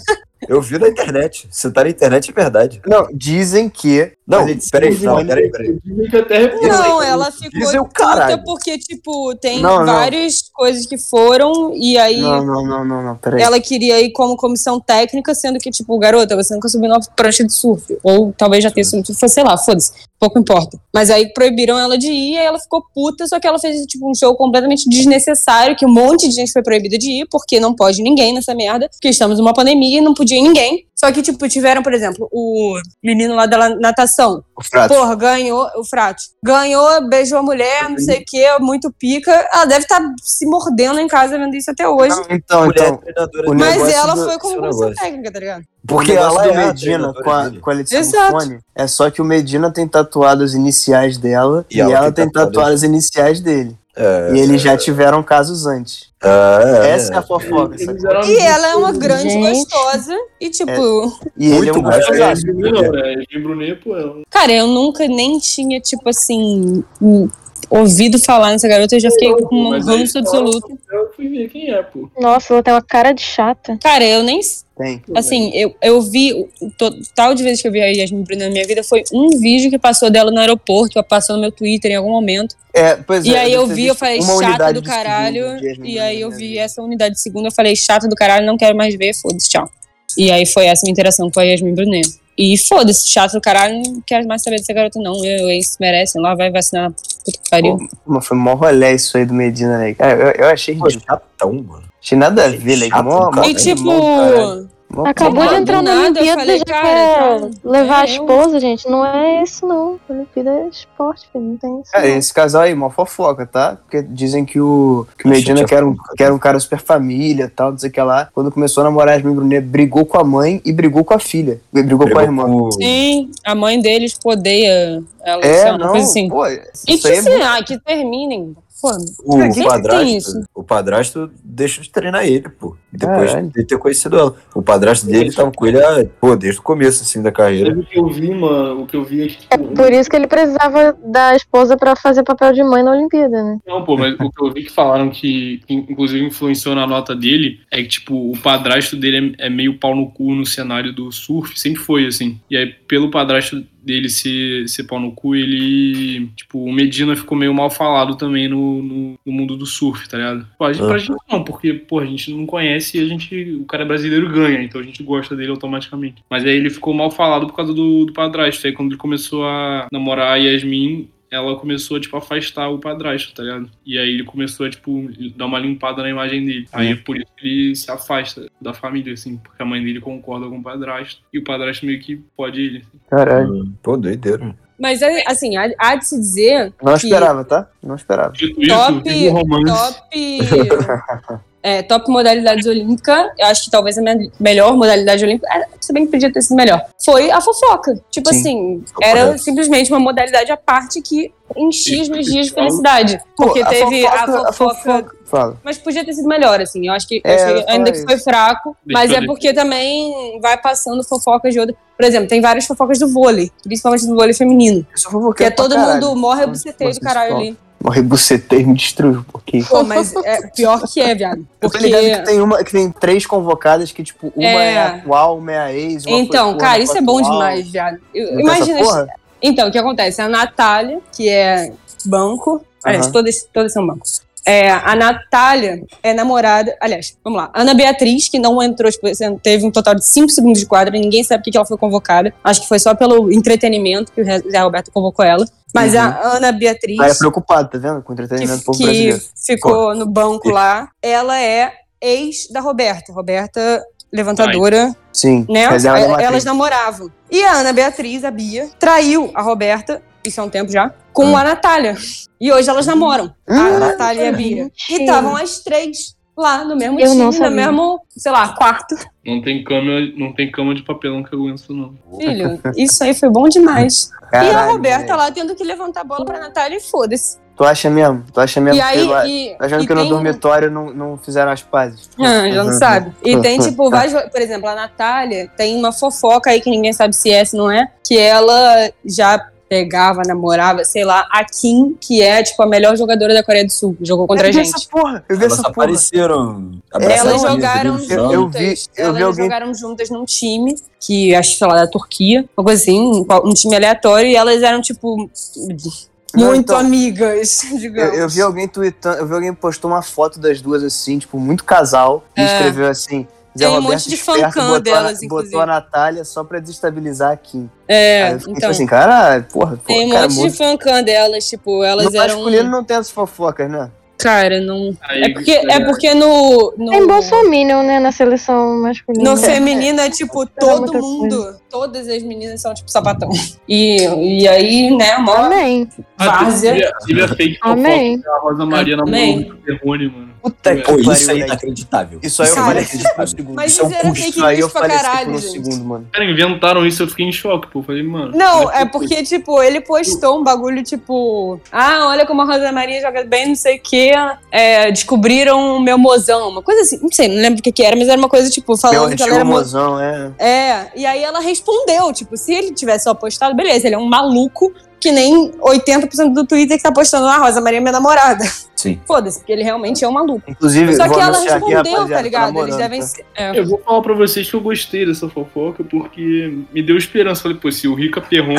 S1: Eu vi na internet. Se tá na internet, é verdade.
S3: Não, dizem que. a
S1: Não,
S3: Letícia
S1: peraí, não,
S3: Buffoni-
S1: peraí, peraí.
S6: Eu fico até arrepiado.
S2: Não,
S3: é
S2: ela ficou
S1: Diz eu,
S2: puta
S1: caralho.
S2: porque, tipo, tem
S3: Não, não.
S2: várias coisas que foram e aí
S3: Não, não, não, não, não, peraí.
S2: ela queria ir como comissão técnica, sendo que, tipo, garota, você nunca subiu numa prancha de surf. Ou talvez já tenha subido, sei lá, foda-se, pouco importa. Mas aí proibiram ela de ir, aí ela ficou puta, só que ela fez, tipo, um show completamente desnecessário, que um monte de gente foi proibida de ir, porque não pode ninguém nessa merda, porque estamos numa pandemia e não podia ir ninguém. Só que, tipo, tiveram, por exemplo, o menino lá da natação,
S3: O Frato.
S2: Porra, ganhou o Frato. Ganhou, beijou a mulher, não sei o quê, muito pica. Ela deve estar se mordendo em casa vendo isso até hoje.
S3: Não, então,
S1: Mulher
S3: então.
S1: treinadora
S3: o
S1: de
S3: negócio
S2: mas ela
S3: do-
S2: foi como
S1: seu
S2: comissão
S1: é negócio.
S2: técnica, tá ligado?
S1: Porque
S3: Porque ela
S1: ela
S3: do
S1: é a
S3: Medina
S1: treinadora
S3: com a,
S1: dele.
S3: com a Letícia
S2: Exato.
S3: Buffoni é só que o Medina tem tatuado as iniciais dela e, ela, tem tatuado as iniciais dele.
S1: É,
S3: e eles já tiveram casos antes.
S1: é, é.
S3: Essa é a fofoca.
S6: Eles
S3: sabe?
S6: eram
S2: E ela é uma grande
S4: Gente.
S2: gostosa. E, tipo,
S3: E ele é um
S1: Muito mais.
S6: Ela é
S3: gostosaço.
S6: Yasmin Brunet, não, né? Yasmin Brunet, pô,
S3: É.
S6: um- ela-
S2: cara, eu nunca nem tinha, tipo assim, hum, ouvido falar nessa garota. Eu já fiquei com um
S3: é
S6: mas aí
S2: ranço
S6: falaram-
S2: absoluto.
S6: Eu fui ver quem é, pô.
S4: Nossa, ela tem uma cara de chata.
S2: Cara, eu nem
S3: Tem.
S2: Assim, eu, eu vi, o o total de vezes que eu vi a Yasmin Brunet na minha vida foi um vídeo que passou dela no aeroporto, passou no meu Twitter em algum momento.
S3: É, pois
S2: E
S3: é,
S2: aí
S3: deve
S2: eu
S3: ter
S2: vi,
S3: visto
S2: eu falei,
S3: uma
S2: chata
S3: unidade
S2: do
S3: de segundo
S2: caralho.
S3: de Yasmin
S2: E aí eu
S3: Brunet,
S2: vi
S3: né?
S2: essa unidade de segunda, eu falei, chata do caralho, não quero mais ver, foda-se, tchau. E aí foi essa minha interação com a Yasmin Brunet. E foda-se, chata do caralho, não quero mais saber dessa garota, não. Eu, eles merecem, lá vai vacinar Puta que pariu.
S3: Mano, foi mó rolé isso aí do Medina, né? Cara, eu, eu achei
S1: Pô,
S3: ridículo.
S1: chatão, mano.
S3: Achei nada a ver, né?
S1: Chato,
S3: Mó,
S1: cara.
S3: mó,
S2: E tipo,
S3: mó
S4: Acabou
S2: Sei
S4: de
S2: lá,
S4: entrar
S2: do
S4: na
S2: nada eu
S4: Olimpíada
S2: falei,
S4: já
S2: cara,
S4: quer
S2: tá-
S4: levar a
S2: é, eu-
S4: esposa, gente. Não é isso, não. Olimpíada é esporte, filho. Não tem isso.
S1: É
S3: Cara,
S4: não.
S3: É, esse casal aí, mó fofoca, tá? Porque dizem que o, que o
S1: A
S3: Medina,
S1: gente
S3: que era, um,
S1: é fofoca.
S3: que era um cara super família e tal, não sei o que lá, quando começou a namorar as Brunet, brigou com a mãe e brigou com a filha. Brigou, com a irmã.
S1: Pegou pro-
S2: Sim, a mãe deles tipo, odeia ela,
S3: É,
S2: sei lá, uma
S3: não.
S2: coisa assim.
S3: Pô,
S2: E
S3: isso
S2: tipo
S3: aí é
S2: assim,
S3: muito-
S2: ah, que terminem. Pô,
S1: O,
S2: Pra que que tem isso?
S1: padrasto, o padrasto deixa de treinar ele, pô. Depois
S3: Caralho.
S1: de ter conhecido ela. O padrasto dele tava com ele, ah, pô, desde o começo, assim, da carreira.
S6: Sabe o que eu vi, mano? O que eu vi é que,
S4: É
S6: tipo,
S4: por isso que ele precisava da esposa pra fazer papel de mãe na Olimpíada, né?
S6: Não, pô, mas o que eu vi que falaram que, que, inclusive, influenciou na nota dele é que, tipo, o padrasto dele é, é meio pau no cu no cenário do surf, sempre foi, assim. E aí, pelo padrasto dele ser, ser pau no cu, ele. Tipo, o Medina ficou meio mal falado também no, no, no mundo do surf, tá ligado? Pô, a gente, pra
S1: Uhum.
S6: gente não, porque, pô, a gente não conhece e a gente. O cara é brasileiro ganha, então a gente gosta dele automaticamente. Mas aí ele ficou mal falado por causa do, do padrasto. Aí quando ele começou a namorar a Yasmin, ela começou, tipo, a afastar o padrasto, tá ligado? E aí ele começou a, tipo, dar uma limpada na imagem dele. Aí é por isso que ele se afasta da família, assim, porque a mãe dele concorda com o padrasto e o padrasto meio que pode assim. ele.
S3: Caralho.
S1: Pô, doideira.
S2: mas é, assim, há, há de se dizer
S3: Não
S2: que
S3: esperava, tá? Não esperava.
S6: Dito isso,
S2: Top-
S6: vive o romance.
S2: top. é, top modalidades olímpica, eu acho que talvez a minha melhor modalidade olímpica, é, se bem que podia ter sido melhor, foi a fofoca. Tipo
S3: Sim.
S2: assim,
S1: Tá
S2: era
S1: correto.
S2: simplesmente uma modalidade à parte que enchia os meus dias de felicidade.
S3: Pô,
S2: Porque
S3: a
S2: teve
S3: fofoca-
S2: a fofoca
S3: Fala.
S2: mas podia ter sido melhor, assim. Eu acho que,
S3: É,
S2: eu achei
S3: eu ia falar
S2: ainda que foi
S3: isso.
S2: fraco,
S6: Deixa
S2: mas
S6: eu
S2: é
S6: ver.
S2: porque também vai passando fofocas de outro. Por exemplo, tem várias fofocas do vôlei, principalmente do vôlei feminino.
S3: Eu sou fofoqueiro
S2: Que é
S3: pra
S2: todo
S3: caralho.
S2: mundo morre buceteiro do caralho ali. né?
S3: Morre bucetei e me destruiu um pouquinho.
S2: Pô, mas é pior que é, viado.
S3: Eu tô
S2: Porque.
S3: ligado que tem uma que tem três convocadas que, tipo, uma é,
S2: É.
S3: a atual, uma é a ex, uma foi
S2: Então,
S3: corno,
S2: cara,
S3: foi
S2: isso é bom
S3: atual.
S2: demais, viado. Eu-
S3: Não tem essa
S2: Imagina.
S3: porra?
S2: Então, o que acontece? A Natália, que é banco. Aliás,
S3: Aham.
S2: todas, todas são bancos. É, a Natália é namorada. Aliás, vamos lá. Ana Beatriz, que não entrou, tipo, teve um total de 5 segundos de quadra, ninguém sabe por que que ela foi convocada. Acho que foi só pelo entretenimento que o Zé Roberto convocou ela. Mas
S3: Uhum.
S2: a Ana Beatriz,
S3: Cara, é preocupado, tá vendo? Com o entretenimento do
S2: que,
S3: povo
S2: que
S3: brasileiro.
S2: ficou no banco lá, ela é ex da Roberta. Roberta, levantadora
S3: Sim.
S2: né?
S3: Mas ela é uma
S2: Eh, Elas
S3: atriz.
S2: namoravam. E a Ana Beatriz, a Bia, traiu a Roberta, isso há um tempo já, com
S3: Ah.
S2: a Natália. E hoje elas namoram, a
S3: Hum.
S2: Natália Ah, e a Bia. Então, E
S4: Mentira.
S2: estavam as três lá no mesmo
S4: Eu não
S2: time, no
S4: sabia.
S2: mesmo, sei lá, quarto.
S6: Não tem cama, não tem cama de papelão que aguenta isso, não.
S2: Filho, isso aí foi bom demais. e a
S3: Caralho,
S2: Roberta
S3: velho.
S2: lá tendo que levantar a bola pra Natália e foda-se.
S3: Tu acha mesmo? Tu acha mesmo
S2: E aí.
S3: que. eu-
S2: e-
S3: Tá achando
S2: e
S3: que no
S2: tem- um
S3: dormitório não, não fizeram as pazes?
S2: Ah, já não
S3: Uhum.
S2: sabe. E tem, tipo, vários. Por exemplo, a Natália tem uma fofoca aí que ninguém sabe se é, se não é, que ela já pegava, namorava, sei lá, a Kim, que é, tipo, a melhor jogadora da Coreia do Sul, que jogou contra a
S3: eu vi
S2: gente.
S3: essa porra! Eu vi
S1: Elas
S3: essa porra!
S1: apareceram.
S2: Elas
S1: abraçadinhas,
S2: jogaram
S1: brincando.
S2: juntas.
S3: eu vi- eu vi
S2: elas
S3: alguém-
S2: jogaram juntas num time, que acho que sei lá, da Turquia, uma coisa assim, um, um time aleatório, e elas eram, tipo,
S3: Não,
S2: muito
S3: então,
S2: amigas, digamos.
S3: Eu, eu vi alguém tweetando, eu vi alguém postou uma foto das duas assim, tipo, muito casal, e escreveu assim. Zé
S2: É. Tem um
S3: Roberto
S2: monte de
S3: esperto
S2: fancam
S3: botou a-
S2: delas,
S3: Botou
S2: inclusive.
S3: a Natália só pra desestabilizar a Kim. Aí
S2: É,
S3: eu fiquei
S2: então.
S3: assim, caralho, porra, porra
S2: Tem um
S3: cara,
S2: monte
S3: muito-
S2: de fancam delas, tipo, elas
S3: no
S2: eram.
S3: masculino não tem essas fofocas, né?
S2: Cara, não.
S6: Aí,
S2: É porque,
S6: né?
S2: é porque no. no...
S4: Tem Bolsominion, né, na seleção masculina.
S2: No feminino é tipo,
S4: muita
S2: todo
S4: coisa.
S2: mundo, todas as meninas são tipo sapatão. E, e aí, né, mó
S4: Amém.
S6: Ah,
S2: várzea.
S6: teve a- teve a fake fofoca
S4: Amém.
S6: da Rosa Maria na mão
S2: Amém.
S6: do Perrone, mano.
S3: Puta
S6: que
S1: Pô, isso é
S3: né?
S1: inacreditável.
S3: Isso aí eu
S2: Cara,
S3: falei
S1: isso
S3: por um
S1: é
S3: segundo.
S2: Mas
S3: isso é um
S2: isso era
S3: custo.
S2: fake
S3: Isso aí eu
S2: news pra
S3: falei por
S2: caralho,
S3: um
S2: gente.
S3: segundo, mano.
S6: Cara, inventaram isso, eu fiquei em choque, pô. Falei, mano.
S2: Não,
S6: como que
S2: é porque, tipo, ele postou um bagulho, tipo, ah, olha como a Rosa Maria joga bem, não sei o quê. É, descobriram o meu mozão, uma coisa assim, não sei, não lembro o que, que era, mas era uma coisa, tipo,
S3: Meu
S2: falando que ela
S3: antigo
S2: era mo-
S3: mozão, é.
S2: É, e aí ela respondeu, tipo, se ele tivesse só postado, beleza, ele é um maluco que nem 80% do Twitter que tá postando, ah, Rosa Maria é minha namorada.
S1: Sim.
S2: Foda-se, porque ele realmente é um maluco.
S3: Inclusive,
S2: Só que
S3: vou
S2: ela
S3: anunciar aqui,
S2: respondeu,
S3: rapaziada,
S2: tá
S3: tô
S2: ligado? Eles
S3: namorando,
S2: devem
S3: tá?
S2: ser. é.
S6: Eu vou falar pra vocês que eu gostei dessa fofoca, porque me deu esperança. Falei, pô, se o Rica Perrone.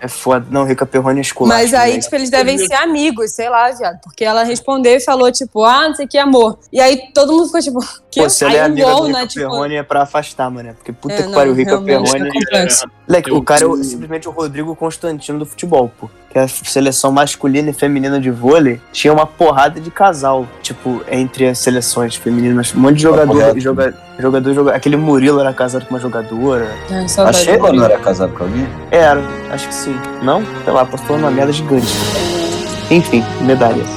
S3: É foda. Não, Rica Perrone é escolar.
S2: Mas aí, tipo, eles devem ser amigos, sei lá, viado. Porque ela respondeu e falou, tipo, ah, não sei o que, amor. E aí todo mundo ficou, tipo, que
S3: Pô, se ela
S2: aí
S3: é
S2: o
S3: amiga do
S2: Gol,
S3: Rica
S2: né? Tipo,
S3: Perrone é pra afastar, mano. Porque puta
S2: É,
S3: que
S2: não,
S3: pariu, o Rica
S2: realmente,
S3: Perrone...
S2: tá complexo.
S3: Moleque,
S6: Eu-
S3: o cara é o- simplesmente o Rodrigo Constantino do futebol, pô. que é a seleção masculina e feminina de vôlei, tinha uma porrada de casal, tipo, entre as seleções femininas. Um monte de
S1: Papo
S3: jogador,
S1: reto.
S3: joga, jogador, joga- Aquele Murilo era casado com uma jogadora.
S2: Ai,
S1: A
S2: saudade
S1: Sheila
S2: dele.
S1: não era casada com alguém?
S3: Era, acho que sim. Não? Sei lá, postou uma merda gigante. Enfim, medalhas.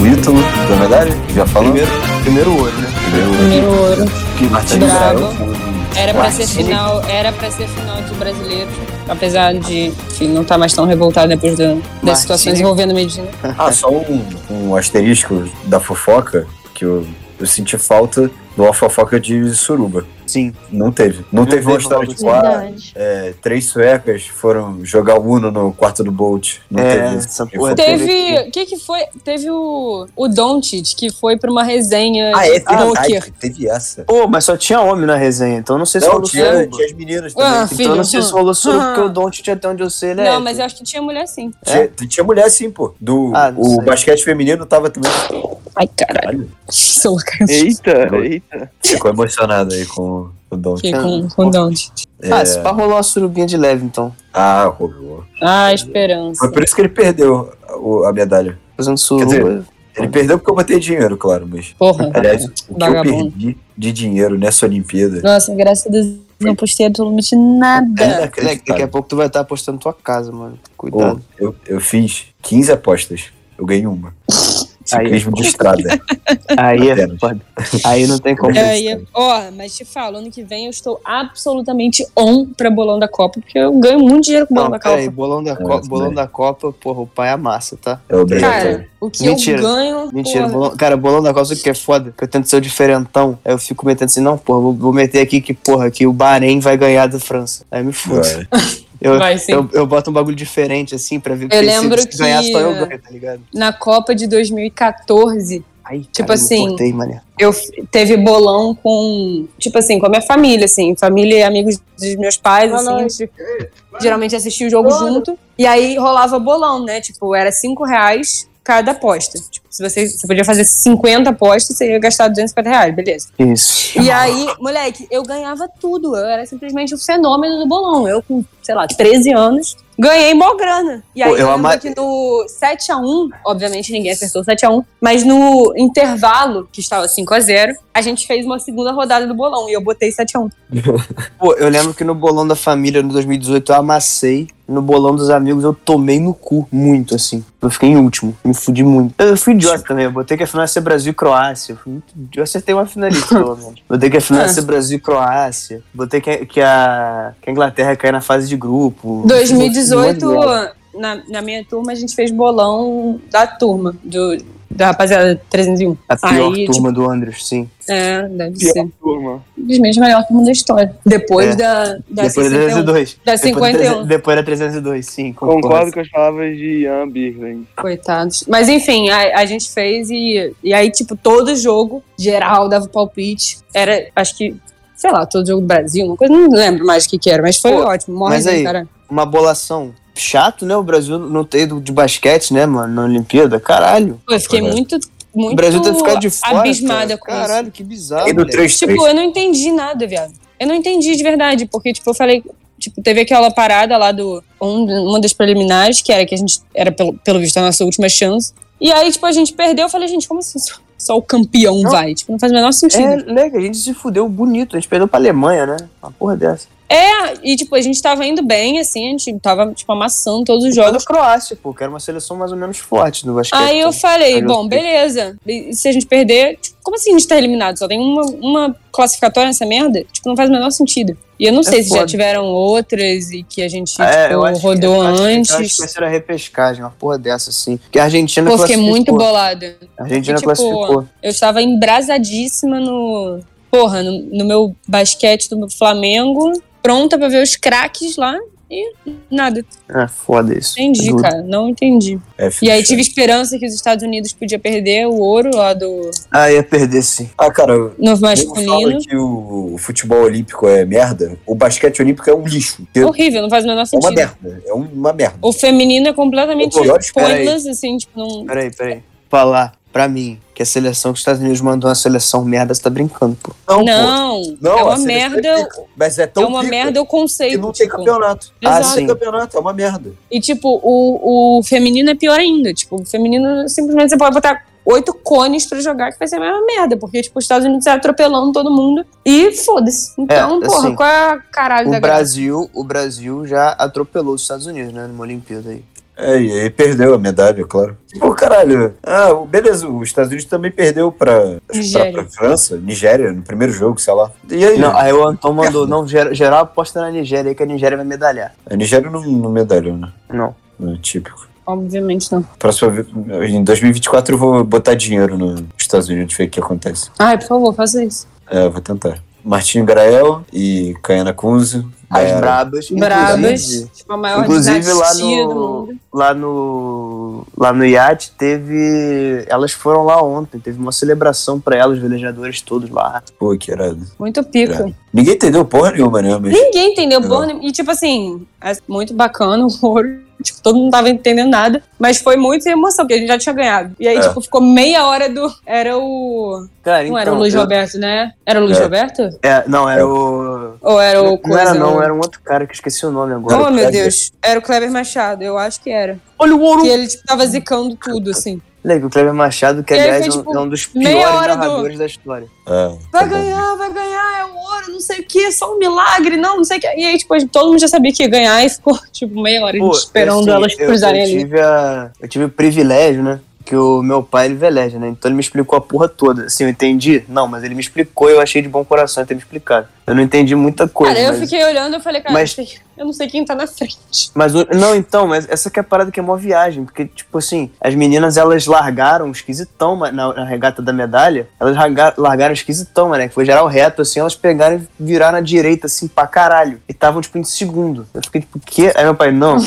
S1: O Ítalo, na é verdade, já falou.
S3: Primeiro, primeiro ouro, né?
S1: Primeiro.
S2: Primeiro ouro.
S1: Que Martins
S2: Bravo.
S1: Brasil.
S2: Era pra ser
S1: Martins.
S2: final, era pra ser final de brasileiros, apesar de enfim, não estar mais tão revoltado depois da- das
S3: Martins.
S2: situações envolvendo Medina.
S1: Ah, só um, um asterisco da fofoca, que eu, eu senti falta de uma fofoca de suruba.
S3: Sim.
S1: Não teve. Não, teve, uma
S3: teve
S1: história
S3: uma
S1: de quatro.
S4: Verdade.
S1: É, três suecas foram jogar Uno no quarto do Bolt. Não
S3: É,
S1: teve
S3: essa
S1: isso.
S3: porra
S2: Teve. O que, que foi? Teve o, o Dontit, que foi pra uma resenha
S1: Ah, é,
S2: de
S1: teve,
S2: poker.
S1: verdade, teve essa.
S3: Pô, mas só tinha homem na resenha, então eu não sei se
S1: Não,
S3: rolou
S1: tinha,
S3: suruba.
S1: tinha as meninas
S2: Ah,
S1: também.
S2: filho.
S3: Então eu não sei se rolou suruba, porque o Don't até onde eu sei, ele é
S2: não, mas eu
S3: hétero.
S2: acho que tinha mulher sim.
S1: Tinha, tinha mulher sim, pô. Do,
S3: É. Ah, não
S1: o
S3: sei.
S1: basquete feminino tava também.
S2: Ai, caralho.
S1: Caralho,
S2: Sou louca.
S3: Eita,
S1: Não.
S3: eita.
S1: ficou emocionado aí com o Don't.
S2: Fiquei com, com o Dontit.
S3: Ah, se pá rolou uma surubinha de leve, então.
S1: É, Ah, roubou.
S2: Ah, esperança.
S1: Foi por isso que ele perdeu o- a medalha.
S3: Fazendo suruba.
S1: Quer Ele perdeu porque eu botei dinheiro, claro, mas.
S2: Porra.
S1: Aliás, o que eu
S2: Vagabundo.
S1: perdi de dinheiro nessa Olimpíada. é
S2: Nossa, graças a Deus não postei absolutamente nada.
S3: Moleque, É, daqui a
S1: inacreditável.
S3: pouco tu vai estar apostando tua casa, mano.
S1: Ô,
S3: Cuidado.
S1: eu, eu fiz 15 apostas. Eu ganhei uma.
S3: Aí.
S1: Ciclismo de estrada.
S3: Aí é
S1: Apenas.
S3: foda. Aí não tem como.
S2: É, e- ó, mas te falo, ano que vem eu estou absolutamente on pra bolão da Copa, porque eu ganho muito dinheiro com bolão
S3: Não,
S2: da Copa.
S3: peraí, bolão da, Copa,
S1: tudo
S3: bolão
S1: bem.
S3: da Copa, porra, o pai amassa, tá?
S1: É obrigatório.
S2: Cara, o que
S3: Mentira.
S2: eu ganho.
S3: Mentira,
S2: porra.
S3: bolão, cara, bolão da Copa, sabe o que é foda? Que eu tento ser o diferentão. Aí eu fico metendo assim, não, porra, vou, vou meter aqui que, porra, que o Bahrein vai ganhar da França. Aí me foda.
S1: Vai.
S3: Eu,
S2: Vai, sim.
S3: eu, eu boto um bagulho diferente, assim, pra ver
S2: Eu lembro
S3: se, se ganhar
S2: que-
S3: só eu ganho, tá ligado?
S2: Na Copa de 2014,
S3: Ai,
S2: Tipo
S3: cara, eu me
S2: assim,
S3: cortei, mané.
S2: eu f- teve bolão com, tipo assim, com a minha família, assim, família e amigos dos meus pais,
S4: Boa
S2: assim, a
S4: noite.
S2: gente geralmente assistia o jogo
S4: Boa
S2: junto, e aí rolava bolão, né, tipo, era 5 reais cada aposta, tipo, se você, você podia fazer 50 apostas, você ia gastar 250 reais, beleza.
S3: Isso.
S2: E aí, moleque, eu ganhava tudo. Eu era simplesmente o fenômeno do bolão. Eu, com, sei lá, 13 anos, ganhei mó grana. E aí,
S3: Pô, eu
S2: eu, lembro
S3: ama-
S2: que no 7x1, obviamente ninguém acertou 7x1, mas no intervalo, que estava 5x0, a gente fez uma segunda rodada do bolão e eu botei 7x1.
S3: Pô, eu lembro que no bolão da família no 2018 eu amassei. No bolão dos amigos eu tomei no cu, muito assim. Eu fiquei em último, me fudi muito. Eu fui idiota também, eu botei que a final ia ser Brasil e Croácia. Eu, fui muito idiota. eu acertei uma finalista, pelo menos. Botei que a final ia ser Brasil e Croácia. Botei que, que, a, que a Inglaterra caiu na fase de grupo. Um
S2: 2018,
S3: monte de merda.
S2: na, na minha turma, a gente fez bolão da turma, do, da rapaziada 301.
S3: A pior
S2: Aí,
S3: turma do Andrews, sim.
S2: É, deve ser.
S3: Turma.
S2: Simplesmente a melhor turma da história. Depois
S3: É.
S2: da, da,
S3: Depois da
S2: 61.
S3: 302.
S2: Da
S3: Depois da
S2: 51.
S3: 300 Depois da 302, sim.
S7: Concordo com as palavras de Ian Birland.
S3: um.
S2: Coitados. Mas enfim, a, a gente fez e, e aí, tipo, todo jogo, geral dava palpite. Era, acho que, sei lá, todo jogo do Brasil, uma coisa, não lembro mais o que que era, mas foi
S3: Pô,
S2: ótimo. Morre
S3: mas
S2: de
S3: aí-
S2: cara.
S3: uma bolação. Chato, né? O Brasil não ter ido de basquete, né, mano? Na Olimpíada. Caralho.
S2: Pô, eu fiquei
S1: Foi, né?
S2: muito, muito
S3: o Brasil ter ficado de fora.
S2: abismada
S3: cara.
S2: com isso.
S3: Caralho, que bizarro.
S1: E no
S3: moleque.
S1: 3
S2: Tipo, eu não entendi nada, viado. Eu não entendi de verdade, porque, tipo, eu falei. Tipo, teve aquela parada lá do. um- uma das preliminares, que era que a gente. Era, pelo, pelo visto, a nossa última chance. E aí, tipo, a gente perdeu. Eu falei, gente, como assim? Só, só o campeão
S3: Não.
S2: vai? Tipo, não faz o menor sentido.
S3: É, moleque, a gente se fudeu bonito. A gente perdeu pra Alemanha, né? Uma porra dessa.
S2: E, tipo, a gente tava indo bem, assim, a gente tava, tipo, amassando todos os
S3: Joga
S2: jogos.
S3: a Croácia, pô, que era uma seleção mais ou menos forte no basquete.
S2: Aí eu falei,
S3: Aí eu
S2: bom,
S3: sei.
S2: beleza. E se a gente perder, tipo, como assim a gente tá eliminado? Só tem uma, uma classificatória nessa merda? Tipo, não faz o menor sentido. E eu não sei se já
S3: É foda.
S2: tiveram outras e que a gente,
S3: É, eu
S2: tipo,
S3: acho que-
S2: rodou
S3: eu acho que- eu acho
S2: antes.
S3: que essa era a repescagem, uma porra dessa, assim. Porque a Argentina
S2: Pô, fiquei
S3: classificou.
S2: é muito bolada.
S3: A Argentina
S2: Porque, tipo,
S3: classificou.
S2: Eu estava embrasadíssima no. Porra, no, no meu basquete do Flamengo, pronta pra ver os craques lá. E nada.
S3: É foda isso.
S2: Entendi,
S3: Duro.
S2: cara. Não entendi.
S1: É
S2: E aí
S1: ficha.
S2: tive esperança que os Estados Unidos podia perder o ouro lá do
S3: Ah, ia perder sim.
S1: Ah, cara, eu falo
S2: novo masculino.
S1: que o, o futebol olímpico é merda, o basquete olímpico é um lixo. porque É
S2: Horrível, não faz o menor
S1: uma
S2: sentido.
S1: merda. É uma merda.
S2: O feminino é completamente
S1: Ô, Jorge,
S2: pointless, assim, tipo, não.
S3: Peraí, peraí. Falar pra mim que é a seleção que os Estados Unidos mandou uma seleção merda, você tá brincando, pô.
S1: Não, pô.
S2: Não,
S1: Não,
S2: é
S1: a
S2: uma
S1: seleção
S2: merda.
S1: é pica, mas é tão
S2: É uma
S1: pica
S2: merda o conceito.
S1: que não tem
S2: tipo.
S1: campeonato. Não
S3: Ah,
S1: tem
S3: sim.
S1: campeonato, é uma merda.
S2: E, tipo, o, o feminino é pior ainda. Tipo, o feminino simplesmente você pode botar oito cones pra jogar que vai ser a mesma merda. Porque, tipo, os Estados Unidos tá atropelando todo mundo e foda-se. Então,
S3: É,
S2: porra,
S3: assim,
S2: qual é a caralho da
S3: O
S2: graça?
S3: Brasil, o Brasil já atropelou os Estados Unidos, né? Numa Olimpíada aí.
S1: É, e aí perdeu a medalha, claro. Pô, caralho. Ah, beleza, os Estados Unidos também perdeu pra, acho que pra,
S2: Nigéria.
S1: pra França, Nigéria, no primeiro jogo, sei lá. E aí?
S3: Não, aí o Anton mandou, não, geral, geral aposta na Nigéria aí que a Nigéria vai medalhar.
S1: A Nigéria não, não medalhou, né?
S3: Não.
S1: Não é típico.
S2: Obviamente não.
S1: Próxima vez, em 2024 eu vou botar dinheiro nos Estados Unidos, ver o que acontece.
S2: Ai, por favor, faça isso.
S1: É, eu vou tentar. Martinho Grael e Caiana Kunze.
S3: As
S1: Maiara.
S3: brabas.
S2: Brabas.
S3: inclusive,
S2: Tipo, a maior
S3: inclusive,
S2: dinastia
S3: lá
S2: do
S3: no-
S2: mundo.
S3: Lá no, lá no iate teve. Elas foram lá ontem, teve uma celebração pra elas, os velejadores todos lá.
S1: Pô, que irado.
S2: Muito pica.
S1: Ninguém entendeu porra nenhuma, né? Mas
S2: Ninguém entendeu
S1: Não.
S2: Borne. E, tipo assim, é muito bacana o ouro. Tipo, todo mundo tava entendendo nada. Mas foi muita emoção, porque a gente já tinha ganhado. E aí,
S1: É.
S2: tipo, ficou meia hora do. Era o.
S3: Cara,
S2: não era o Luiz
S3: Então, eu-
S2: Roberto, né? Era o Luiz
S1: É.
S2: Roberto?
S3: é, não, era o.
S2: Ou era o.
S3: não
S2: coisa- né?
S3: era não, era um outro cara que eu esqueci o nome agora.
S2: Oh, meu
S1: Kleber.
S2: Deus. Era o Kleber Machado, eu acho que era.
S3: Olha o ouro!
S2: Que ele, tipo, tava zicando tudo, assim.
S3: Olha, que o Kleber Machado, que
S2: E aí
S3: aliás
S2: foi,
S3: é um-
S2: tipo,
S3: é um dos
S2: meia
S3: piores
S2: hora do-
S3: narradores da história.
S1: É, tá
S2: Vai
S1: bom.
S2: ganhar, vai ganhar, é o ouro, não sei o que, só um milagre, não, não sei o que. E aí, tipo, todo mundo já sabia que ia ganhar e ficou, tipo, meia hora
S3: Pô,
S2: esperando
S3: assim,
S2: elas
S3: eu-
S2: cruzarem
S3: eu,
S2: ali.
S3: tive a- eu tive o privilégio, né? Que o meu pai, ele veleja, né? Então ele me explicou a porra toda. Assim, eu entendi? Não, mas ele me explicou e eu achei de bom coração ele ter me explicado. Eu não entendi muita coisa.
S2: Cara, eu
S3: mas...
S2: fiquei olhando e falei, cara,
S3: mas-
S2: eu não sei quem tá na frente.
S3: Mas o- não, então, mas essa que é a parada que é mó viagem, porque, tipo assim, as meninas elas largaram esquisitão ma- na, na regata da medalha, elas larga- largaram esquisitão, né? Que foi geral reto, assim, elas pegaram e viraram na direita, assim, pra caralho. E estavam, tipo, em segundo. Eu fiquei, tipo, o quê? Aí meu pai, não,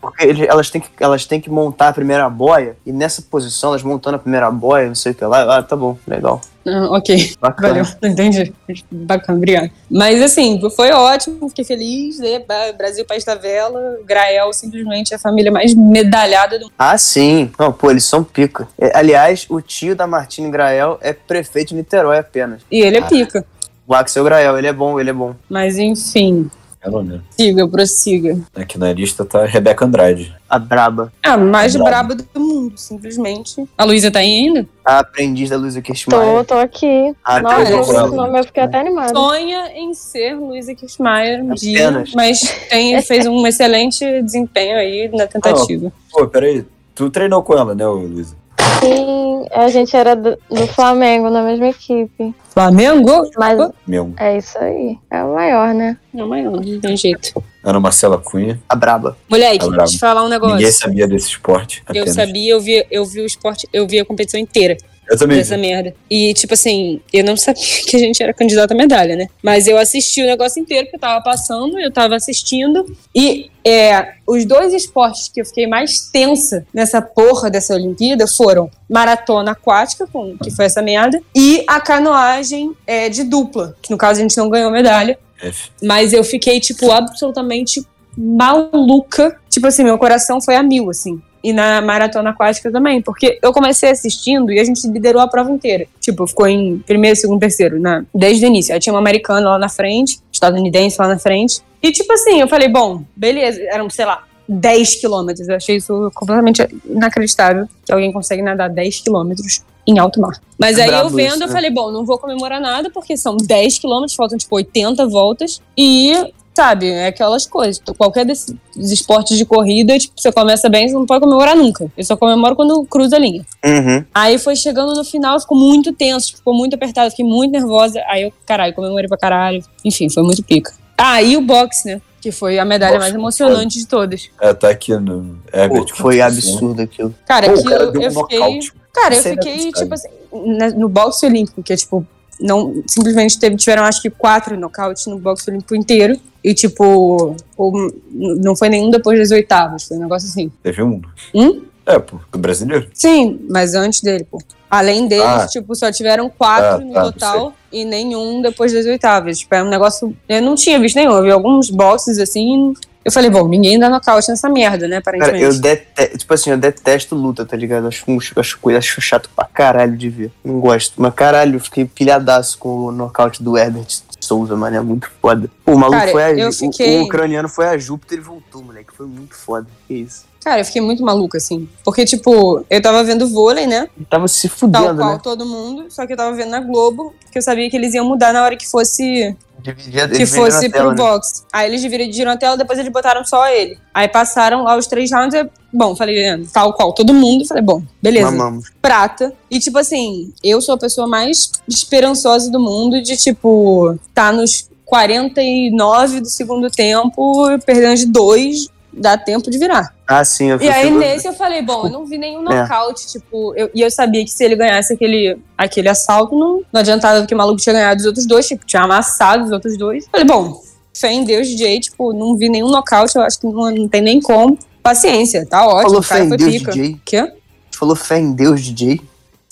S3: porque ele- elas, têm que, elas têm que montar a primeira boia, e nessa posição, elas montando a primeira boia, não sei o que lá, eu, ah, tá bom, legal.
S2: Ah, ok,
S3: Bacana.
S2: valeu, entendi. Bacana, obrigada. Mas assim, foi ótimo, fiquei feliz, né? Ba- Brasil, país da vela, Grael simplesmente é a família mais medalhada do mundo.
S3: Ah, sim. Não, pô, eles são pica. É, aliás, o tio da Martine Grael é prefeito de Niterói apenas.
S2: E ele é pica.
S3: O Axel Grael, ele é bom, ele é bom.
S2: Mas enfim,
S1: Eu não lembro.
S2: siga, prossiga.
S1: Aqui na lista tá Rebeca Andrade.
S3: A braba.
S2: A
S3: É
S2: mais
S1: Brabo.
S2: braba do mundo, simplesmente. A Luísa tá aí ainda?
S3: A aprendiz da Luísa
S4: Tô,
S3: Kirchmeier.
S4: tô aqui.
S3: A
S4: Nossa,
S1: eu
S4: eu vi
S1: vou-
S4: esse nome, eu fiquei até animada.
S2: Sonha em ser Luísa Kirchmeier um dia,
S3: Apenas.
S2: mas tem, fez um excelente desempenho aí na tentativa.
S3: Ah,
S1: Pô, peraí. Tu treinou com ela, né, ô, Luísa?
S4: Sim, a gente era do, do Flamengo, na mesma equipe.
S2: Flamengo?
S4: Mas
S1: Meu.
S4: é isso aí. É o maior, né?
S2: Não, mas não, não tem jeito.
S1: Ana Marcela Cunha.
S3: A braba.
S2: Mulher,
S1: Tá
S2: deixa eu
S1: bravo.
S2: te falar um negócio.
S1: Ninguém sabia desse esporte.
S2: Eu
S1: apenas.
S2: sabia, eu vi, eu vi o esporte, eu vi a competição inteira
S1: Eu também.
S2: dessa merda. E, tipo assim, eu não sabia que a gente era candidato à medalha, né? Mas eu assisti o negócio inteiro, porque eu tava passando, eu tava assistindo. E é, os dois esportes que eu fiquei mais tensa nessa porra dessa Olimpíada foram maratona aquática, com, que foi essa merda, e a canoagem é, de dupla, que no caso a gente não ganhou medalha.
S1: F.
S2: Mas eu fiquei, tipo, absolutamente maluca. Tipo assim, meu coração foi a mil, assim. E na maratona aquática também, porque eu comecei assistindo e a gente liderou a prova inteira. Tipo, ficou em primeiro, segundo, terceiro, né? desde o início. Aí tinha uma americana lá na frente, estadunidense lá na frente. E tipo assim, eu falei, bom, beleza, eram, sei lá, 10 quilômetros. Eu achei isso completamente inacreditável que alguém consegue nadar 10 quilômetros em alto mar. Mas
S3: É
S2: aí eu
S3: brabo
S2: vendo,
S3: isso,
S2: eu
S3: né?
S2: falei, bom, não vou comemorar nada, porque são 10 quilômetros, faltam tipo 80 voltas. E, sabe, é aquelas coisas. Tu- Qualquer desses esportes de corrida, tipo, você começa bem, você não pode comemorar nunca. Eu só comemoro quando cruza a linha.
S3: Uhum.
S2: Aí foi chegando no final, ficou muito tenso, tipo, ficou muito apertado, fiquei muito nervosa. Aí eu, caralho, comemorei pra caralho. Enfim, foi muito pica. Ah, e o boxe, né? Que foi a medalha
S1: Boxe,
S2: mais emocionante de todas.
S1: É, tá aqui no. É,
S3: Pô,
S1: Beto,
S3: foi
S1: assim.
S3: absurdo aquilo.
S2: Cara,
S1: Pô,
S2: que
S1: o cara
S2: eu,
S1: deu um
S2: eu fiquei.
S1: nocaute.
S2: Cara, eu
S1: Isso é
S2: fiquei,
S1: inacreditável.
S2: tipo assim, na- no boxe olímpico, que é tipo não simplesmente teve, tiveram acho que quatro nocautes no boxe olímpico inteiro. E, tipo, o- não foi nenhum depois das oitavas, foi um negócio assim.
S1: Teve um.
S2: Hum?
S1: É, pô, do brasileiro.
S2: Sim, mas antes dele, pô. Além deles,
S1: Ah.
S2: tipo, só tiveram quatro
S1: Ah,
S2: no
S1: tá,
S2: total e nenhum depois das oitavas. Tipo, é um negócio. Eu não tinha visto nenhum. Eu vi alguns boxes assim. Eu falei, bom, ninguém dá nocaute nessa merda, né?
S3: Cara,
S2: Aparentemente.
S3: eu detesto. Tipo assim, eu detesto luta, tá ligado? Acho, um- acho, coisa- acho chato pra caralho de ver. Não gosto. Mas caralho, eu fiquei pilhadaço com o nocaute do Herbert Souza, mano. É muito foda. O maluco
S2: Cara,
S3: foi a.
S2: eu
S3: o-
S2: fiquei-
S3: O, ucraniano foi a Júpiter e voltou, moleque. Foi muito foda. Que isso.
S2: Cara, eu fiquei muito maluca, assim. Porque, tipo, eu tava vendo vôlei, né?
S3: Ele tava se
S2: Tal
S3: fudendo,
S2: qual
S3: né?
S2: todo mundo. Só que eu tava vendo na Globo, que eu sabia que eles iam mudar na hora que fosse
S3: Dividia,
S2: que fosse
S3: né?
S2: pro box. Aí eles dividiram a tela, depois eles botaram só ele. Aí passaram lá os três rounds. e- Bom, falei, "Hum, tal qual todo mundo. Falei, bom, beleza
S3: Mamamos.
S2: prata. E, tipo assim, eu sou a pessoa mais esperançosa do mundo de, tipo, tá nos 49 do segundo tempo, perdendo de dois, dá tempo de virar.
S3: Ah, sim. Eu
S2: E aí,
S3: eu-
S2: nesse, eu falei, bom, eu não vi nenhum
S3: É.
S2: nocaute, tipo, eu- e eu sabia que se ele ganhasse aquele, aquele assalto, não, não adiantava que o maluco tinha ganhado os outros dois, tipo, tinha amassado os outros dois. Falei, bom, fé em Deus, DJ, tipo, não vi nenhum nocaute, eu acho que não, não tem nem como. Paciência, tá ótimo,
S3: Falou
S2: o
S3: fé
S2: cara
S3: em
S2: foi
S3: Deus,
S2: pica.
S3: DJ.
S2: Quê?
S3: Falou fé em Deus, DJ.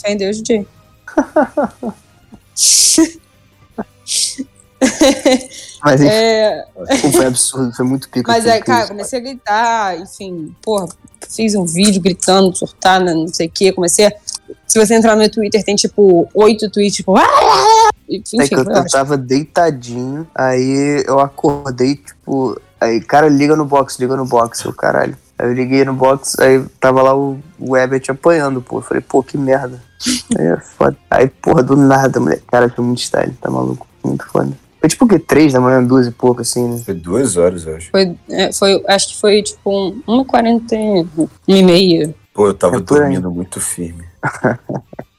S2: Fé em Deus, DJ.
S3: Mas enfim,
S2: É,
S3: foi absurdo. Foi muito pico.
S2: mas
S3: aquilo
S2: aí,
S3: que
S2: cara,
S3: isso.
S2: comecei a gritar, enfim, porra, fiz um vídeo gritando, surtada, não sei o quê, comecei a... Se você entrar no meu Twitter, tem, tipo, oito tweets, tipo... "Ah!" Enfim,
S3: É que eu,
S2: foi
S3: eu
S2: ótimo.
S3: tava deitadinho, aí eu acordei, tipo, aí, cara, liga no box, liga no box, eu caralho. Aí eu liguei no box, aí tava lá o, o Ebert apanhando, pô. Eu falei, pô, que merda. Aí é foda. Aí, porra, do nada, moleque. Cara, foi muito style, tá maluco? Muito foda. Foi tipo o quê? Três da manhã, duas e pouco, assim, né?
S1: Foi duas horas, eu acho.
S2: Foi, é, foi- acho que foi, tipo, um, uma quarenta e e meia.
S1: Pô, eu tava
S3: É por aí.
S1: dormindo muito firme.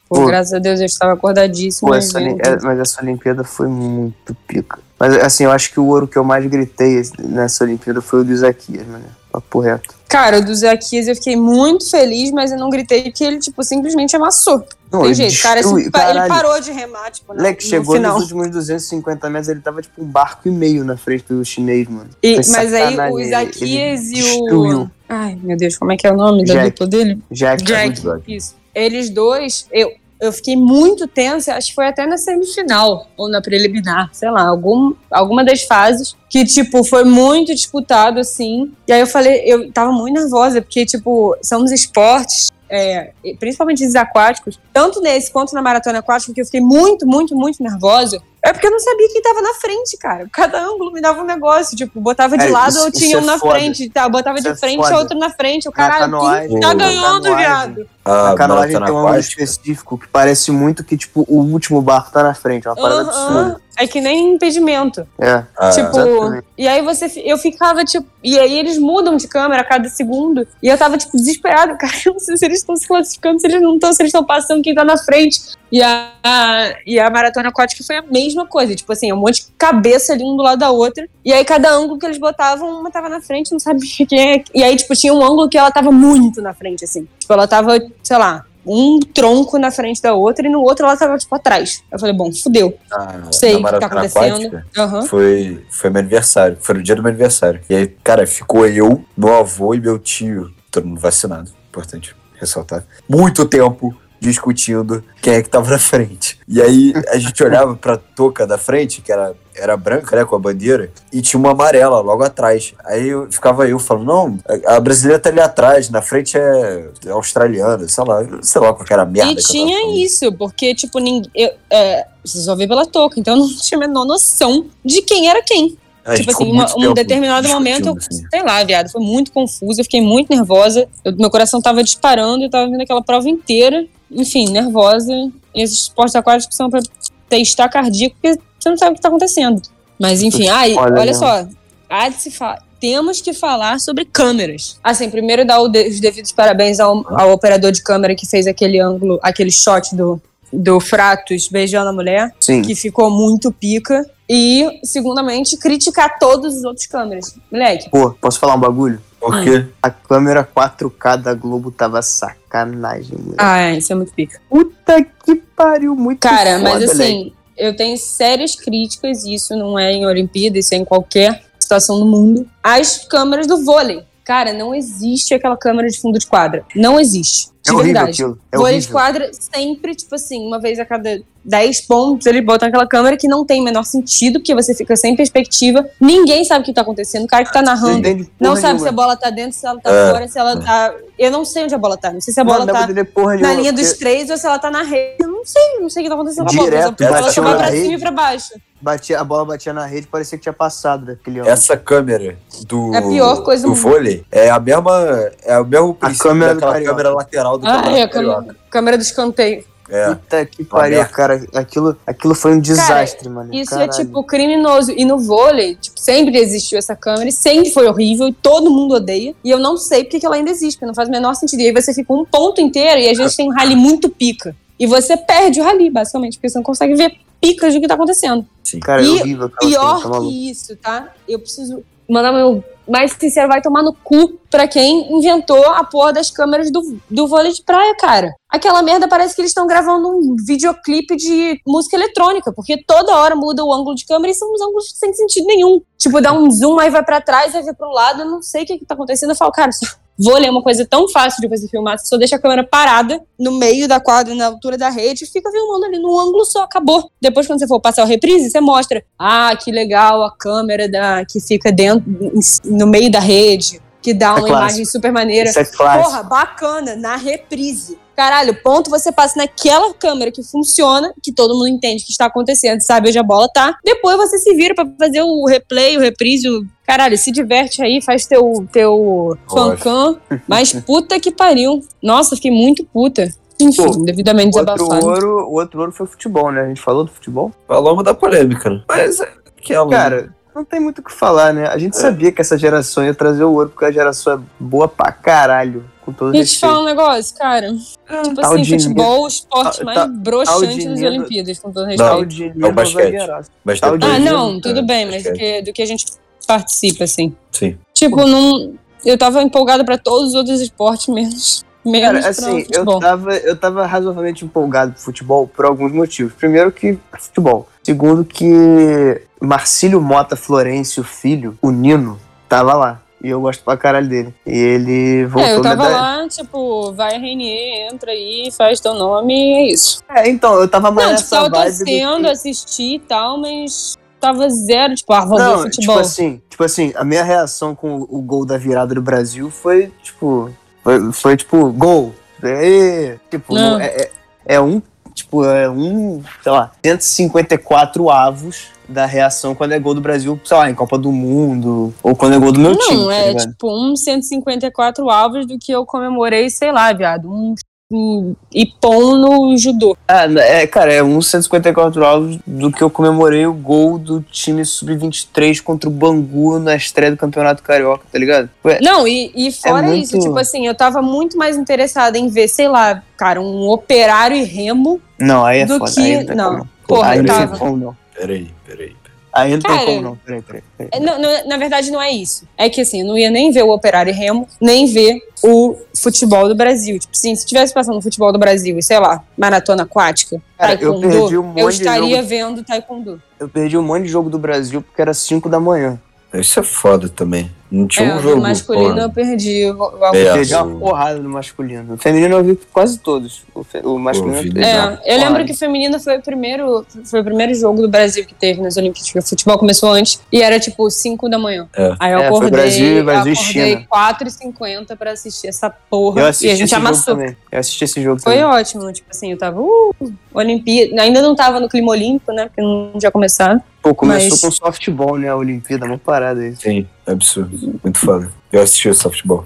S2: Pô,
S3: Pô.
S2: graças a Deus, eu estava acordadíssima.
S3: Pô, essa
S2: vendo.
S3: Oli- é- mas essa Olimpíada foi muito pica. Mas, assim, eu acho que o ouro que eu mais gritei nessa Olimpíada foi o do Isaquias, mano. Papo reto.
S2: Cara, o do Zaquias, eu fiquei muito feliz, mas eu não gritei, porque ele, tipo, simplesmente amassou.
S3: Não,
S2: Tem jeito, cara,
S3: destruiu,
S2: esse- ele
S3: caralho.
S2: parou de remar, tipo, no,
S3: Leque
S2: no
S3: chegou
S2: final.
S3: nos últimos 250 metros, ele tava tipo um barco e meio na frente do chinês, mano.
S2: E-
S3: Foi
S2: mas aí o
S3: sacanagem,
S2: Isaquias
S3: ele
S2: e o.
S3: destruiu.
S2: Ai, meu Deus, como é que é o nome da
S3: Jack.
S2: dupla dele?
S3: Jack, tá
S2: Jack.
S3: Woodward.
S2: Isso. Eles dois, eu, eu fiquei muito tensa, acho que foi até na semifinal ou na preliminar, sei lá, algum, alguma das fases, que, tipo, foi muito disputado, assim. E aí eu falei, eu tava muito nervosa, porque, tipo, são os esportes. é, e principalmente esses aquáticos, tanto nesse quanto na maratona aquática, que eu fiquei muito, muito, muito nervosa. É porque eu não sabia quem tava na frente, cara. Cada ângulo me dava um negócio. Tipo, botava de
S3: É,
S2: lado,
S3: isso-
S2: eu
S3: isso
S2: tinha
S3: é
S2: um na
S3: foda.
S2: frente, tá? Botava
S3: Isso
S2: de
S3: é
S2: frente,
S3: foda.
S2: outro na frente. O
S3: Na
S2: caralho,
S3: canoagem,
S2: quem tá
S1: na
S2: ganhando,
S3: canoagem.
S2: viado?
S1: A
S3: A canoagem
S1: Ah, maratona
S3: tem um ângulo
S1: aquática.
S3: específico que parece muito que, tipo, o último barco tá na frente. É uma parada
S2: Aham.
S3: absurda.
S2: É que nem impedimento.
S3: É.
S1: Ah,
S2: tipo,
S3: exatamente.
S2: e aí você fi- eu ficava, tipo, e aí eles mudam de câmera a cada segundo. E eu tava, tipo, desesperado, cara. Eu não sei se eles estão se classificando, se eles não estão, se eles estão passando quem tá na frente. E a, a- e a maratona aquática foi a mesma coisa. Tipo assim, um monte de cabeça ali um do lado da outra. E aí cada ângulo que eles botavam, uma tava na frente, não sabia quem é. E aí, tipo, tinha um ângulo que ela tava muito na frente, assim. Tipo, ela tava, sei lá. Um tronco na frente da outra e no outro ela tava, tipo, atrás. Eu falei, bom, fudeu.
S1: na,
S2: sei o
S1: na
S2: que tá
S1: maratona
S2: acontecendo.
S1: aquática.
S2: Aham.
S1: Foi, foi meu aniversário. Foi no dia do meu aniversário. E aí, cara, ficou eu, meu avô e meu tio. Todo mundo vacinado. Importante ressaltar. Muito tempo discutindo quem é que tava na frente. E aí a gente olhava pra touca da frente, que era, era branca, né, com a bandeira, e tinha uma amarela logo atrás. Aí eu, ficava eu falando, não, a, a brasileira tá ali atrás, na frente é australiana, sei lá, sei lá qual que era a merda.
S2: E
S1: que eu tava
S2: tinha
S1: falando.
S2: isso, porque, tipo, ninguém. Eu, é, você só vê pela touca, então eu não tinha a menor noção de quem era quem.
S1: A gente
S2: tipo assim,
S1: ficou
S2: uma-
S1: muito
S2: um
S1: tempo
S2: determinado
S1: discutindo,
S2: momento, eu-
S1: assim.
S2: sei lá, viado, foi muito confuso, eu fiquei muito nervosa. eu- meu coração tava disparando, eu tava vendo aquela prova inteira, enfim, nervosa. E esses esportes aquáticos são pra testar cardíaco, porque você não sabe o que tá acontecendo. Mas enfim, ai,
S3: Olha,
S2: olha
S3: não.
S2: só, há de se falar. Temos que falar sobre câmeras. Assim, primeiro dar o de- os devidos parabéns ao, ao operador de câmera que fez aquele ângulo, aquele shot do, do Fratos beijando a mulher
S3: Sim.
S2: que ficou muito pica. E, segundamente, criticar todos os outros câmeras. Moleque,
S3: Pô, posso falar um bagulho?
S1: Por
S2: ah.
S1: quê?
S3: A câmera 4K da Globo tava sacanagem, moleque.
S2: ah, é, isso é muito pica.
S3: Puta que pariu, muito
S2: Cara,
S3: foda, né?
S2: mas
S3: moleque.
S2: assim, eu tenho sérias críticas, e isso não é em Olimpíada, isso é em qualquer situação do mundo, às câmeras do vôlei. Cara, não existe aquela câmera de fundo de quadra. Não existe. De
S3: É horrível
S2: verdade.
S3: aquilo. É
S2: vôlei de
S3: horrível.
S2: quadra sempre, tipo assim, uma vez a cada 10 pontos, eles botam aquela câmera que não tem o menor sentido, porque você fica sem perspectiva, ninguém sabe o que tá acontecendo, o cara que tá
S3: Não
S2: narrando
S3: entende
S2: não sabe
S3: porra
S2: se a
S3: nenhuma. é.
S2: bola tá dentro, se ela tá
S1: É.
S2: fora, se ela tá. Eu não sei onde a bola tá, não sei se a bola
S3: Não dá pra
S2: tá
S3: entender porra
S2: na
S3: nenhuma,
S2: linha dos
S3: porque
S2: três ou se ela tá na rede. Eu não sei, não sei o que tá acontecendo com a bola.
S3: Direto,
S2: mas a bola só
S1: batia
S2: vai
S1: na
S2: pra cima
S3: rede.
S2: e pra baixo.
S3: batia, a bola batia na rede, parecia que tinha passado daquele ângulo.
S1: Essa câmera do,
S2: Então, É a pior coisa
S1: do
S2: do mundo.
S1: vôlei é a mesma. É o mesmo princípio
S3: câmera do
S1: daquela
S3: Carioca.
S1: câmera lateral do
S2: Ah, é, a
S1: Campeonato
S2: câmera, câmera do escanteio.
S1: Carioca. É.
S3: Puta que pariu,
S1: merda.
S3: cara. Aquilo, aquilo foi um desastre, mano.
S2: Isso
S3: Caralho.
S2: é tipo criminoso. E no vôlei, tipo, sempre existiu essa câmera e sempre foi horrível e todo mundo odeia. E eu não sei porque que ela ainda existe, porque não faz o menor sentido. E aí você fica um ponto inteiro e a gente tem um rally muito pica. E você perde o rally, basicamente, porque você não consegue ver picas do que tá acontecendo.
S3: Cara,
S2: E
S3: é horrível aquela
S2: Pior
S3: cena, tá maluco?
S2: que isso, tá? Eu preciso mandar meu mais sincero vai tomar no cu pra quem inventou a porra das câmeras do, do vôlei de praia, cara. Aquela merda parece que eles estão gravando um videoclipe de música eletrônica, porque toda hora muda o ângulo de câmera e são uns ângulos sem sentido nenhum. Tipo, dá um zoom, aí vai pra trás, aí vai pro lado, eu não sei o que, que tá acontecendo. Eu falo, cara, isso- vôlei é uma coisa tão fácil de você filmar, você só deixa a câmera parada no meio da quadra, na altura da rede, e fica filmando ali num ângulo só, acabou. Depois, quando você for passar o reprise, você mostra. Ah, que legal a câmera da, que fica dentro, em- no meio da rede, que dá uma
S3: clássico.
S2: imagem super maneira.
S3: Isso é clássico.
S2: Porra, bacana, na reprise. Caralho, ponto você passa naquela câmera que funciona, que todo mundo entende o que está acontecendo, sabe onde a bola tá. Depois você se vira pra fazer o replay, o reprise, o... caralho, se diverte aí, faz teu teu fancam. Mas puta que pariu. Nossa, fiquei muito puta. Enfim,
S3: Pô,
S2: devidamente
S3: Outro
S2: desabafado.
S3: ouro, o outro ouro foi futebol, né? A gente falou do futebol?
S1: Falamos da polêmica, né? Mas é aquela.
S3: Cara, não tem muito o que falar, né? A gente
S1: É.
S3: sabia que essa geração ia trazer o ouro, porque a geração é boa pra caralho, com todo
S2: Deixa eu te
S3: respeito.
S2: falar um negócio, cara. Tipo
S3: tal
S2: assim,
S3: de
S2: futebol, o esporte
S3: tal-
S2: mais
S3: tal-
S2: broxante
S3: de
S2: das
S3: medo-
S2: Olimpíadas, com todo
S3: Tal
S2: respeito.
S3: de
S1: É o basquete.
S3: zagueiraço.
S1: mas
S3: tal de-
S1: depois-
S2: Ah, não,
S1: É,
S2: tudo bem, mas do
S1: basquete.
S2: que, do que a gente participa, assim.
S1: Sim.
S2: Tipo, não. Eu tava empolgada pra todos os outros esportes, menos. Menos
S3: Cara,
S2: pra
S3: assim, eu
S2: futebol.
S3: tava, eu tava razoavelmente empolgado pro futebol por alguns motivos. Primeiro que futebol. Segundo que Marcílio Mota Florencio Filho, o Nino, tava lá. E eu gosto pra caralho dele. E ele voltou
S2: É, eu tava
S3: medalha.
S2: lá, tipo, vai Renier, entra aí, faz teu nome e é isso.
S3: É, então, eu tava mais
S2: não, tipo,
S3: nessa
S2: tava
S3: vibe do
S2: torcendo,
S3: que-
S2: assisti e tal, mas tava zero, tipo, ah, vou ver
S3: Não, tipo
S2: futebol.
S3: assim, tipo assim, a minha reação com o gol da virada do Brasil foi, tipo, foi, foi, tipo, gol. É, tipo,
S2: Não.
S3: não- é, é- é um, tipo, é um, sei lá, 154 avos da reação quando é gol do Brasil, sei lá, em Copa do Mundo, ou quando é gol do meu time.
S2: não,
S3: tá
S2: é
S3: ligado?
S2: tipo um 154 alvos do que eu comemorei, sei lá, viado, um, um ipom no judô.
S3: Ah, é, cara, é uns 154 alvos do que eu comemorei o gol do time sub-23 contra o Bangu na estreia do Campeonato Carioca, tá ligado? Ué,
S2: Não, e, e fora
S3: É muito-
S2: isso, tipo assim, eu tava muito mais interessada em ver, sei lá, cara, um operário e remo
S3: Não, aí é
S2: do
S3: foda.
S2: que-
S3: Aí tem
S2: não.
S3: como
S2: Porra, tá.
S3: aí não
S1: tava.
S3: tem como não.
S1: Peraí, peraí.
S3: Aí não tem
S2: Cara.
S3: como não. Peraí, peraí. peraí.
S2: É, não, não, na verdade, não é isso. É que assim, eu não ia nem ver o Operário e Remo, nem ver o futebol do Brasil. Tipo assim, se tivesse passando o futebol do Brasil, e, sei lá, maratona aquática,
S3: Cara, eu
S2: taekwondo,
S3: perdi um monte
S2: eu
S3: de
S2: estaria
S3: jogo.
S2: vendo taekwondo.
S3: Eu perdi um monte de jogo do Brasil porque era 5 da manhã.
S1: Isso é foda também. Não tinha
S2: é,
S1: um
S2: no
S1: jogo.
S2: masculino
S1: porra.
S2: eu perdi o, o
S1: É.
S3: Perdi
S1: o-
S3: uma porrada no masculino. O feminino eu vi quase todos. O, fe- o masculino
S1: vi,
S3: eu
S1: né?
S3: perdi.
S2: É,
S1: Exato.
S2: eu lembro
S3: Claro.
S2: que o feminino foi o primeiro, foi o primeiro jogo do Brasil que teve nas Olimpíadas. O futebol começou antes e era tipo 5 da manhã.
S1: É.
S2: Aí eu
S3: É, foi
S2: acordei,
S3: Brasil e Brasil
S2: acordei
S3: e China.
S2: 4h50 pra assistir essa porra.
S3: Eu assisti
S2: e a gente
S3: esse jogo
S2: amassou.
S3: também. Eu assisti esse jogo
S2: Foi
S3: também.
S2: ótimo, tipo assim, eu tava, uh, Olimpíada, ainda não tava no clima olímpico, né, porque não tinha começado.
S3: Pô, começou
S2: mas-
S3: com softball, né? A Olimpíada, uma parada isso.
S1: Sim, é absurdo. Muito foda. Eu assisti o softball.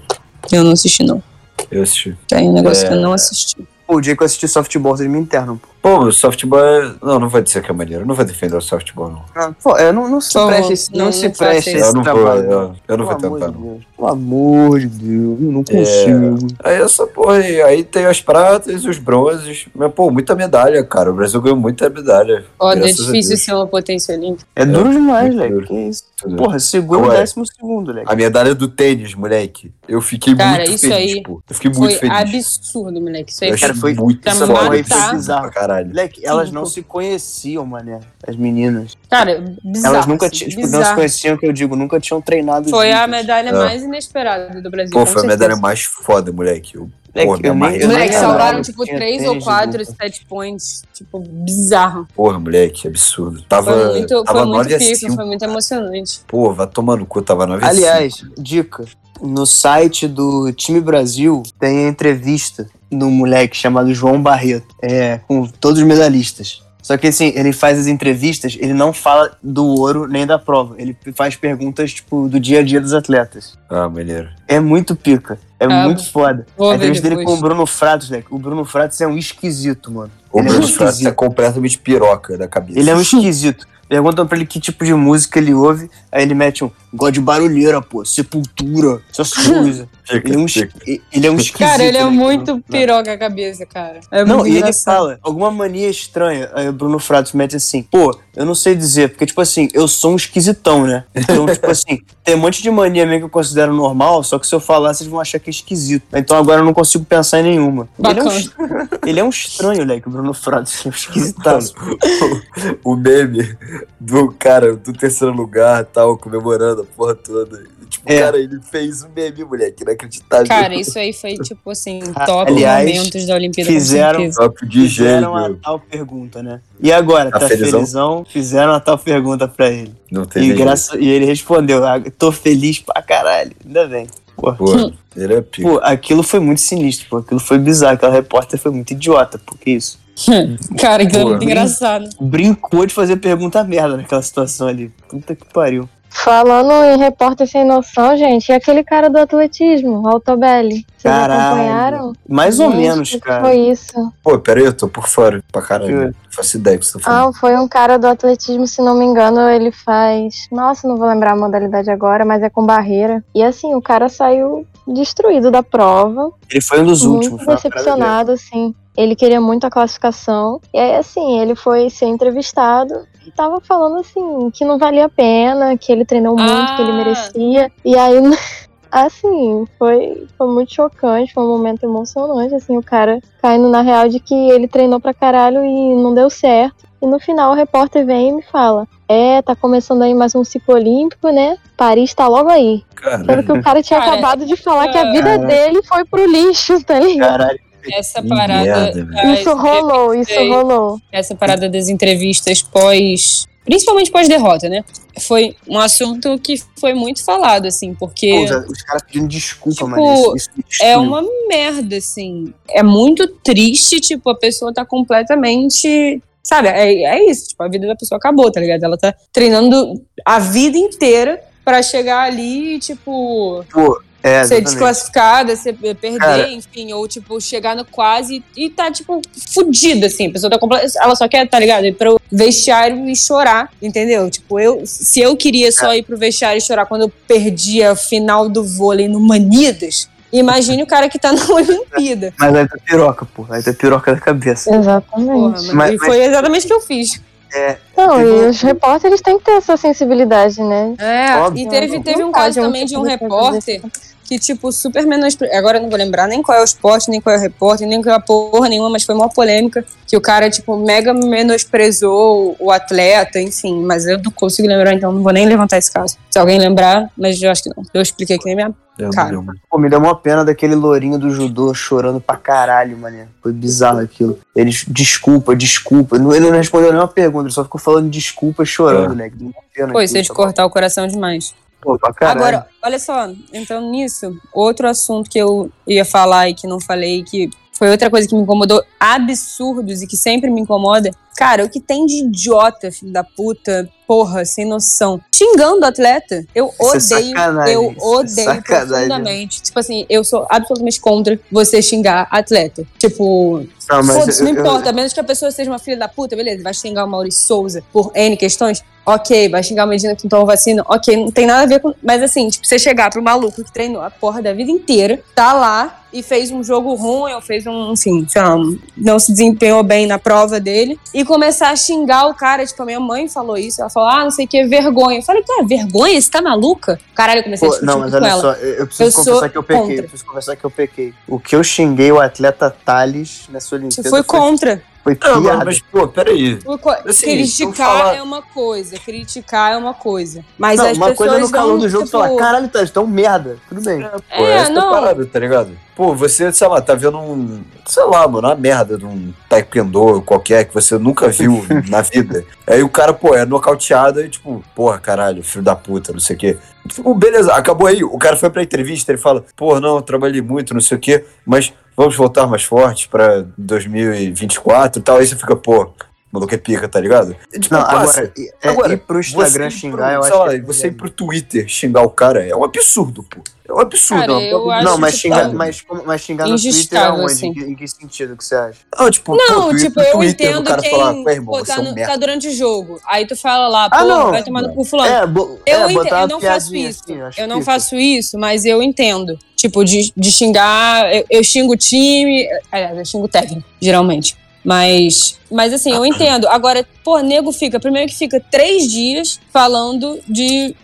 S2: Eu não assisti, não.
S1: Eu assisti.
S2: Tem um negócio
S1: É.
S2: que eu não assisti.
S3: Pô, o dia que eu assisti softball, eles me internam. Pô,
S1: Pô, o softball é... Não, não vou dizer que é maneiro. Eu não vou defender o softball, não.
S3: Ah, pô, eu não, não se
S2: Pô,
S3: preste, esse- não
S2: não,
S3: se
S2: não faça
S3: preste a
S2: isso.
S1: Eu
S3: esse
S1: não vou,
S3: trabalho.
S1: eu, eu não vou
S3: Pelo
S1: tentar,
S3: amor de
S1: não. É.
S3: Deus. Pelo amor de Deus, eu não consigo.
S1: Aí essa porra aí, aí tem as pratas, os bronzes. Mas, pô, muita medalha, cara. O Brasil ganhou muita medalha.
S2: Foda, é
S1: Graças a
S2: difícil
S1: Deus.
S2: ser uma potência olímpica.
S3: É duro demais,
S1: muito
S3: velho.
S1: duro. é?
S3: Que isso?
S1: Tudo.
S3: Porra, segundo,
S1: Agora-
S3: décimo segundo, velho.
S1: A medalha do tênis, moleque. Eu fiquei
S2: Cara,
S1: muito
S2: isso
S1: feliz,
S2: aí
S1: pô. Eu fiquei
S2: foi
S1: muito feliz.
S2: absurdo, moleque. Isso aí
S1: Eu achei
S2: foi
S3: Cara, foi-
S1: muito
S2: pra
S1: foda.
S2: matar.
S1: Foi bizarro pra Caralho.
S3: Moleque, elas
S2: um
S3: não se conheciam, mané. As meninas.
S2: Cara, bizarro.
S3: elas nunca
S2: assim,
S3: tinham. Tipo, não se
S2: bizarro.
S3: conheciam, que eu digo, nunca tinham treinado.
S2: Foi a
S3: juntas. Ah.
S2: medalha
S1: É.
S2: mais inesperada do Brasil.
S1: Pô,
S2: com
S1: foi a
S2: certeza.
S1: medalha mais foda, moleque. Eu,
S3: Moleque,
S1: Pô, me
S3: eu nem-
S1: amarrei.
S3: eu nem
S2: Moleque,
S1: Caralho,
S2: salvaram,
S3: lembrava
S2: tipo,
S3: que assim, tinha
S2: três ou
S3: tênis de
S2: quatro
S3: luta.
S2: set points. Tipo, bizarro.
S1: porra, moleque, absurdo. Tava,
S2: Foi muito,
S1: tava
S2: foi muito
S1: 9 a
S2: pico,
S1: 5.
S2: foi muito emocionante.
S1: Pô, vai tomar no cu, tava 9 a 5.
S3: Aliás, dica. No site do Time Brasil tem a entrevista de um moleque chamado João Barreto, é, com todos os medalhistas. Só que assim, ele faz as entrevistas, ele não fala do ouro nem da prova. Ele faz perguntas, tipo, do dia a dia dos atletas.
S1: Ah, maneiro.
S3: É muito pica. É
S2: Ah,
S3: muito foda.
S2: Vou
S3: a
S2: ver
S3: entrevista dele
S2: depois.
S3: com o Bruno Fratos, moleque. O Bruno Fratos é um esquisito, mano.
S1: O
S3: Ele é
S1: Bruno
S3: muito
S1: Frato tá
S3: esquisito.
S1: completamente piroca da cabeça.
S3: Ele é um esquisito. Perguntam pra ele que tipo de música ele ouve, aí ele mete um God de barulheira, pô, sepultura, essas coisas.
S1: Fica,
S3: Ele é um, es-
S1: fica.
S3: ele é um esquisito.
S2: Cara, ele é
S3: né?
S2: muito
S3: Não,
S2: piroca a cabeça, cara. É
S3: Não,
S2: muito
S3: e ele
S2: engraçado.
S3: fala alguma mania estranha. Aí o Bruno Fratos mete assim, pô, eu não sei dizer, porque, tipo assim, eu sou um esquisitão, né? Então, tipo assim, tem um monte de mania minha que eu considero normal, só que se eu falar, vocês vão achar que é esquisito. Então agora eu não consigo pensar em nenhuma. Ele é, um,
S2: Bacana.
S3: es- ele é um estranho, moleque, o Bruno Fratos. Ele é um esquisitaço.
S1: o meme do cara do terceiro lugar tal, comemorando a porra toda. E, tipo,
S3: É.
S1: cara, ele fez o meme, moleque, inacreditável.
S2: Cara, isso aí foi, tipo assim, top
S3: Aliás,
S2: momentos da Olimpíada.
S3: fizeram-
S2: com certeza.
S1: Top de
S3: Fizeram a
S1: gênio.
S3: tal pergunta, né? E agora,
S1: Tá
S3: tá,
S1: felizão?
S3: felizão? Fizeram a tal pergunta pra ele.
S1: Não tem
S3: E,
S1: nem
S3: graça- e ele respondeu: "Ah, tô feliz pra caralho. Ainda bem. Pô,
S1: Pô, ele é pico.
S3: pô, aquilo foi muito sinistro, pô. Aquilo foi bizarro. Aquela repórter foi muito idiota, pô. Que isso?
S2: Cara, que é muito
S1: Porra.
S2: engraçado.
S3: Brincou de fazer pergunta merda naquela situação ali. Puta que pariu.
S4: Falando em repórter sem noção, gente, e aquele cara do atletismo, Altobelli. Vocês
S3: Caralho.
S4: acompanharam?
S3: Mais ou
S4: Gente,
S3: menos,
S4: o que
S3: cara.
S4: Foi isso.
S1: Pô, pera aí, eu tô por fora pra caralho. Não faço ideia do que você tá falando.
S4: Ah, foi um cara do atletismo, se não me engano, ele faz. Nossa, não vou lembrar a modalidade agora, mas é com barreira. E assim, o cara saiu destruído da prova.
S3: Ele foi um dos últimos.
S4: muito
S3: foi uma parada dessa.
S4: decepcionado, assim. Ele queria muito a classificação. E aí, assim, ele foi ser entrevistado e tava falando, assim, que não valia a pena, que ele treinou muito, que ele
S2: Ah.
S4: merecia. E aí, assim, foi, foi muito chocante, foi um momento emocionante, assim, o cara caindo na real de que ele treinou pra caralho e não deu certo. E no final o repórter vem e me fala: É, tá começando aí mais um ciclo olímpico, né? Paris tá logo aí. Sendo
S1: Cara,
S4: que o cara tinha
S2: Cara,
S4: acabado de falar que a vida
S3: Caraca.
S4: dele foi pro lixo, tá ligado?
S3: Caralho.
S2: Essa
S1: Que
S2: parada.
S3: é.
S1: merda, velho.
S2: das
S4: Isso rolou, isso
S2: entrevistas-
S4: rolou.
S2: Essa parada das entrevistas pós. Principalmente pós-derrota, né? Foi um assunto que foi muito falado, assim, porque.
S3: Pô, já- os caras pedindo desculpa,
S2: Tipo,
S3: mano. Isso, isso me
S2: É
S3: destruiu.
S2: uma merda, assim. É muito triste, tipo, a pessoa tá completamente. Sabe, é, é isso, tipo, a vida da pessoa acabou, tá ligado? Ela tá treinando a vida inteira pra chegar ali e, tipo, ser
S3: É, exatamente.
S2: desclassificada, ser, eh, perder,
S3: Cara.
S2: enfim, ou, tipo, chegar no quase e tá, tipo, fudida, assim. A pessoa tá completa. Ela só quer, tá ligado? Ir pro vestiário e chorar, entendeu? Tipo, eu, se eu queria só
S3: É.
S2: ir pro vestiário e chorar quando eu perdi a final do vôlei no Manidas. Imagine o cara que tá na Olimpíada.
S3: Mas aí tá piroca, pô. Aí tá piroca da cabeça.
S2: Porra,
S4: Exatamente.
S2: mas,
S3: Mas-
S2: e foi exatamente o que eu fiz.
S4: Então,
S3: Teve
S4: e
S3: um-
S4: os repórteres têm que ter essa sensibilidade, né?
S2: É,
S3: Óbvio.
S2: e teve, teve um caso também de um repórter que, tipo, super menos. Agora eu não vou lembrar nem qual é o esporte, nem qual é o repórter, nem qual é a porra nenhuma, mas foi uma polêmica que o cara, tipo, mega menosprezou o atleta, enfim. Mas eu não consigo lembrar, então não vou nem levantar esse caso. Se alguém lembrar, mas eu acho que não. Eu expliquei que nem minha.
S1: eu não
S2: cara.
S1: lembro.
S3: Pô, me deu uma pena daquele lourinho do judô chorando pra caralho, mané. Foi bizarro aquilo. Ele, desculpa, desculpa. Não- Ele não respondeu nenhuma pergunta, ele só ficou falando desculpa e chorando, né? Que deu uma pena.
S2: Pô,
S3: aquilo,
S2: isso é de
S3: tá
S2: cortar o coração demais.
S3: Pô, pra caralho.
S2: Agora, olha só, entrando nisso, outro assunto que eu ia falar e que não falei, que foi outra coisa que me incomodou, absurdos e que sempre me incomoda. Cara, o que tem de idiota, filho da puta, porra, sem noção, xingando o atleta, eu
S3: Isso é
S2: odeio.
S3: sacanagem,
S2: eu
S3: isso é
S2: odeio
S3: sacanagem.
S2: profundamente. Tipo assim, eu sou absolutamente contra você xingar atleta. Tipo,
S3: Não,
S2: Foda-se, não
S3: Ah, eu- eu-
S2: importa. A menos que a pessoa seja uma filha da puta, beleza. Vai xingar o Maurício Souza por N questões? Ok. Vai xingar o Medina que não tomou vacina? Ok. Não tem nada a ver com. Mas assim, tipo, você chegar pro maluco que treinou a porra da vida inteira, tá lá e fez um jogo ruim, ou fez um, enfim, sei lá, um- não se desempenhou bem na prova dele, e começar a xingar o cara. Tipo, a minha mãe falou isso. Ela falou, ah, não sei o que, vergonha. Eu falei, cara, vergonha? Você tá maluca? Caralho, eu comecei a
S3: Pô,
S2: discutir
S3: não,
S2: muito
S3: mas
S2: com
S3: olha
S2: ela.
S3: só, eu, eu preciso
S2: Eu sou
S3: confessar que eu pequei.
S2: contra.
S3: Eu preciso confessar que eu pequei. O que eu xinguei o atleta Thales nessa Olimpíada
S2: Você foi contra.
S3: Foi
S1: Ah,
S3: piada.
S1: mano, mas, pô, peraí.
S2: O co-
S1: Assim,
S2: criticar
S1: vamos falar-
S2: é uma coisa, criticar é uma coisa. Mas
S3: não,
S2: as
S3: uma
S2: pessoas
S3: coisa é no calor
S2: vão,
S3: do jogo
S2: tipo,
S3: falar, caralho, tá tão merda. Tudo bem.
S1: Pô,
S2: É,
S1: essa
S2: não.
S1: é a parada, tá ligado? Pô, você, sei lá, tá vendo um, sei lá, mano, uma merda de um taekwondo qualquer que você nunca viu na vida. Aí o cara, pô, é nocauteado e tipo, porra, caralho, filho da puta, não sei o quê. Tipo, beleza, acabou aí. O cara foi pra entrevista, ele fala, pô, não, eu trabalhei muito, não sei o quê, mas vamos voltar mais forte pra 2024 e tal. Aí você fica, pô, o maluco é pica, tá ligado? E, tipo,
S3: Não,
S1: passa.
S3: agora, e- é,
S1: agora,
S3: ir pro Instagram
S1: Você ir
S3: xingar,
S1: pro,
S3: eu acho
S1: sei lá,
S3: que é
S1: você ir pro Twitter xingar o cara é um absurdo, pô. É um absurdo.
S2: Cara,
S1: é um
S2: eu
S1: bagulho-
S2: acho
S3: Não, mas
S2: que
S3: xingar,
S2: tá
S3: mas, como- mas xingar no Twitter é
S2: injustável,
S3: onde?
S2: assim.
S3: Em que- Em que sentido que você acha?
S1: Não, tipo,
S2: Não,
S1: pô, tu ir
S2: tipo,
S1: pro
S2: eu
S1: Twitter, do
S2: entendo
S1: cara
S2: quem
S1: falar, "Ué, irmão,
S2: pô,
S1: você
S2: tá,
S1: é um
S2: no-
S1: merda.
S2: tá durante o jogo. Aí tu fala lá, pô,
S3: Ah, não.
S2: vai tomar no cu fulano.
S1: É,
S3: bo-
S2: Eu, ente-
S3: É, botar
S2: eu
S3: uma
S2: não faço
S3: piadinha
S2: isso.
S3: assim, acho
S2: eu não
S3: que-
S2: faço isso, mas eu entendo. Tipo, de, de xingar, eu, eu xingo o time. Aliás, eu xingo o técnico, geralmente. Mas, mas assim, eu entendo. Agora, pô, nego fica. Primeiro que fica três dias falando de.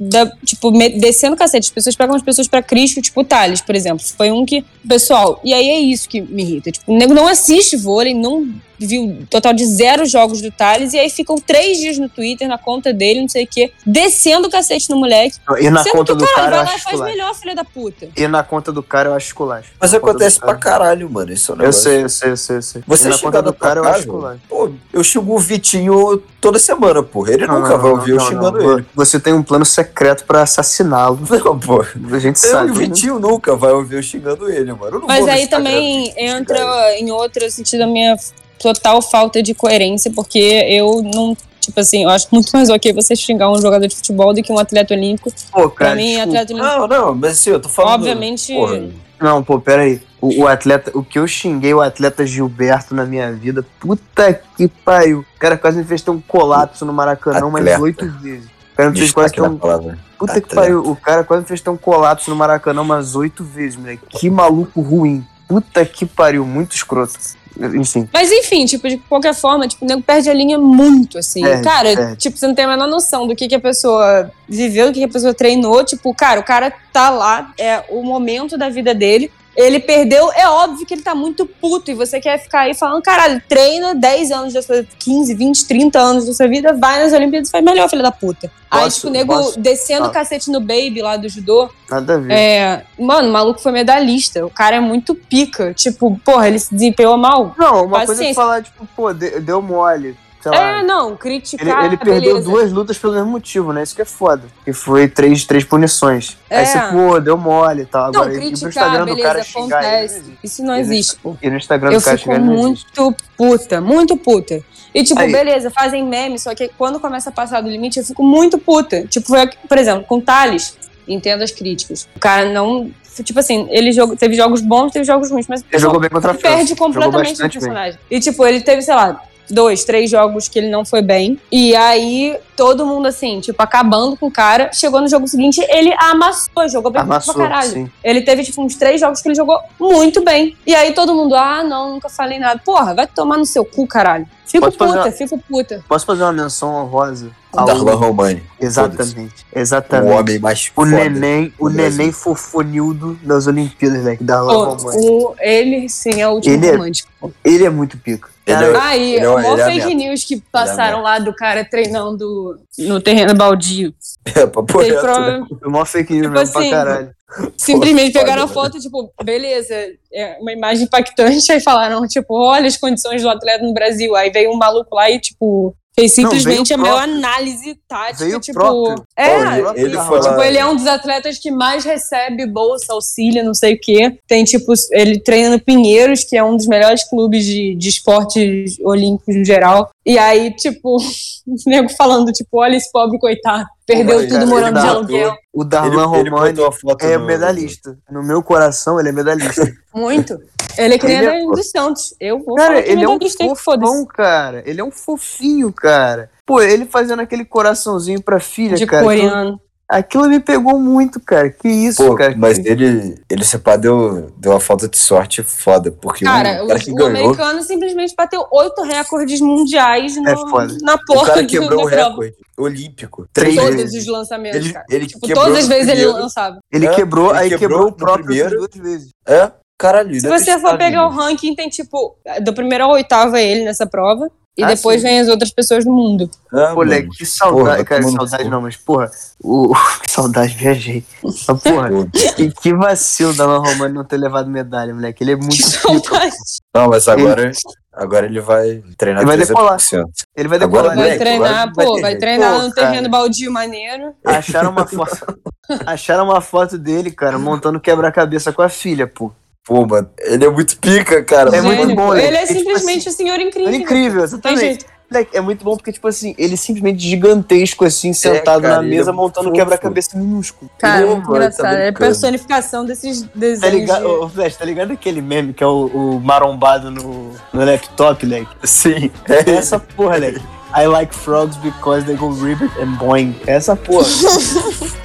S2: da- tipo, me- descendo o cacete. As pessoas pegam as pessoas pra Cristo, tipo o Thales, por exemplo. Foi um que. Pessoal, e aí é isso que me irrita. Tipo, o nego não assiste vôlei, não viu total de zero jogos do Thales, e aí ficam três dias no Twitter, na conta dele, não sei o quê, descendo o cacete no moleque.
S3: E na
S2: Sendo
S3: conta
S2: que,
S3: do
S2: cara,
S3: cara eu
S2: vai lá
S3: acho
S2: e faz
S3: esculacho.
S2: melhor, filha da puta.
S3: E na conta do cara eu acho esculacho.
S1: Mas
S3: Na conta do
S1: acontece
S3: cara.
S1: pra caralho, mano. Isso é um
S3: Eu
S1: negócio.
S3: sei, eu sei, eu sei, eu sei.
S1: Você
S3: e na
S1: xingar
S3: conta do
S1: na tua
S3: cara eu acho
S1: casa,
S3: esculacho.
S1: Pô, eu xingo o Vitinho toda semana, porra. Ele
S3: Não,
S1: nunca
S3: não,
S1: vai
S3: não,
S1: ouvir eu
S3: não,
S1: xingando
S3: não.
S1: ele.
S3: Você tem um plano secreto pra assassiná-lo.
S1: Não, pô.
S3: A gente
S1: Eu
S3: sabe. né?
S1: e o Vitinho nunca vai ouvir eu xingando ele, mano. Eu não
S2: Mas
S1: vou no
S2: aí
S1: Instagram
S2: também
S1: xingar ele.
S2: entra em outro sentido a minha total falta de coerência, porque eu não. Tipo assim, eu acho muito mais ok você xingar um jogador de futebol do que um atleta olímpico.
S3: Pô,
S2: Pra
S3: cara,
S2: mim,
S3: desculpa.
S2: atleta olímpico,
S1: Não, não, mas assim, eu tô falando.
S2: obviamente.
S1: Porra,
S3: Não, pô, pera aí. O, o atleta, o que eu xinguei o atleta Gilberto na minha vida, puta que pariu. O cara quase me fez ter um colapso no Maracanã mais
S1: Atleta.
S3: oito vezes. O cara me fez quase
S1: destaque
S3: ter
S2: tá
S3: um.
S1: na é palavra.
S3: Puta que
S1: Atleta.
S3: pariu. O cara quase me fez ter um colapso no Maracanã umas oito vezes, moleque. Que maluco ruim. Puta que pariu. Muito escroto. Enfim.
S2: Mas enfim, tipo, de qualquer forma, tipo, o nego perde a linha muito, assim.
S3: Perde,
S2: cara,
S3: perde.
S2: tipo, você não tem a menor noção do que, que a pessoa viveu, do que, que a pessoa treinou. Tipo, cara, o cara tá lá, é o momento da vida dele. Ele perdeu, é óbvio que ele tá muito puto e você quer ficar aí falando, caralho, treina 10 anos da sua 15, 20, 30 anos da sua vida, vai nas Olimpíadas e faz melhor, filho da puta. aí,
S3: Posso-
S2: tipo, o nego
S3: posso?
S2: descendo o
S3: Ah.
S2: cacete no baby lá do judô,
S3: Nada a ver.
S2: é, mano, o maluco foi medalhista, o cara é muito pica, tipo, porra, ele se desempenhou mal,
S3: Não, uma coisa é
S2: paciência.
S3: falar, tipo, pô, de- deu mole. Sei lá.
S2: assim, É, não,
S3: Ele,
S2: criticar,
S3: ele perdeu
S2: beleza.
S3: duas lutas pelo mesmo motivo, né? Isso que é foda. Que foi três, três punições.
S2: É.
S3: Aí você, pô, deu mole e tal.
S2: Não,
S3: Agora, ir pro
S2: criticar,
S3: Instagram do
S2: beleza,
S3: cara xingar ele. não
S2: acontece.
S3: existe.
S2: Isso não
S3: Ele-
S2: existe, pô.
S3: Ir no Instagram
S2: Eu
S3: do cara
S2: fico
S3: xingar ele não existe.
S2: muito puta, muito puta. E, tipo,
S3: Aí.
S2: beleza, fazem meme, só que quando começa a passar do limite, eu fico muito puta. Tipo, foi, por exemplo, com o Thales, entendo as críticas. O cara não. Tipo assim, ele jogou- teve jogos bons, teve jogos ruins, mas
S3: Ele jogou bem contra a França.
S2: perde
S3: Jogou
S2: completamente o
S3: bastante bem.
S2: personagem. E, tipo, ele teve, sei lá, dois, três jogos que ele não foi bem. E aí, todo mundo, assim, tipo, acabando com o cara. Chegou no jogo seguinte, ele amassou, jogou bem
S3: Amassou,
S2: pra caralho.
S3: sim.
S2: Ele teve, tipo, uns três jogos que ele jogou muito bem. E aí todo mundo, ah, não, nunca falei nada. Porra, vai tomar no seu cu, caralho. Fico
S3: Pode fazer
S2: puta,
S3: uma-
S2: fico puta.
S3: Posso fazer uma menção honrosa?
S1: O Darlan Romani,
S3: Exatamente.
S1: o
S3: Exatamente.
S1: homem mais
S3: O
S1: foda.
S3: neném, o
S1: do Brasil.
S3: neném fofonildo das Olimpíadas, né? Da
S2: Pô,
S3: Lava
S2: o- ele, sim, é o último
S3: Ele é-
S2: romântico.
S3: Ele é muito pica.
S1: Ele
S3: Cara,
S1: é-
S2: Aí,
S1: ele é-
S2: mó
S1: ele é a
S2: fake
S1: meta.
S2: news que
S1: a
S2: passaram lá do cara treinando no terreno baldio.
S1: É, papo
S2: Ele
S1: reto,
S2: prova-
S1: né?
S3: o maior fake news
S2: Tipo
S3: mesmo pra
S2: assim,
S3: caralho.
S2: Simplesmente
S1: Pô,
S2: pegaram a
S1: foda,
S2: foto, tipo, beleza, é uma imagem impactante, aí falaram, tipo, olha as condições do atleta no Brasil. Aí veio um maluco lá e, tipo, fez
S3: Não, veio
S2: simplesmente a
S3: próprio.
S2: maior análise tática,
S3: Veio
S2: tipo.
S3: próprio.
S2: É,
S1: Pô, ele- ele foi lá-
S2: tipo, ele é um dos atletas que mais recebe bolsa, auxílio, não sei o quê. Tem, tipo, ele treina no Pinheiros, que é um dos melhores clubes de, de esportes olímpicos no geral. E aí, tipo, o nego falando, tipo, olha esse pobre coitado, perdeu
S3: é,
S1: Mas,
S2: tudo
S1: cara,
S2: morando
S1: ele
S2: de
S1: dá-
S2: aluguel.
S3: O
S1: Ele,
S3: Darlan
S1: ele
S3: Romani
S1: botou uma foto
S3: é
S1: no-
S3: medalhista. No meu coração, ele é medalhista.
S2: Muito. Ele é que nem
S3: Ele
S2: a
S3: é-
S2: Daiane dos Santos. Eu vou
S3: Cara,
S2: falar que
S3: ele é um
S2: medalhista, hein, que foda-se.
S3: fofão, cara. Ele é um fofinho, cara. Pô, ele fazendo aquele coraçãozinho pra filha,
S2: De
S3: cara. é um Aquilo,
S2: coreano.
S3: aquilo me pegou muito, cara. Que isso,
S1: Pô,
S3: cara.
S1: mas
S3: Que-
S1: ele, ele se pá, deu, deu uma falta de sorte foda, porque
S2: Cara,
S1: o
S2: o,
S1: cara que
S2: o
S1: ganhou,
S2: americano simplesmente bateu oito recordes mundiais no-
S3: É foda.
S2: na
S1: o
S2: porta
S1: cara
S2: do-
S1: quebrou
S2: da
S1: o
S2: prova.
S1: recorde olímpico.
S3: Três
S1: Três
S2: Todos
S1: vezes.
S2: os lançamentos,
S1: Ele,
S2: cara.
S1: ele
S2: Tipo,
S1: quebrou
S2: todas as
S1: no
S2: vezes ele
S1: primeiro.
S2: lançava.
S3: ele
S1: é,
S3: quebrou,
S1: ele
S3: aí
S1: quebrou
S3: quebrou, o
S1: no
S3: próprio
S1: primeiro.
S3: duas vezes.
S1: É, Caralho,
S2: Se você for pegar o ranking, tem tipo, da primeira à oitava é ele nessa prova. E
S3: Ah,
S2: depois
S3: sim.
S2: vem as outras pessoas do mundo.
S1: Ah,
S3: Pô, Leg,
S1: mano.
S3: que saudade,
S1: porra, tá
S3: cara,
S1: tomando
S3: saudade
S1: cu.
S3: não, mas porra, o, que saudade, viajei. Mas, porra, e que vacilo da Lan Romano não ter levado medalha, moleque. Ele é muito.
S2: Que saudade.
S1: Não, mas agora, agora ele vai treinar
S3: Ele vai
S1: 300%.
S3: Ele vai
S1: Agora
S3: decolar,
S1: vai
S2: Vai
S1: Moleque,
S2: treinar,
S1: agora vai
S2: pô,
S1: ter
S2: vai
S1: jeito.
S2: treinar
S3: Pô,
S2: num
S3: cara.
S2: terreno baldio maneiro.
S3: Acharam uma foto. Acharam uma foto dele, cara, montando quebra-cabeça com a filha, pô.
S1: Pô, mano, ele é muito pica, cara.
S3: É muito
S2: Gênio,
S3: bom,
S2: pô.
S3: né?
S2: Ele é
S3: Porque, tipo
S2: simplesmente o senhor incrível.
S3: É incrível,
S2: Tem
S3: exatamente.
S2: jeito.
S3: Moleque, É muito bom porque, tipo assim, ele simplesmente gigantesco, assim, sentado
S1: É, cara,
S3: na
S1: ele
S3: mesa,
S1: é
S3: montando um
S1: fofo.
S3: quebra-cabeça minúsculo.
S2: Cara,
S1: Pô,
S2: muito
S1: mano,
S2: engraçado.
S1: tá
S2: é a
S1: brincando.
S2: personificação desses desenhos.
S3: Tá ligado,
S2: de-
S3: ô, ô, Flash, tá ligado aquele meme que é o, o marombado no, no laptop, moleque?
S1: Sim, é
S3: É essa porra, moleque. I like frogs because they go ribbit and boing. É essa porra.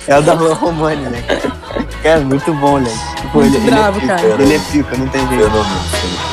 S3: é o da Lan Romani, né? Cara, muito bom, moleque. Tipo,
S2: Muito
S3: ele, ele
S2: bravo,
S3: é pica,
S2: cara.
S3: Ele é pica, não tem jeito.
S1: fenômeno.